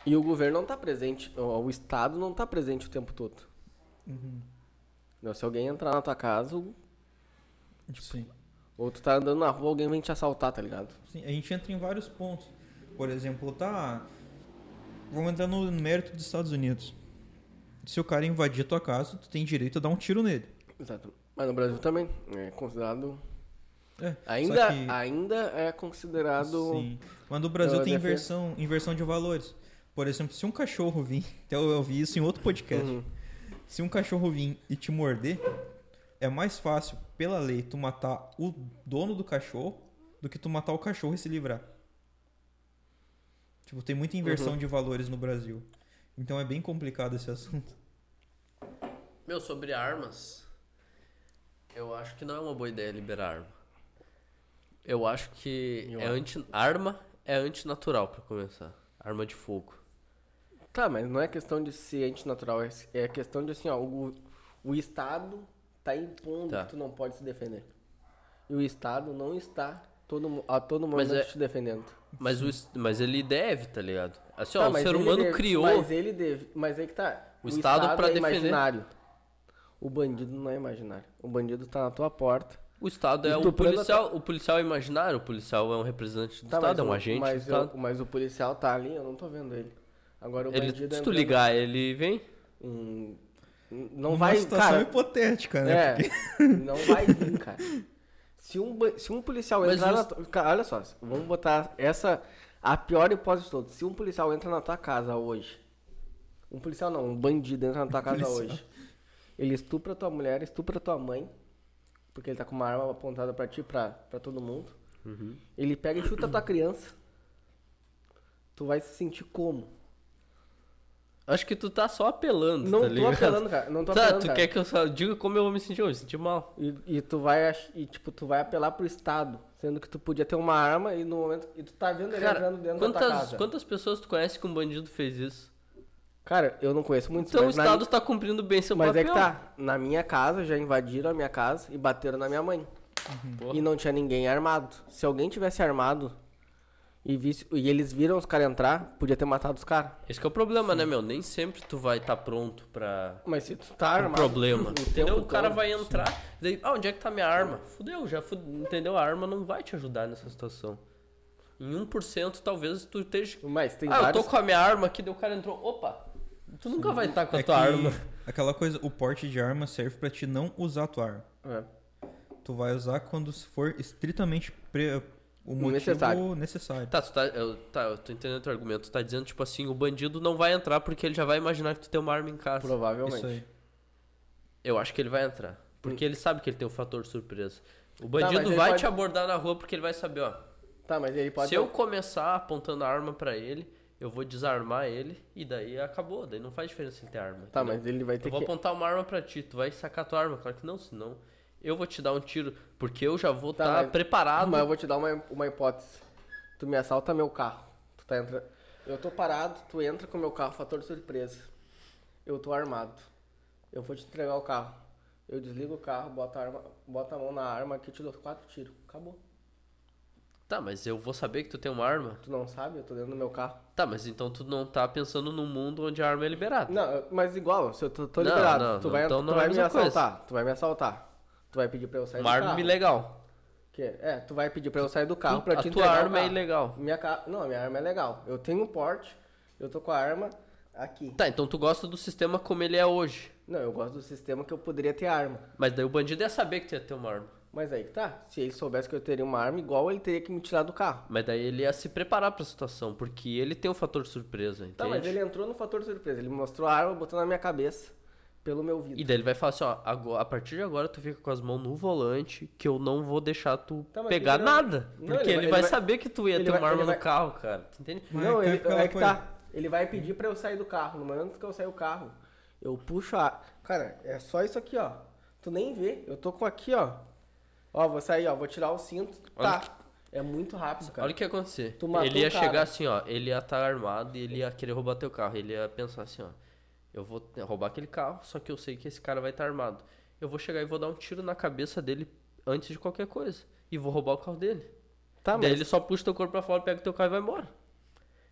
B: E o governo não tá presente, ó, o Estado não tá presente o tempo todo.
C: Uhum.
B: Não, Se alguém entrar na tua casa, Tipo,
C: Sim.
B: ou tu tá andando na rua, alguém vem te assaltar, tá ligado?
C: Sim, A gente entra em vários pontos. Por exemplo, tá. Vamos entrar no mérito dos Estados Unidos. Se o cara invadir a tua casa, tu tem direito a dar um tiro nele.
B: Exato. Mas no Brasil também é considerado.
C: É, só
B: Ainda,
C: que-
B: ainda é considerado.
C: Sim. Mas no Brasil
B: Eu
C: tem
B: defendo.
C: inversão, inversão de valores. Por exemplo, se um cachorro vir. Até eu ouvi isso em outro podcast.
B: Uhum.
C: Se um cachorro vir e te morder, é mais fácil, pela lei, tu matar o dono do cachorro do que tu matar o cachorro e se livrar. Tipo, tem muita inversão
B: Uhum.
C: de valores no Brasil. Então é bem complicado esse assunto.
A: Meu, sobre armas, eu acho que não é uma boa ideia liberar arma. Eu acho que
B: Eu
A: é
B: acho.
A: anti, arma é antinatural pra começar. Arma de fogo.
B: Tá, mas não é questão de ser antinatural, é- é questão de assim, ó, o, o Estado tá impondo
A: Tá.
B: que tu não pode se defender. E o Estado não está todo, mo- a todo
A: Mas
B: momento
A: é-
B: te defendendo.
A: Mas, o, es- mas ele deve, tá ligado? Assim,
B: Tá,
A: ó, o
B: mas
A: ser
B: ele
A: humano
B: deve-
A: criou.
B: Mas ele deve. Mas aí que tá.
A: O Estado pra
B: é
A: defender.
B: imaginário. O bandido não é imaginário. O bandido tá na tua porta.
A: O Estado é o
B: Estuprando a
A: policial. O policial é imaginário, o policial é um representante do
B: Tá, mas
A: Estado, é
B: o-
A: um agente do
B: Mas, eu-
A: Estado.
B: mas o policial tá ali, eu não tô vendo ele. Agora o bandido é um
A: Ele, se tu
B: entrando
A: ligar, ele vem.
B: em- não
C: Uma
B: vai,
C: situação
B: cara.
C: hipotética, né?
B: É,
C: Porque-
B: não vai vir, cara. Se um, ba- se um policial
A: Mas
B: entrar
A: o-
B: na tua, cara, olha só, vamos botar essa a pior hipótese de todas. Se um policial entra na tua casa hoje, um policial não, um bandido entra na tua casa
C: policial.
B: hoje. Ele estupra tua mulher, estupra tua mãe, porque ele tá com uma arma apontada pra ti, pra, pra todo mundo.
C: Uhum.
B: Ele pega e chuta tua criança. Tu vai se sentir como?
A: Acho que tu tá só apelando,
B: Não
A: tá
B: tô
A: ligado?
B: apelando, cara. Não tô
A: tá,
B: apelando,
A: tu
B: cara.
A: quer que eu só diga como eu vou me sentir? Eu me senti mal.
B: E, e tu vai ach- e, tipo, tu vai apelar pro Estado, sendo que tu podia ter uma arma e no momento. E tu tá vendo ele
A: Cara,
B: entrando dentro da tua
A: quantas,
B: casa.
A: quantas pessoas tu conhece que um bandido fez isso?
B: Cara, eu não conheço muito
A: Então o
B: mas na
A: Estado
B: mi-
A: tá cumprindo bem seu
B: Mas
A: papel.
B: é que tá. Na minha casa, já invadiram a minha casa e bateram na minha mãe.
C: Uhum.
A: Porra.
B: E não tinha ninguém armado. Se alguém tivesse armado e, visse- e eles viram os caras entrar, podia ter matado os caras.
A: Esse que é o problema, né, meu? Nem sempre tu vai estar pronto pra
B: Mas se tu tá
A: um
B: armado.
A: problema.
B: o tempo
A: entendeu? O cara
B: todo,
A: vai entrar, daí, ah, onde é que tá minha arma? Fudeu, já fu- entendeu? A arma não vai te ajudar nessa situação. Em 1% talvez tu esteja.
B: Mas tem
A: ah, eu
B: vários.
A: tô com a minha arma aqui, daí o cara entrou. Opa! Tu nunca vai estar com a
C: É
A: tua
C: que
A: arma.
C: Aquela coisa, o porte de arma serve pra te não usar a tua arma.
B: É.
C: Tu vai usar quando for estritamente pre- o motivo
B: Necessário.
C: necessário.
A: Tá, tu tá, eu, tá, eu tô entendendo teu argumento. Tu tá dizendo, tipo assim, o bandido não vai entrar porque ele já vai imaginar que tu tem uma arma em casa.
B: Provavelmente.
C: Isso aí.
A: Eu acho que ele vai entrar. Porque ele sabe que ele tem um fator surpresa. O
B: Hum. Tá, mas
A: bandido
B: ele
A: vai
B: pode-
A: te abordar na rua porque ele vai saber, ó.
B: Tá, mas ele pode.
A: se eu começar apontando a arma pra ele, eu vou desarmar ele e daí acabou. Daí não faz diferença ele ter arma.
B: Tá,
A: entendeu?
B: mas ele vai ter
A: Eu vou
B: que.
A: apontar uma arma pra ti, tu vai sacar tua arma. Claro que não, senão eu vou te dar um tiro. Porque eu já vou
B: Tá,
A: estar
B: mas-
A: preparado.
B: Mas eu vou te dar uma, uma hipótese. Tu me assalta meu carro. Tu tá entra... Eu tô parado, tu entra com meu carro, fator de surpresa. Eu tô armado. Eu vou te entregar o carro. Eu desligo o carro, boto a, arma, boto a mão na arma aqui, te dou quatro tiros. Acabou.
A: Tá, mas eu vou saber que tu tem uma arma.
B: Tu não sabe, eu tô dentro do meu carro.
A: Tá, mas então tu não tá pensando num mundo onde a arma é liberada.
B: Não, eu- mas igual, se eu tô, tô
A: Não,
B: liberado,
A: não,
B: tu
A: não,
B: vai,
A: então
B: tu
A: não é
B: vai
A: a
B: me
A: mesma coisa.
B: assaltar. Tu vai me assaltar. Tu vai pedir pra eu sair
A: uma
B: do
A: arma
B: carro.
A: ilegal.
B: Que- É, tu vai pedir pra eu sair do carro pra
A: a
B: te
A: tua
B: entregar o
A: arma é
B: carro.
A: ilegal.
B: Minha ca... Não, minha arma é legal. Eu tenho um porte, eu tô com a arma aqui.
A: Tá, então tu gosta do sistema como ele é hoje.
B: Não, eu gosto do sistema que eu poderia ter arma.
A: Mas daí o bandido ia saber que tu ia ter uma arma.
B: Mas aí que tá. Se ele soubesse que eu teria uma arma igual, ele teria que me tirar do carro.
A: Mas daí ele ia se preparar pra situação, porque ele tem o fator surpresa, entende?
B: Tá, mas ele entrou no fator surpresa. Ele me mostrou a arma, botou na minha cabeça, pelo meu vidro.
A: E daí ele vai falar assim, ó, agora- a partir de agora tu fica com as mãos no volante, que eu não vou deixar tu
B: Tá, mas
A: pegar
B: ele não-
A: nada.
B: Não,
A: porque
B: ele
A: ele,
B: vai- ele
A: vai
B: vai-
A: saber que tu ia
B: ele
A: ter
B: vai-
A: uma arma
B: ele
A: no
B: vai-
A: carro, cara. Tu entende?
C: Mas
B: Não,
C: é
B: ele,
C: aquela
B: é que
C: coisa.
B: tá. Ele vai pedir pra eu sair do carro. No momento que eu sair do carro, eu puxo a. Cara, é só isso aqui, ó. Tu nem vê. Eu tô com aqui, ó. Ó, vou sair, ó. Vou tirar o cinto.
A: Olha
B: Tá. É muito rápido, cara.
A: Olha o que ia acontecer.
B: Tu matou
A: Ele ia
B: o cara.
A: chegar assim, ó. Ele ia estar armado e ele ia querer roubar teu carro. Ele ia pensar assim, ó. Eu vou te- roubar aquele carro, só que eu sei que esse cara vai estar armado. Eu vou chegar e vou dar um tiro na cabeça dele antes de qualquer coisa. E vou roubar o carro dele.
B: Tá,
A: Daí ele só puxa teu corpo pra fora, pega teu carro e vai embora.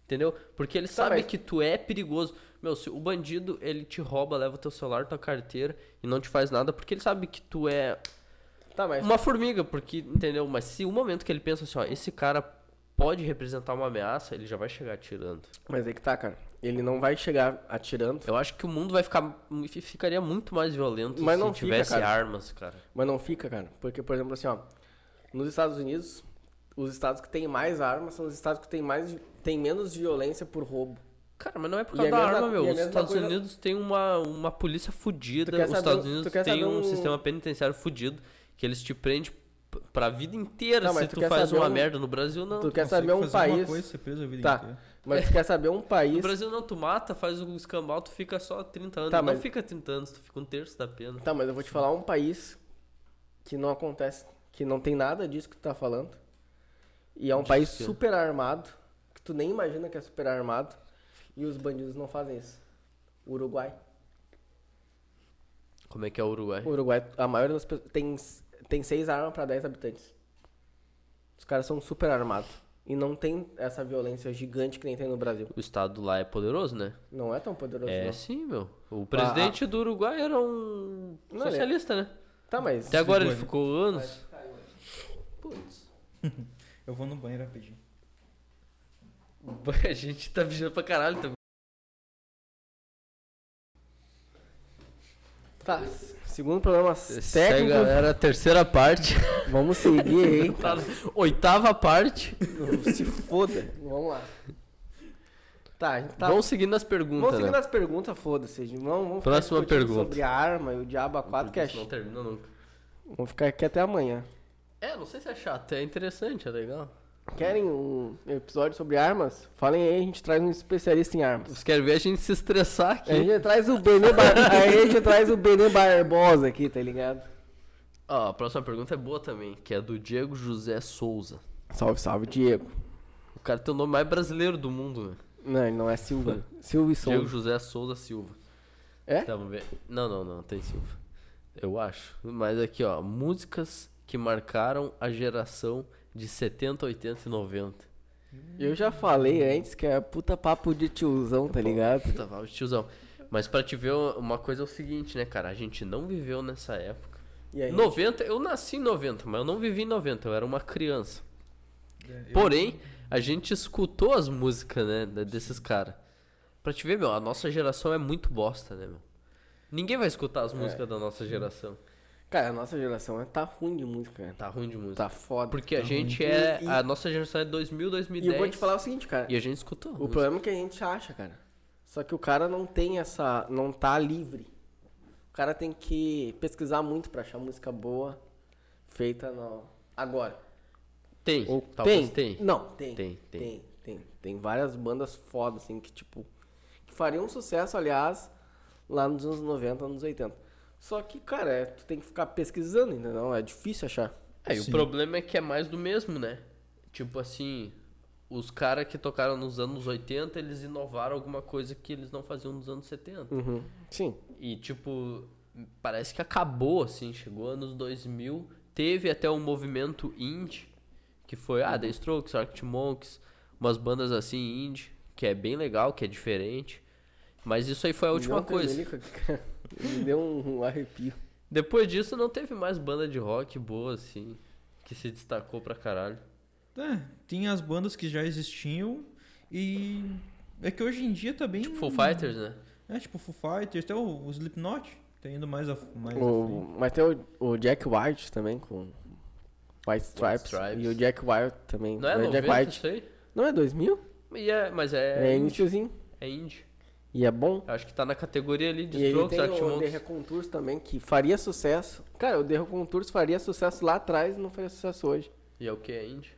A: Entendeu? Porque ele sabe
B: Tá, mas-
A: que tu é perigoso. Meu, se o bandido, ele te rouba, leva o teu celular, tua carteira e não te faz nada, porque ele sabe que tu é
B: Tá, mas.
A: uma formiga, porque, entendeu? Mas se o momento que ele pensa assim, ó, esse cara pode representar uma ameaça, ele já vai chegar atirando.
B: Mas aí que tá, cara. Ele não vai chegar atirando,
A: Eu acho que o mundo vai ficar ficaria muito mais violento
B: Mas
A: se
B: não fica,
A: tivesse
B: cara.
A: armas, cara.
B: mas não fica, cara. Porque, por exemplo, assim, ó. Nos Estados Unidos, os estados que têm mais armas são os estados que têm mais. Tem menos violência por roubo.
A: Cara, mas não é por causa
B: E é
A: da
B: mesma-
A: arma, meu.
B: e é
A: Os
B: mesma
A: Estados
B: coisa-
A: Unidos tem uma, uma polícia
B: Tu
A: fudida,
B: quer
A: os
B: saber
A: Estados
B: um-
A: Unidos
B: tu quer
A: tem
B: saber
A: um
B: um-
A: sistema penitenciário fudido que eles te prendem p- pra vida inteira
B: Tá, mas
A: se
B: tu
A: tu
B: quer
A: faz
B: saber
A: uma
B: um-
A: merda. No Brasil, não.
B: tu quer
C: Consegue
B: saber um
C: fazer uma
B: país.
C: coisa, ser preso a vida
B: Tá.
C: inteira.
B: Mas tu quer saber um
A: No
B: país.
A: Brasil, não. Tu mata, faz o escambau, tu fica só 30 anos.
B: Tá,
A: não
B: mas-
A: fica 30 anos, tu fica um terço da pena.
B: Tá, mas eu vou te falar um país que não acontece, que não tem nada disso que tu tá falando. E é um
A: Disso
B: país
A: que é.
B: super armado, que tu nem imagina que é super armado, e os bandidos não fazem isso. Uruguai.
A: Como é que é o Uruguai?
B: O Uruguai, a maioria das pessoas tem, tem seis armas pra 10 habitantes. Os caras são super armados. E não tem essa violência gigante que nem tem no Brasil.
A: O Estado lá é poderoso, né?
B: Não é tão poderoso,
A: É,
B: não.
A: sim, meu. O presidente do Uruguai era um
B: Não, ele-
A: socialista, né?
B: Tá, mas...
A: Até agora ele
C: Uruguai.
A: ficou anos. Putz.
C: Eu vou no banheiro rapidinho.
A: A gente tá vigiando pra caralho também.
B: Tá, segundo problema
A: Segue,
B: técnico.
A: galera, terceira parte.
B: Vamos seguir, hein?
A: Tá na Oitava parte.
B: Se foda. Vamos lá. Tá, a gente tá.
A: Vamos seguindo as perguntas.
B: vamos seguindo
A: né?
B: as perguntas, foda-se. gente. Vamos, vamos ficar
A: Próxima
B: discutindo
A: pergunta.
B: Sobre a arma e o Diabo A4, que é.
A: Isso não termina nunca.
B: Vamos ficar aqui até amanhã.
A: É, não sei se é chato, é interessante, é legal.
B: Querem um episódio sobre armas? Falem aí, a gente traz um especialista em armas.
A: Vocês querem ver a gente se estressar aqui.
B: A gente traz o Benê, Bar... a gente traz o Benê Barbosa aqui, tá ligado?
A: Ó, a próxima pergunta é boa também, que é do Diego José Souza.
B: Salve, salve, Diego.
A: O cara tem o nome mais brasileiro do mundo, né?
B: Não, ele não é Silva. Silva e
A: Diego
B: Souza.
A: José Souza Silva.
B: É?
A: Tá, vamos ver. Não, não, não, tem Silva. Eu acho. Mas aqui, ó, músicas que marcaram a geração de 70, 80 e 90.
B: Eu já falei antes que é puta papo de tiozão, tá ligado?
A: Puta, vai, tiozão. Mas pra te ver uma coisa é o seguinte, né, cara? A gente não viveu nessa época.
B: E aí?
A: 90, eu nasci em 90, mas eu não vivi em 90, eu era uma criança.
C: É, eu-
A: Porém, a gente escutou as músicas, né, da- desses caras. Pra te ver, meu, a nossa geração é muito bosta, né, meu? Ninguém vai escutar
B: É.
A: as músicas da nossa geração.
B: Cara, a nossa geração é- tá ruim de música, cara.
A: Tá ruim de música.
B: Tá foda.
A: Porque a
B: Tá
A: gente
B: ruim.
A: é.
B: E- e-
A: A nossa geração é 2000,
B: E
A: 2010.
B: eu vou te falar o seguinte, cara.
A: E a gente escutou.
B: O problema é que a gente acha, cara. Só que o cara não tem essa. não tá livre. O cara tem que pesquisar muito pra achar música boa feita no... agora.
A: Tem.
B: Ou
A: Talvez
B: tem?
A: tem.
B: Não, tem.
A: Tem, tem.
B: tem. Tem, tem. várias bandas foda, assim, que tipo. Que fariam sucesso, aliás, lá nos anos 90, anos 80. Só que, cara, é, tu tem que ficar pesquisando, entendeu? É difícil achar.
A: É, e o
C: Sim.
A: problema é que é mais do mesmo, né? Tipo assim, os caras que tocaram nos anos 80, eles inovaram alguma coisa que eles não faziam nos anos 70.
B: Uhum. Sim.
A: E tipo, parece que acabou, assim, chegou anos 2000, teve até um movimento indie, que foi, ah, The Strokes, Arctic Monks, umas bandas assim indie, que é bem legal, que é diferente. Mas isso aí foi a
B: Me
A: última
B: deu um
A: coisa.
B: tremelico aqui, cara. Me deu um arrepio.
A: Depois disso não teve mais banda de rock boa, assim, que se destacou pra caralho.
C: É, tinha as bandas que já existiam e. É que hoje em dia tá bem.
A: Tipo Foo Fighters, né?
C: É, tipo Foo Fighters, até o, o Slipknot, tá indo mais a, mais a
B: O,
C: frente.
B: mas tem o, o Jack White também com White Stripes,
A: Stripes.
B: E o Jack White também.
A: Não é
B: o
A: 90
B: Jack White.
A: isso aí?
B: Não é 2000?
A: E é- mas
B: É,
A: é, indie.
B: iniciozinho.
A: É indie.
B: E é bom.
A: Acho que tá na categoria ali de
B: E ele
A: Strokes,
B: tem
A: Arctic
B: o The
A: Monkeys.
B: Reconturs também, que faria sucesso. Cara, o The Reconturs faria sucesso lá atrás e não faria sucesso hoje.
A: E é o que é indie?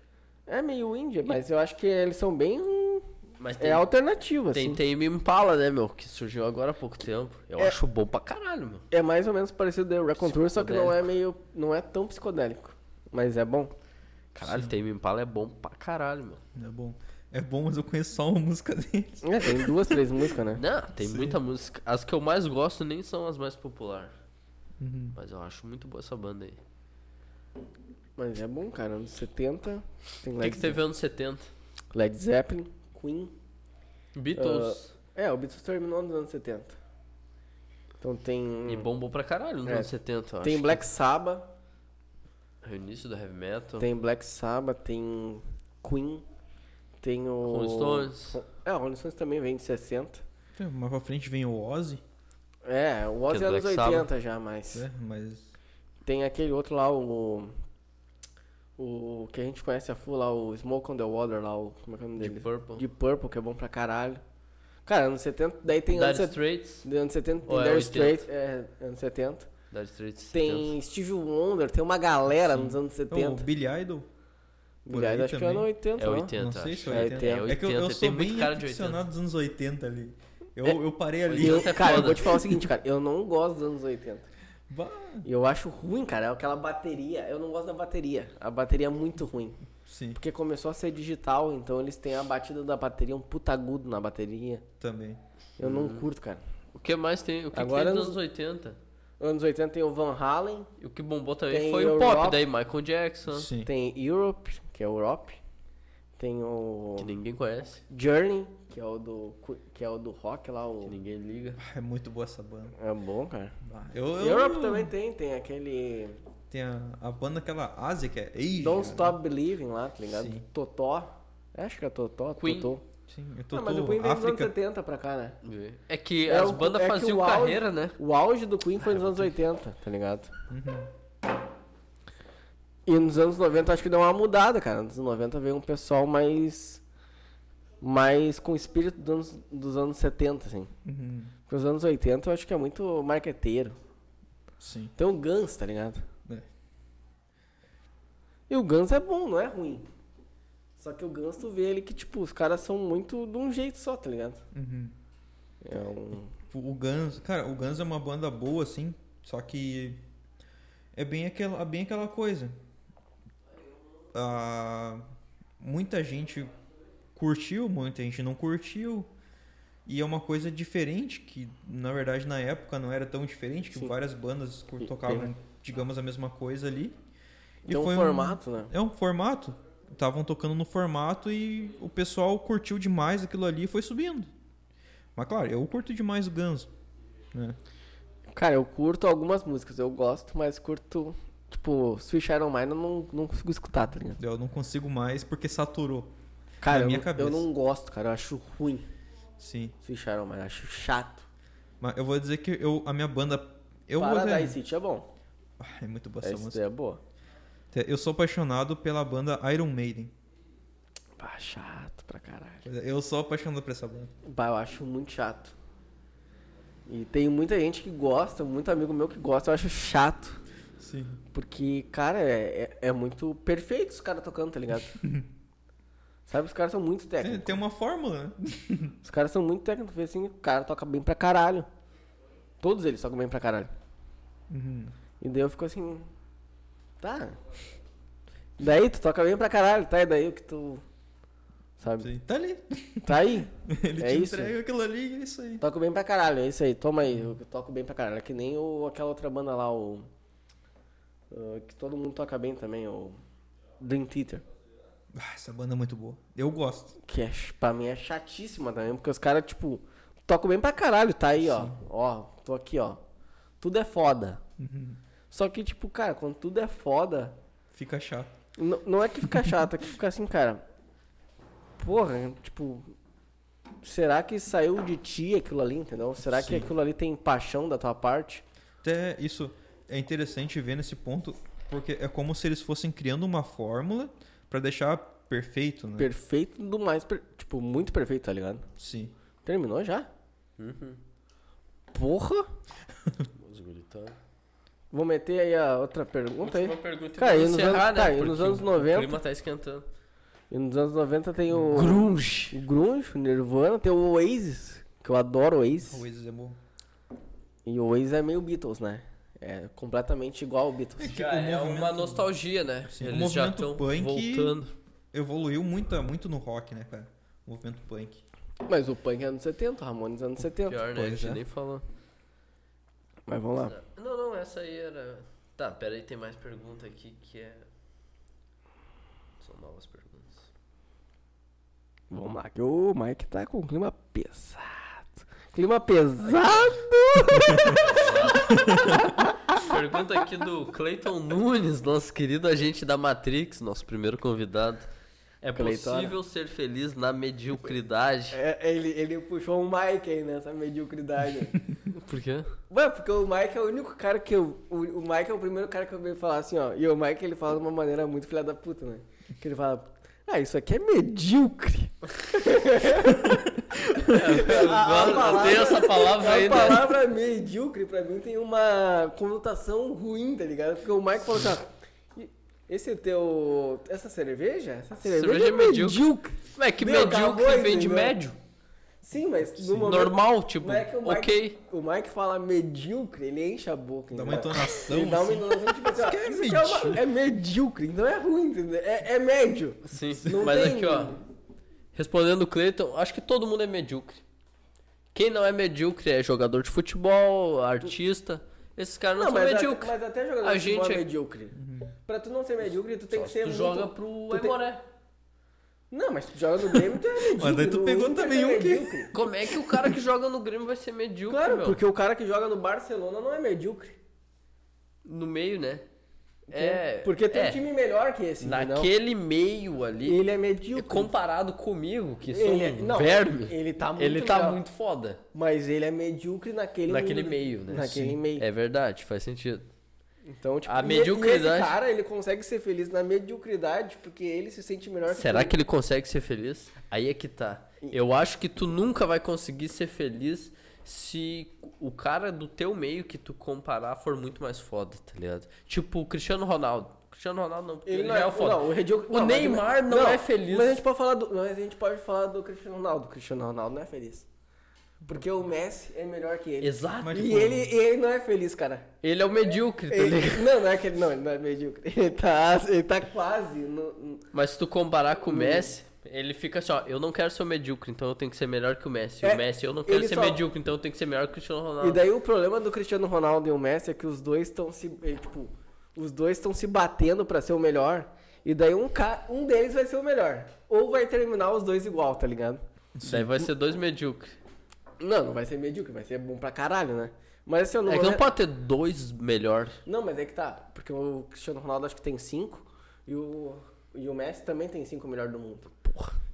B: É meio índia, mas eu acho que eles são bem... hum,
A: Mas tem,
B: É alternativo,
A: tem,
B: assim.
A: tem Me Impala, né, meu? Que surgiu agora há pouco tempo. Eu
B: É.
A: acho bom pra caralho, meu.
B: É mais ou menos parecido com The Reconturs, só que não é meio... Não é tão psicodélico. Mas é bom.
A: Caralho, tem Me Impala é bom pra caralho, meu.
C: É bom. É bom, mas eu conheço só uma música deles.
B: É, tem duas, três músicas, né?
A: Não, tem muita música. As que eu mais gosto nem são as mais populares.
C: Uhum.
A: Mas eu acho muito boa essa banda aí.
B: Mas é bom, cara. Anos 70, tem
A: O que, que
B: Led,
A: teve anos 70?
B: Led Zeppelin, Queen.
A: Beatles.
B: É, o Beatles terminou nos anos 70. Então tem.
A: E bombou pra caralho nos
B: É.
A: anos 70, eu
B: tem
A: acho.
B: Black Sabbath,
A: O início do heavy metal.
B: tem Black Sabbath, tem Queen, tem o.
A: Rolling Stones.
B: É, o Rolling Stones também vem de 60.
C: Então, mais pra frente vem o Ozzy,
B: É, o Ozzy
A: Que
B: é
A: é
B: anos
A: Black
B: 80
A: Sabbath. É.
B: já, mas.
C: né? Mas.
B: Tem aquele outro lá, o. O que a gente conhece a full lá, o Smoke on the Water lá, o. Como é que é o nome
A: Deep
B: dele?
A: Purple.
B: De Purple, que é bom pra caralho. Cara, anos 70, daí tem
A: Dire
B: anos 70.
A: Straits.
B: Anos 70 tem
A: Ou é
B: Dire
A: 80?
B: Straits, é, anos 70.
A: Dire Straits.
B: Tem Steve Wonder, tem uma galera
C: Sim.
B: nos anos
C: Então, o
B: 70.
C: Billy Idol. por
B: Aliás,
C: aí
B: acho que é
C: também.
B: ano 80,
A: É
B: né?
A: 80,
C: não sei
A: acho.
C: se é
B: É
C: 80.
B: 80.
C: É que eu, eu
A: 80,
C: sou
A: tem
C: bem
A: muito cara de
C: aficionado
A: 80.
C: dos anos 80 ali. Eu,
B: É.
C: eu parei ali.
B: E eu,
A: Isso é
B: cara, eu
A: foda.
B: vou te falar o seguinte, cara. Eu não gosto dos anos 80.
C: Bah,
B: E eu acho ruim, cara. é Aquela bateria. Eu não gosto da bateria. A bateria é muito ruim.
C: Sim,
B: Porque começou a ser digital, então eles têm a batida da bateria, um puta agudo na bateria.
C: também.
B: Eu
A: Uhum.
B: não curto, cara.
A: O que mais tem? O que,
B: Agora
A: que tem dos anos
B: nos-
A: 80?
B: Anos 80 tem o Van Halen,
A: E o que bombou também
B: Tem
A: foi o
B: o
A: pop,
B: rock.
A: daí Michael Jackson,
C: Sim.
B: tem Europe, que é Europe. Tem o
A: que ninguém conhece,
B: Journey, que é o do, cu- que é o do rock lá.
A: que
B: O...
A: ninguém liga.
C: Ah, É muito boa essa banda.
B: É bom, cara.
C: Bah, Eu, eu,
B: Europe também tem, tem aquele
C: Tem a, a banda aquela Ásia, que é Asia.
B: Don't Stop Believing lá, tá ligado?
C: Sim.
B: Totó. Eu Acho que é Totó,
A: Queen.
B: Totó.
C: Sim, eu tô,
B: Ah, mas o
C: tô
B: Queen veio dos anos
C: África.
B: 70 pra cá, né?
A: É que
B: É
A: as
B: o-
A: bandas
B: é que
A: faziam
B: o auge-
A: carreira, né?
B: O auge do Queen foi nos anos 80, tá ligado? E nos anos 90 acho que deu uma mudada, cara. Nos anos 90 veio um pessoal mais. mais com o espírito dos anos, dos anos 70, assim.
C: Uhum,
B: Porque os anos 80 eu acho que é muito marqueteiro.
C: Sim.
B: Tem o Guns, tá ligado?
C: É.
B: E o Guns é bom, não é ruim. Só que o Guns, tu vê ele que, tipo, os caras são muito de um jeito só, tá ligado?
C: Uhum.
B: É um...
C: Tipo, O o Guns, cara, o Guns é uma banda boa, assim, só que é bem aquela, é bem aquela coisa. Ah, muita gente curtiu, muita gente não curtiu. E é uma coisa diferente, que na verdade na época não era tão diferente, que
B: Sim.
C: várias bandas cur-
B: E- um
C: tocavam, digamos, a mesma coisa ali. E
B: Tem um
C: foi
B: formato, né?
C: É um formato. Estavam tocando no formato e o pessoal curtiu demais aquilo ali e foi subindo. Mas claro, eu curto demais o Guns. Né?
B: Cara, eu curto algumas músicas, eu gosto, mas curto, tipo, Switch Iron Mine eu não, não consigo escutar, tá ligado?
C: Eu não consigo mais porque saturou.
B: Cara,
C: Na
B: eu,
C: minha
B: não-
C: cabeça.
B: eu não gosto, cara, eu acho ruim.
C: Sim.
B: Ficharam, mas acho chato.
C: Mas eu vou dizer que eu, a minha banda. Eu vou até-
B: Paradise City é bom.
C: Ah, é muito boa essa
B: Essa
C: música.
B: é boa.
C: Eu sou apaixonado pela banda Iron Maiden.
B: Bah, chato pra caralho.
C: Eu sou apaixonado por essa banda.
B: Bah, eu acho muito chato. E tem muita gente que gosta, muito amigo meu que gosta, eu acho chato.
C: Sim.
B: Porque, cara, é, é- é muito perfeito os caras tocando, tá ligado? Sabe, os caras são muito
C: Tem,
B: técnicos.
C: tem uma fórmula, né?
B: Os caras são muito técnicos, porque assim, o cara toca bem pra caralho. Todos eles tocam bem pra caralho.
C: Uhum.
B: E daí eu fico assim. Tá. Daí tu toca bem pra caralho, tá? E daí o que tu. Sabe?
C: Sim. Tá ali.
B: Tá aí.
C: Ele
B: É
C: te
B: isso.
C: entrega aquilo ali e é isso aí.
B: Toco bem pra caralho, é isso aí. Toma aí, eu toco bem pra caralho. É que nem o, aquela outra banda lá, o. uh, que todo mundo toca bem também, o. Dream Theater.
C: Ah, essa banda é muito boa. Eu gosto.
B: Que é, ch- pra mim é chatíssima também, porque os caras, tipo, tocam bem pra caralho, tá aí, ó. Ó, tô aqui, ó. Tudo é foda. Só que, tipo, cara, quando tudo é foda,
C: Fica chato.
B: N- não é que fica chato, é que fica assim, cara. Porra, tipo. Será que saiu de ti aquilo ali, entendeu? Será que
C: Sim.
B: aquilo ali tem paixão da tua parte?
C: Até isso é interessante ver nesse ponto, porque é como se eles fossem criando uma fórmula pra deixar perfeito, né?
B: Perfeito do mais. per- Tipo, muito perfeito, tá ligado?
C: Sim.
B: Terminou já?
A: Uhum.
B: Porra!
A: Os gritando.
B: Vou meter aí a outra pergunta aí.
A: Última pergunta
B: Cara,
A: pra
B: e nos
A: encerrar,
B: anos-
A: né?
B: tá, e nos
A: Porque
B: anos
A: O
B: 90?
A: clima tá esquentando.
B: E nos anos 90 tem o. Grunge! O Grunge, o Nirvana, tem o Oasis, que eu adoro
C: O
B: Oasis.
C: Oasis é bom.
B: E o Oasis é meio Beatles, né? É completamente igual ao Beatles.
C: que
A: Já
C: o
A: é
C: movimento-
A: uma nostalgia, né?
C: Sim, o
A: Eles já
C: movimento
A: estão
C: punk-
A: voltando.
C: Evoluiu muito, muito no rock, né, cara? O movimento punk.
B: Mas o punk é anos 70, o Ramones é anos 70.
A: Pior, né? A
C: Pois
A: gente
C: é.
A: nem falou.
B: Mas vamos lá.
A: Não, não, essa aí era. Tá, peraí, tem mais pergunta aqui que é. São novas perguntas.
B: Vamos lá, que o Mike tá com clima pesado. Clima pesado!
A: Pergunta aqui do Cleiton Nunes, nosso querido agente da Matrix, nosso primeiro convidado. É
B: Cleitora.
A: possível ser feliz na mediocridade?
B: É, ele, ele puxou o Mike aí nessa mediocridade. É.
A: Por quê?
B: Ué, porque o Mike é o único cara que eu. O, o Mike é o primeiro cara que eu vejo falar assim, ó. E o Mike ele fala de uma maneira muito filha da puta, né? Que ele fala. Ah, isso aqui é medíocre.
A: Eu,
B: É a
A: eu
B: palavra- é
A: tenho essa palavra
B: A
A: aí, né?
B: palavra medíocre pra mim tem uma conotação ruim, tá ligado? Porque o Mike falou assim, ó, "E esse é teu. Essa cerveja? Essa cerveja,
A: cerveja
B: é
A: é
B: medíocre.
A: medíocre." Ué, é que
B: Meu,
A: medíocre
B: acabou,
A: vem de
B: entendeu?
A: médio.
B: Sim, mas no momento.
A: Normal, tipo,
B: Não é que o Mike-
A: ok.
B: O Mike fala medíocre, ele enche a boca.
C: Dá
B: entendeu?
C: uma entonação.
B: Ele dá
A: um
B: uma
C: assim.
B: entonação tipo assim, ó,
C: Isso aqui é
B: isso aqui é, uma-
C: medíocre.
B: é medíocre, não é ruim, entendeu? É, é médio.
A: Sim,
B: Não
A: mas
B: tem-
A: aqui, ó. Respondendo o Cleiton, acho que todo mundo é medíocre. Quem não é medíocre é jogador de futebol, artista. Esses caras não,
B: Não,
A: são
B: mas, até,
A: medíocres.
B: mas até jogador
A: A
B: de futebol
A: gente
B: é
A: é-
B: medíocre. Pra tu não ser medíocre, tu tem que
A: Se
B: ser
A: tu
B: muito...
A: joga pro
B: tu tem-
A: Aimoré.
B: Não, mas tu joga no Grêmio, tu é medíocre.
C: Mas daí tu
B: no
C: pegou
B: Inter,
C: também
B: é
C: um que-
B: medíocre.
A: Como é que o cara que joga no Grêmio vai ser medíocre,
B: Claro,
A: meu?
B: porque o cara que joga no Barcelona não é medíocre.
A: No meio, né? É.
B: Porque tem
A: é.
B: um time melhor que esse, entendeu?
A: Naquele meio ali,
B: Ele é medíocre.
A: comparado comigo, que sou
B: Ele é-
A: um
B: não,
A: verme,
B: ele tá muito
A: ele tá
B: legal.
A: muito foda.
B: Mas ele é medíocre naquele
A: Naquele
B: mundo.
A: meio, né?
B: Naquele meio.
A: É verdade, faz sentido.
B: Então, tipo,
A: A
B: e- e
A: mediocridade-
B: esse cara, ele consegue ser feliz na mediocridade porque ele se sente melhor
A: Será
B: todo
A: que ele consegue ser feliz? Aí é que tá. Eu acho que tu nunca vai conseguir ser feliz se o cara do teu meio que tu comparar for muito mais foda, tá ligado? Tipo o Cristiano Ronaldo. Cristiano Ronaldo não, porque
B: Ele
A: ele,
B: não
A: já
B: é,
A: é, foda.
B: não, o, medíocre-
A: O
B: não, mas-
A: Neymar não é feliz.
B: Mas a gente pode falar do, mas a gente pode falar do Cristiano Ronaldo. O Cristiano Ronaldo não é feliz. Porque o Messi é melhor que ele.
A: Exato.
C: Mas,
B: E
C: tipo,
B: ele, e ele não é feliz, cara.
A: Ele é o medíocre, tá
B: Ele-
A: ligado?
B: não, não é que ele não, ele não é medíocre. Ele tá, ele tá quase no, no-
A: Mas se tu comparar
B: Hum.
A: com o Messi, ele fica assim, ó, eu não quero ser o medíocre, então eu tenho que ser melhor que o Messi.
B: É,
A: o Messi, eu não quero
B: ele
A: ser
B: só-
A: medíocre, então eu tenho que ser melhor que o Cristiano Ronaldo.
B: E daí o problema do Cristiano Ronaldo e o Messi é que os dois estão se. eh, Tipo, os dois estão se batendo pra ser o melhor. E daí um, ca... um deles vai ser o melhor. Ou vai terminar os dois igual, tá ligado?
A: Daí vai ser dois medíocres.
B: Não, não vai ser medíocre, vai ser bom pra caralho, né? Mas assim, eu não.
A: É que não pode ter dois melhor.
B: Não, mas é que tá. Porque o Cristiano Ronaldo acho que tem cinco. E o. E o Messi também tem cinco melhor do mundo.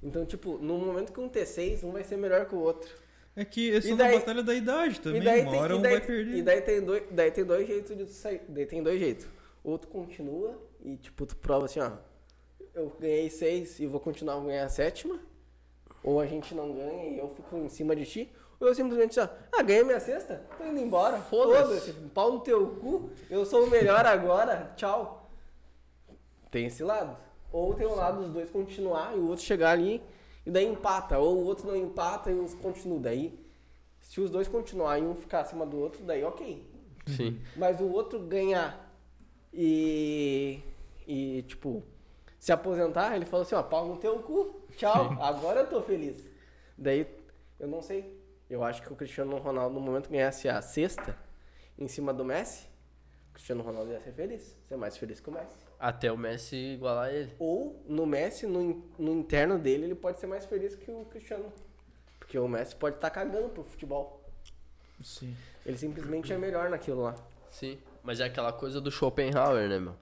B: Então, tipo, no momento que um T6, um vai ser melhor que o outro.
C: É que essa
B: E
C: é
B: daí-
C: uma batalha da idade também.
B: e daí
C: uma
B: tem,
C: hora
B: e
C: um
B: daí,
C: vai perder.
B: E daí tem dois, daí tem dois jeitos de tu sair. Daí tem dois jeitos. Ou tu continua e, tipo, tu prova assim, ó. Eu ganhei seis e vou continuar a ganhar a sétima. Ou a gente não ganha e eu fico em cima de ti. Ou eu simplesmente só, ah, ganhei minha sexta, tô indo embora, foda-se, pau no teu cu, eu sou o melhor agora, tchau. Tem esse lado. Ou tem o lado dos dois continuar e o outro chegar ali e daí empata. Ou o outro não empata e os continua. Daí, se os dois continuarem e um ficar acima do outro, daí ok.
A: Sim.
B: Mas o outro ganhar e. e, tipo, se aposentar, ele falou assim: ó, pau no teu cu, tchau, agora eu tô feliz. Daí, eu não sei. Eu acho que o Cristiano Ronaldo, no momento que ganhasse a sexta em cima do Messi, o Cristiano Ronaldo ia ser feliz, ser mais feliz que o Messi.
A: Até o Messi igualar ele.
B: Ou no Messi, no, in- no interno dele, ele pode ser mais feliz que o Cristiano. Porque o Messi pode estar cagando pro futebol.
C: Sim.
B: Ele simplesmente é melhor naquilo lá.
A: Sim. Mas é aquela coisa do Schopenhauer, né, meu?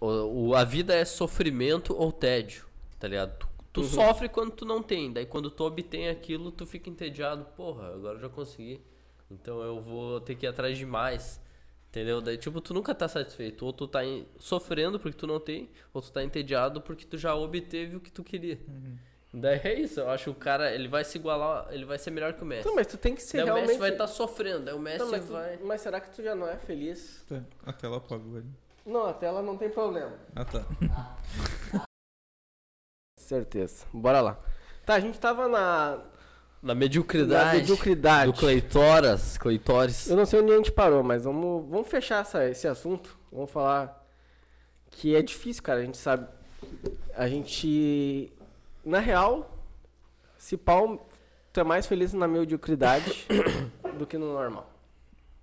A: O, o- a vida é sofrimento ou tédio, tá ligado? Tu, tu
B: Uhum.
A: sofre quando tu não tem, daí quando tu obtém aquilo, tu fica entediado. Porra, agora eu já consegui. Então eu vou ter que ir atrás de mais. Entendeu? Daí, tipo, tu nunca tá satisfeito. Ou tu tá em- sofrendo porque tu não tem, ou tu tá entediado porque tu já obteve o que tu queria.
B: Uhum.
A: Daí é isso, eu acho que o cara, ele vai se igualar, ele vai ser melhor que o Messi.
B: Então, mas tu tem que ser
A: Daí o
B: realmente.
A: Messi vai estar sofrendo, daí o Messi
B: Não, mas, tu-
A: vai...
B: mas será que tu já não é feliz?
C: Tá, Aquela apagou ali.
B: Não, a tela não tem problema.
C: Ah, tá.
B: Certeza. Bora lá. Tá, a gente tava na,
A: Na
B: na
A: mediocridade.
B: mediocridade.
A: Do Cleitoras, Cleitores.
B: Eu não sei onde a gente parou, mas vamos, vamos fechar essa- esse assunto. Vamos falar que é difícil, cara. A gente sabe. A gente. Na real, se pau, tu é mais feliz na mediocridade do que no normal.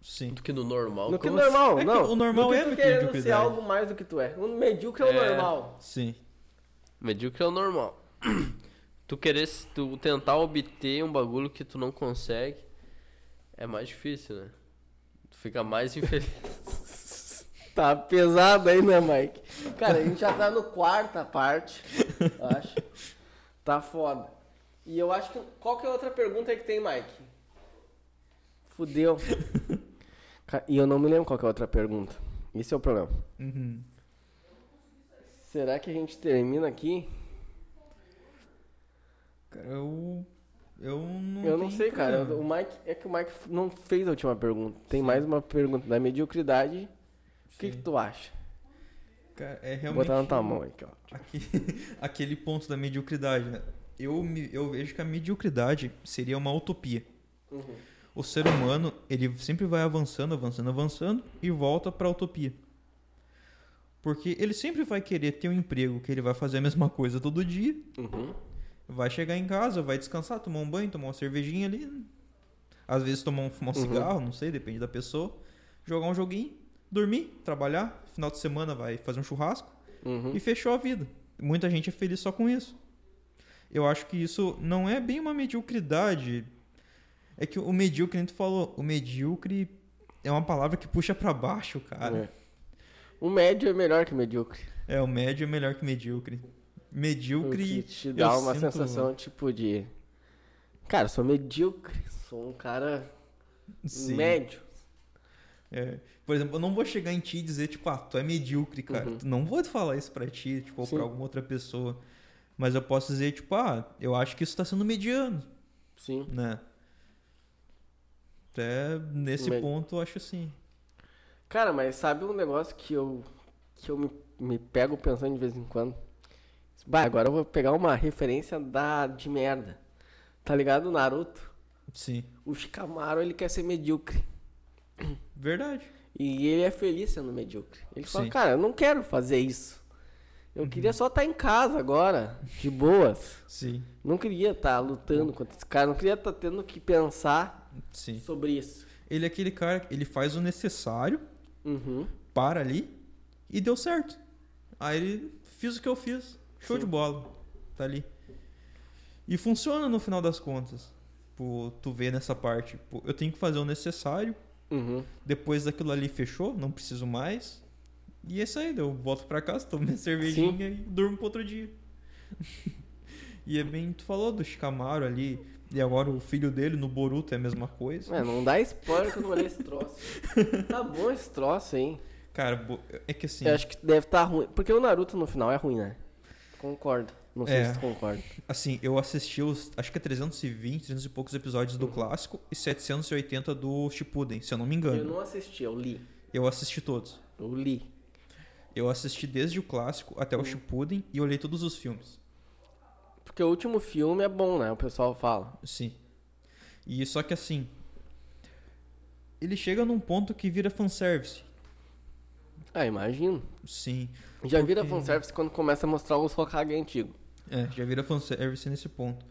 C: Sim.
A: Do que no normal.
B: No que
A: como
B: no normal,
C: É que
B: não.
C: o normal
B: do que
C: é
B: tu querendo ser
C: mediocridade.
B: algo mais do que tu é. O medíocre é o
A: É.
B: normal.
C: Sim.
A: assim? Medíocre é o normal. tu querer, se- tu tentar obter um bagulho que tu não consegue, é mais difícil, né? Tu fica mais infeliz.
B: Tá pesado aí, né, Mike? Cara, a gente já tá no quarta parte, eu acho. Tá foda. E eu acho que. Qual que é a outra pergunta aí que tem, Mike? Fudeu. Ca- E eu não me lembro qual que é a outra pergunta. Esse é o problema.
C: Uhum.
B: Será que a gente termina aqui?
C: Cara, eu. Eu não.
B: eu não
C: tenho
B: sei, cara.
C: problema.
B: O Mike. É que o Mike não fez a última pergunta. Tem mais uma pergunta da mediocridade. O que, que tu acha?
C: Cara, é
B: Vou
C: realmente.
B: botar na tua mão aqui, ó.
C: aque- aquele ponto da mediocridade, né? Eu, me- eu vejo que a mediocridade seria uma utopia.
B: Uhum.
C: O ser humano, ele sempre vai avançando, avançando, avançando e volta pra utopia. Porque ele sempre vai querer ter um emprego que ele vai fazer a mesma coisa todo dia.
B: Uhum.
C: Vai chegar em casa, vai descansar, tomar um banho, tomar uma cervejinha ali. Às vezes tomar um, fumar um
B: Uhum.
C: cigarro, não sei, depende da pessoa. Jogar um joguinho, dormir, trabalhar. Final de semana vai fazer um churrasco
B: Uhum.
C: e fechou a vida. Muita gente é feliz só com isso. Eu acho que isso não é bem uma mediocridade. É que o medíocre, nem tu falou, o medíocre é uma palavra que puxa pra baixo, cara.
B: É. O médio é melhor que o medíocre.
C: É, o médio é melhor que medíocre.
B: O que
C: Medíocre.
B: te
C: eu
B: dá uma
C: sinto-
B: sensação tipo de. Cara, eu sou medíocre, sou um cara
C: Sim.
B: médio.
C: É, Por exemplo, eu não vou chegar em ti e dizer, tipo, ah, tu é medíocre, cara.
B: Uhum.
C: Tu Não vou falar isso pra ti, tipo, ou
B: Sim.
C: pra alguma outra pessoa. Mas eu posso dizer, tipo, ah, eu acho que isso tá sendo mediano,
B: Sim.
C: né? Até nesse
B: Me-
C: ponto, eu acho assim. sim.
B: Cara, mas sabe um negócio que eu, que eu me, me pego pensando de vez em quando? Bah, agora eu vou pegar uma referência da, de merda. Tá ligado, Naruto?
C: Sim.
B: O Shikamaru, ele quer ser medíocre.
C: Verdade.
B: E ele é feliz sendo medíocre. Ele fala,
C: Sim. Uhum.
B: cara, eu não quero fazer isso. Eu queria só estar em casa agora, de boas.
C: Sim.
B: Não queria estar
C: Uhum.
B: lutando contra esse cara, não queria estar tendo que pensar
C: Sim.
B: sobre isso.
C: Ele é aquele cara que ele faz o necessário,
B: Uhum.
C: para ali e deu certo. Aí ele fiz o que eu fiz. Show
B: Sim.
C: de bola. Tá ali. E funciona no final das contas. Pô, tu vê nessa parte. Pô, eu tenho que fazer o necessário.
B: Uhum.
C: Depois daquilo ali fechou, não preciso mais. E é isso aí, eu volto pra casa, tomo minha cervejinha e durmo pro outro dia. E é bem, tu falou do Camaro ali, e agora o filho dele no Boruto é a mesma coisa.
B: É, não dá spoiler que eu vou ler esse troço. Tá bom esse troço, hein?
C: Cara, bo- é que assim,
B: Eu acho que deve estar ruim. Porque o Naruto no final é ruim, né? Concordo. Não sei
C: É.
B: se tu concorda.
C: assim, eu assisti os, acho que é 320, 300 e poucos episódios do clássico e 780 do Shippuden, se eu não me engano.
B: Eu não assisti, eu li.
C: Eu assisti todos.
B: Eu li.
C: Eu assisti desde o clássico até o Shippuden e olhei todos os filmes.
B: Porque o último filme é bom, né? O pessoal fala.
C: Sim. E só que assim, ele chega num ponto que vira fanservice.
B: Ah, imagino.
C: Sim.
B: Já vira
C: Porque-
B: fanservice quando começa a mostrar os Hokage antigo.
C: É, já vira fanservice nesse ponto.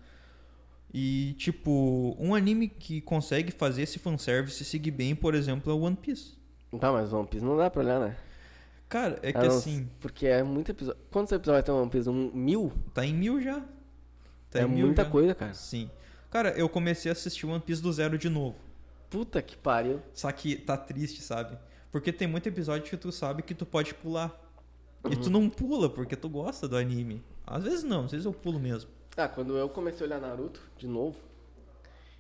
C: E, tipo, um anime que consegue fazer esse fanservice seguir bem, por exemplo, é o One Piece.
B: Tá, mas One Piece não dá pra olhar, né?
C: Cara, é que
B: Ah, não,
C: assim,
B: Porque é muito episódio. Quantos episódios tem One Piece? Um mil?
C: tá em mil já. Tá
B: é
C: em mil
B: muita
C: já.
B: coisa, cara.
C: Sim. Cara, eu comecei a assistir One Piece do zero de novo.
B: Puta que pariu.
C: Só que tá triste, sabe? Porque tem muito episódio que tu sabe que tu pode pular. E tu não pula, porque tu gosta do anime. Às vezes não, às vezes eu pulo mesmo.
B: Ah, quando eu comecei a olhar Naruto de novo,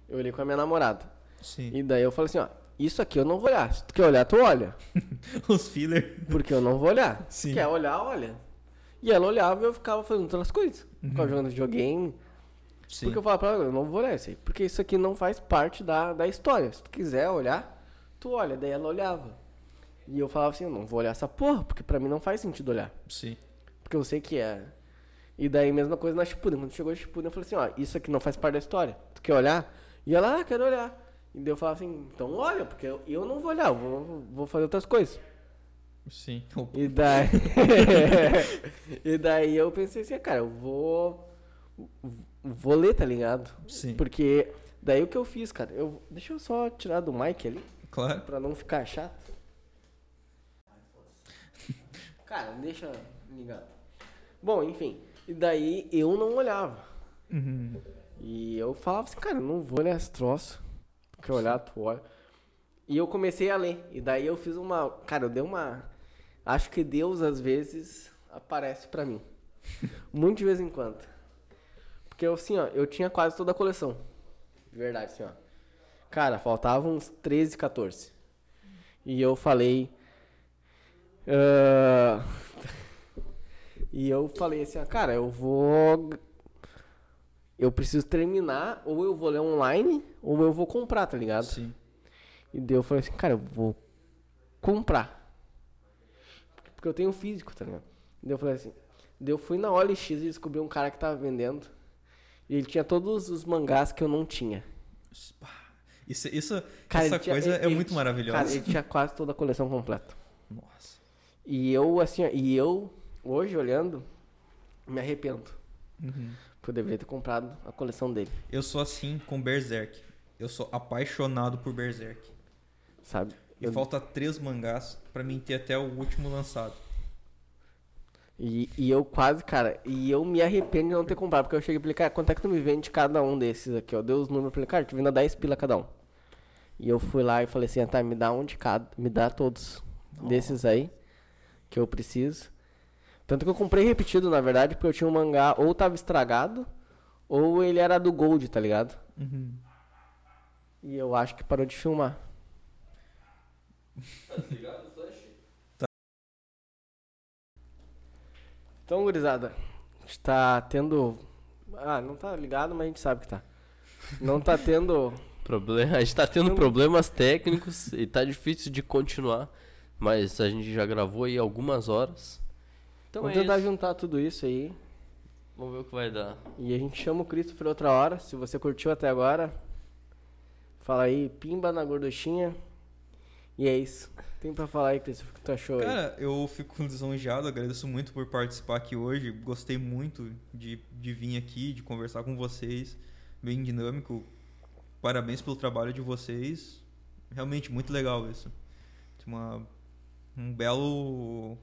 B: eu olhei com a minha namorada.
C: Sim.
B: E daí eu falei assim, ó, isso aqui eu não vou olhar. Se tu quer olhar, tu olha.
C: Os filler.
B: Porque eu não vou olhar.
C: Sim.
B: Se quer olhar, olha. E ela olhava e eu ficava fazendo outras coisas. Ficava
C: Uhum.
B: jogando videogame.
C: Sim.
B: Porque eu falava pra ela, eu não vou olhar isso aí. Porque isso aqui não faz parte da, da história. Se tu quiser olhar, tu olha. Daí ela olhava. E eu falava assim, eu não vou olhar essa porra, porque pra mim não faz sentido olhar.
C: Sim.
B: Porque eu sei que é. E daí, mesma coisa na Shippuden. Quando chegou a Shippuden, eu falei assim, ó, isso aqui não faz parte da história. Tu quer olhar? E ela, ah, quero olhar. E daí eu falava assim, então olha, porque eu, eu não vou olhar, eu vou, vou fazer outras coisas.
C: Sim.
B: E daí... e daí eu pensei assim, cara, eu vou... Vou ler, tá ligado?
C: Sim.
B: Porque daí o que eu fiz, cara, eu... Deixa eu só tirar do mic ali,
C: Claro.
B: pra não ficar chato. Cara, deixa ligado. Bom, enfim. E daí eu não olhava.
C: Uhum.
B: E eu falava assim, cara, eu não vou olhar esse troço. Porque olhar, tu olha. E eu comecei a ler. E daí eu fiz uma. Cara, eu dei uma. Acho que Deus às vezes aparece pra mim. Muito de vez em quando. Porque eu, assim, ó, eu tinha quase toda a coleção. De verdade, assim, ó. Cara, faltavam uns 13, 14. E eu falei. ah, e eu falei assim, ó, cara, eu vou eu preciso terminar, ou eu vou ler online, ou eu vou comprar, tá ligado?
C: Sim.
B: E daí eu falei assim, cara, eu vou comprar. Porque eu tenho físico, tá ligado? Daí eu falei assim, daí eu fui na OLX e descobri um cara que tava vendendo. E ele tinha todos os mangás que eu não tinha.
C: Pá. Isso, isso,
B: Cara,
C: essa
B: ele tinha-
C: coisa
B: ele-
C: é
B: ele
C: muito
B: tinha-
C: maravilhosa.
B: Cara, ele tinha quase toda a coleção completa.
C: Nossa.
B: E eu, assim, ó, e eu, hoje olhando, me arrependo.
C: Uhum.
B: Porque eu deveria ter comprado a coleção dele,
C: Eu sou assim com Berserk. Eu sou apaixonado por Berserk.
B: sabe?
C: E
B: Eu-
C: falta três mangás pra mim ter até o último lançado.
B: E, e eu quase, cara, e eu me arrependo de não ter comprado, porque eu cheguei pra ele, cara, quanto é que tu me vende cada um desses aqui, ó? Deu os números pra ele, cara, te vendo a 10 pila cada um. E eu fui lá e falei assim, ah, tá, me dá um de cada, me dá todos desses aí, que eu preciso. Tanto que eu comprei repetido, na verdade, porque eu tinha um mangá, ou tava estragado, ou ele era do Gold, tá ligado?
C: Uhum.
B: E eu acho que parou de filmar. Então, gurizada, a gente tá tendo. Ah, não tá ligado, mas a gente sabe que tá. Não tá tendo.
A: Problema, a gente tá tendo problemas técnicos e tá difícil de continuar, mas a gente já gravou aí algumas horas. Então
B: Vamos
A: é
B: tentar
A: isso.
B: juntar tudo isso aí.
A: Vamos ver o que vai dar.
B: E a gente chama o Christopher outra hora. Se você curtiu até agora, fala aí, pimba na gorduchinha. E é isso. Tem pra falar aí, Christopher, o que tu achou aí?
C: Cara, eu fico lisonjeado, agradeço muito por participar aqui hoje. Gostei muito de, de vir aqui, de conversar com vocês. Bem dinâmico. Parabéns pelo trabalho de vocês. Realmente muito legal isso. Tem Uma, um belo.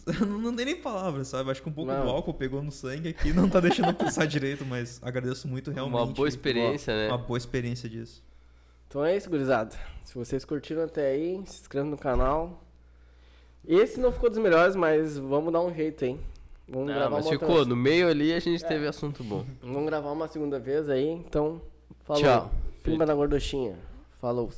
C: Não tem nem palavra, sabe? Acho que um pouco
B: Não.
C: do álcool pegou no sangue aqui, não tá deixando eu pensar direito, mas agradeço muito realmente.
A: Uma boa experiência, né?
C: Uma boa experiência disso.
B: Então é isso, gurizada. Se vocês curtiram até aí, se inscreve no canal. Esse não ficou dos melhores, mas vamos dar um jeito, hein? Vamos
A: Ah,
B: gravar
A: mas
B: uma outra É.
A: ficou. No meio ali a gente teve assunto bom.
B: Vamos gravar uma segunda vez aí, então. Falou.
A: Tchau.
B: Pimba na gorduchinha. Falou.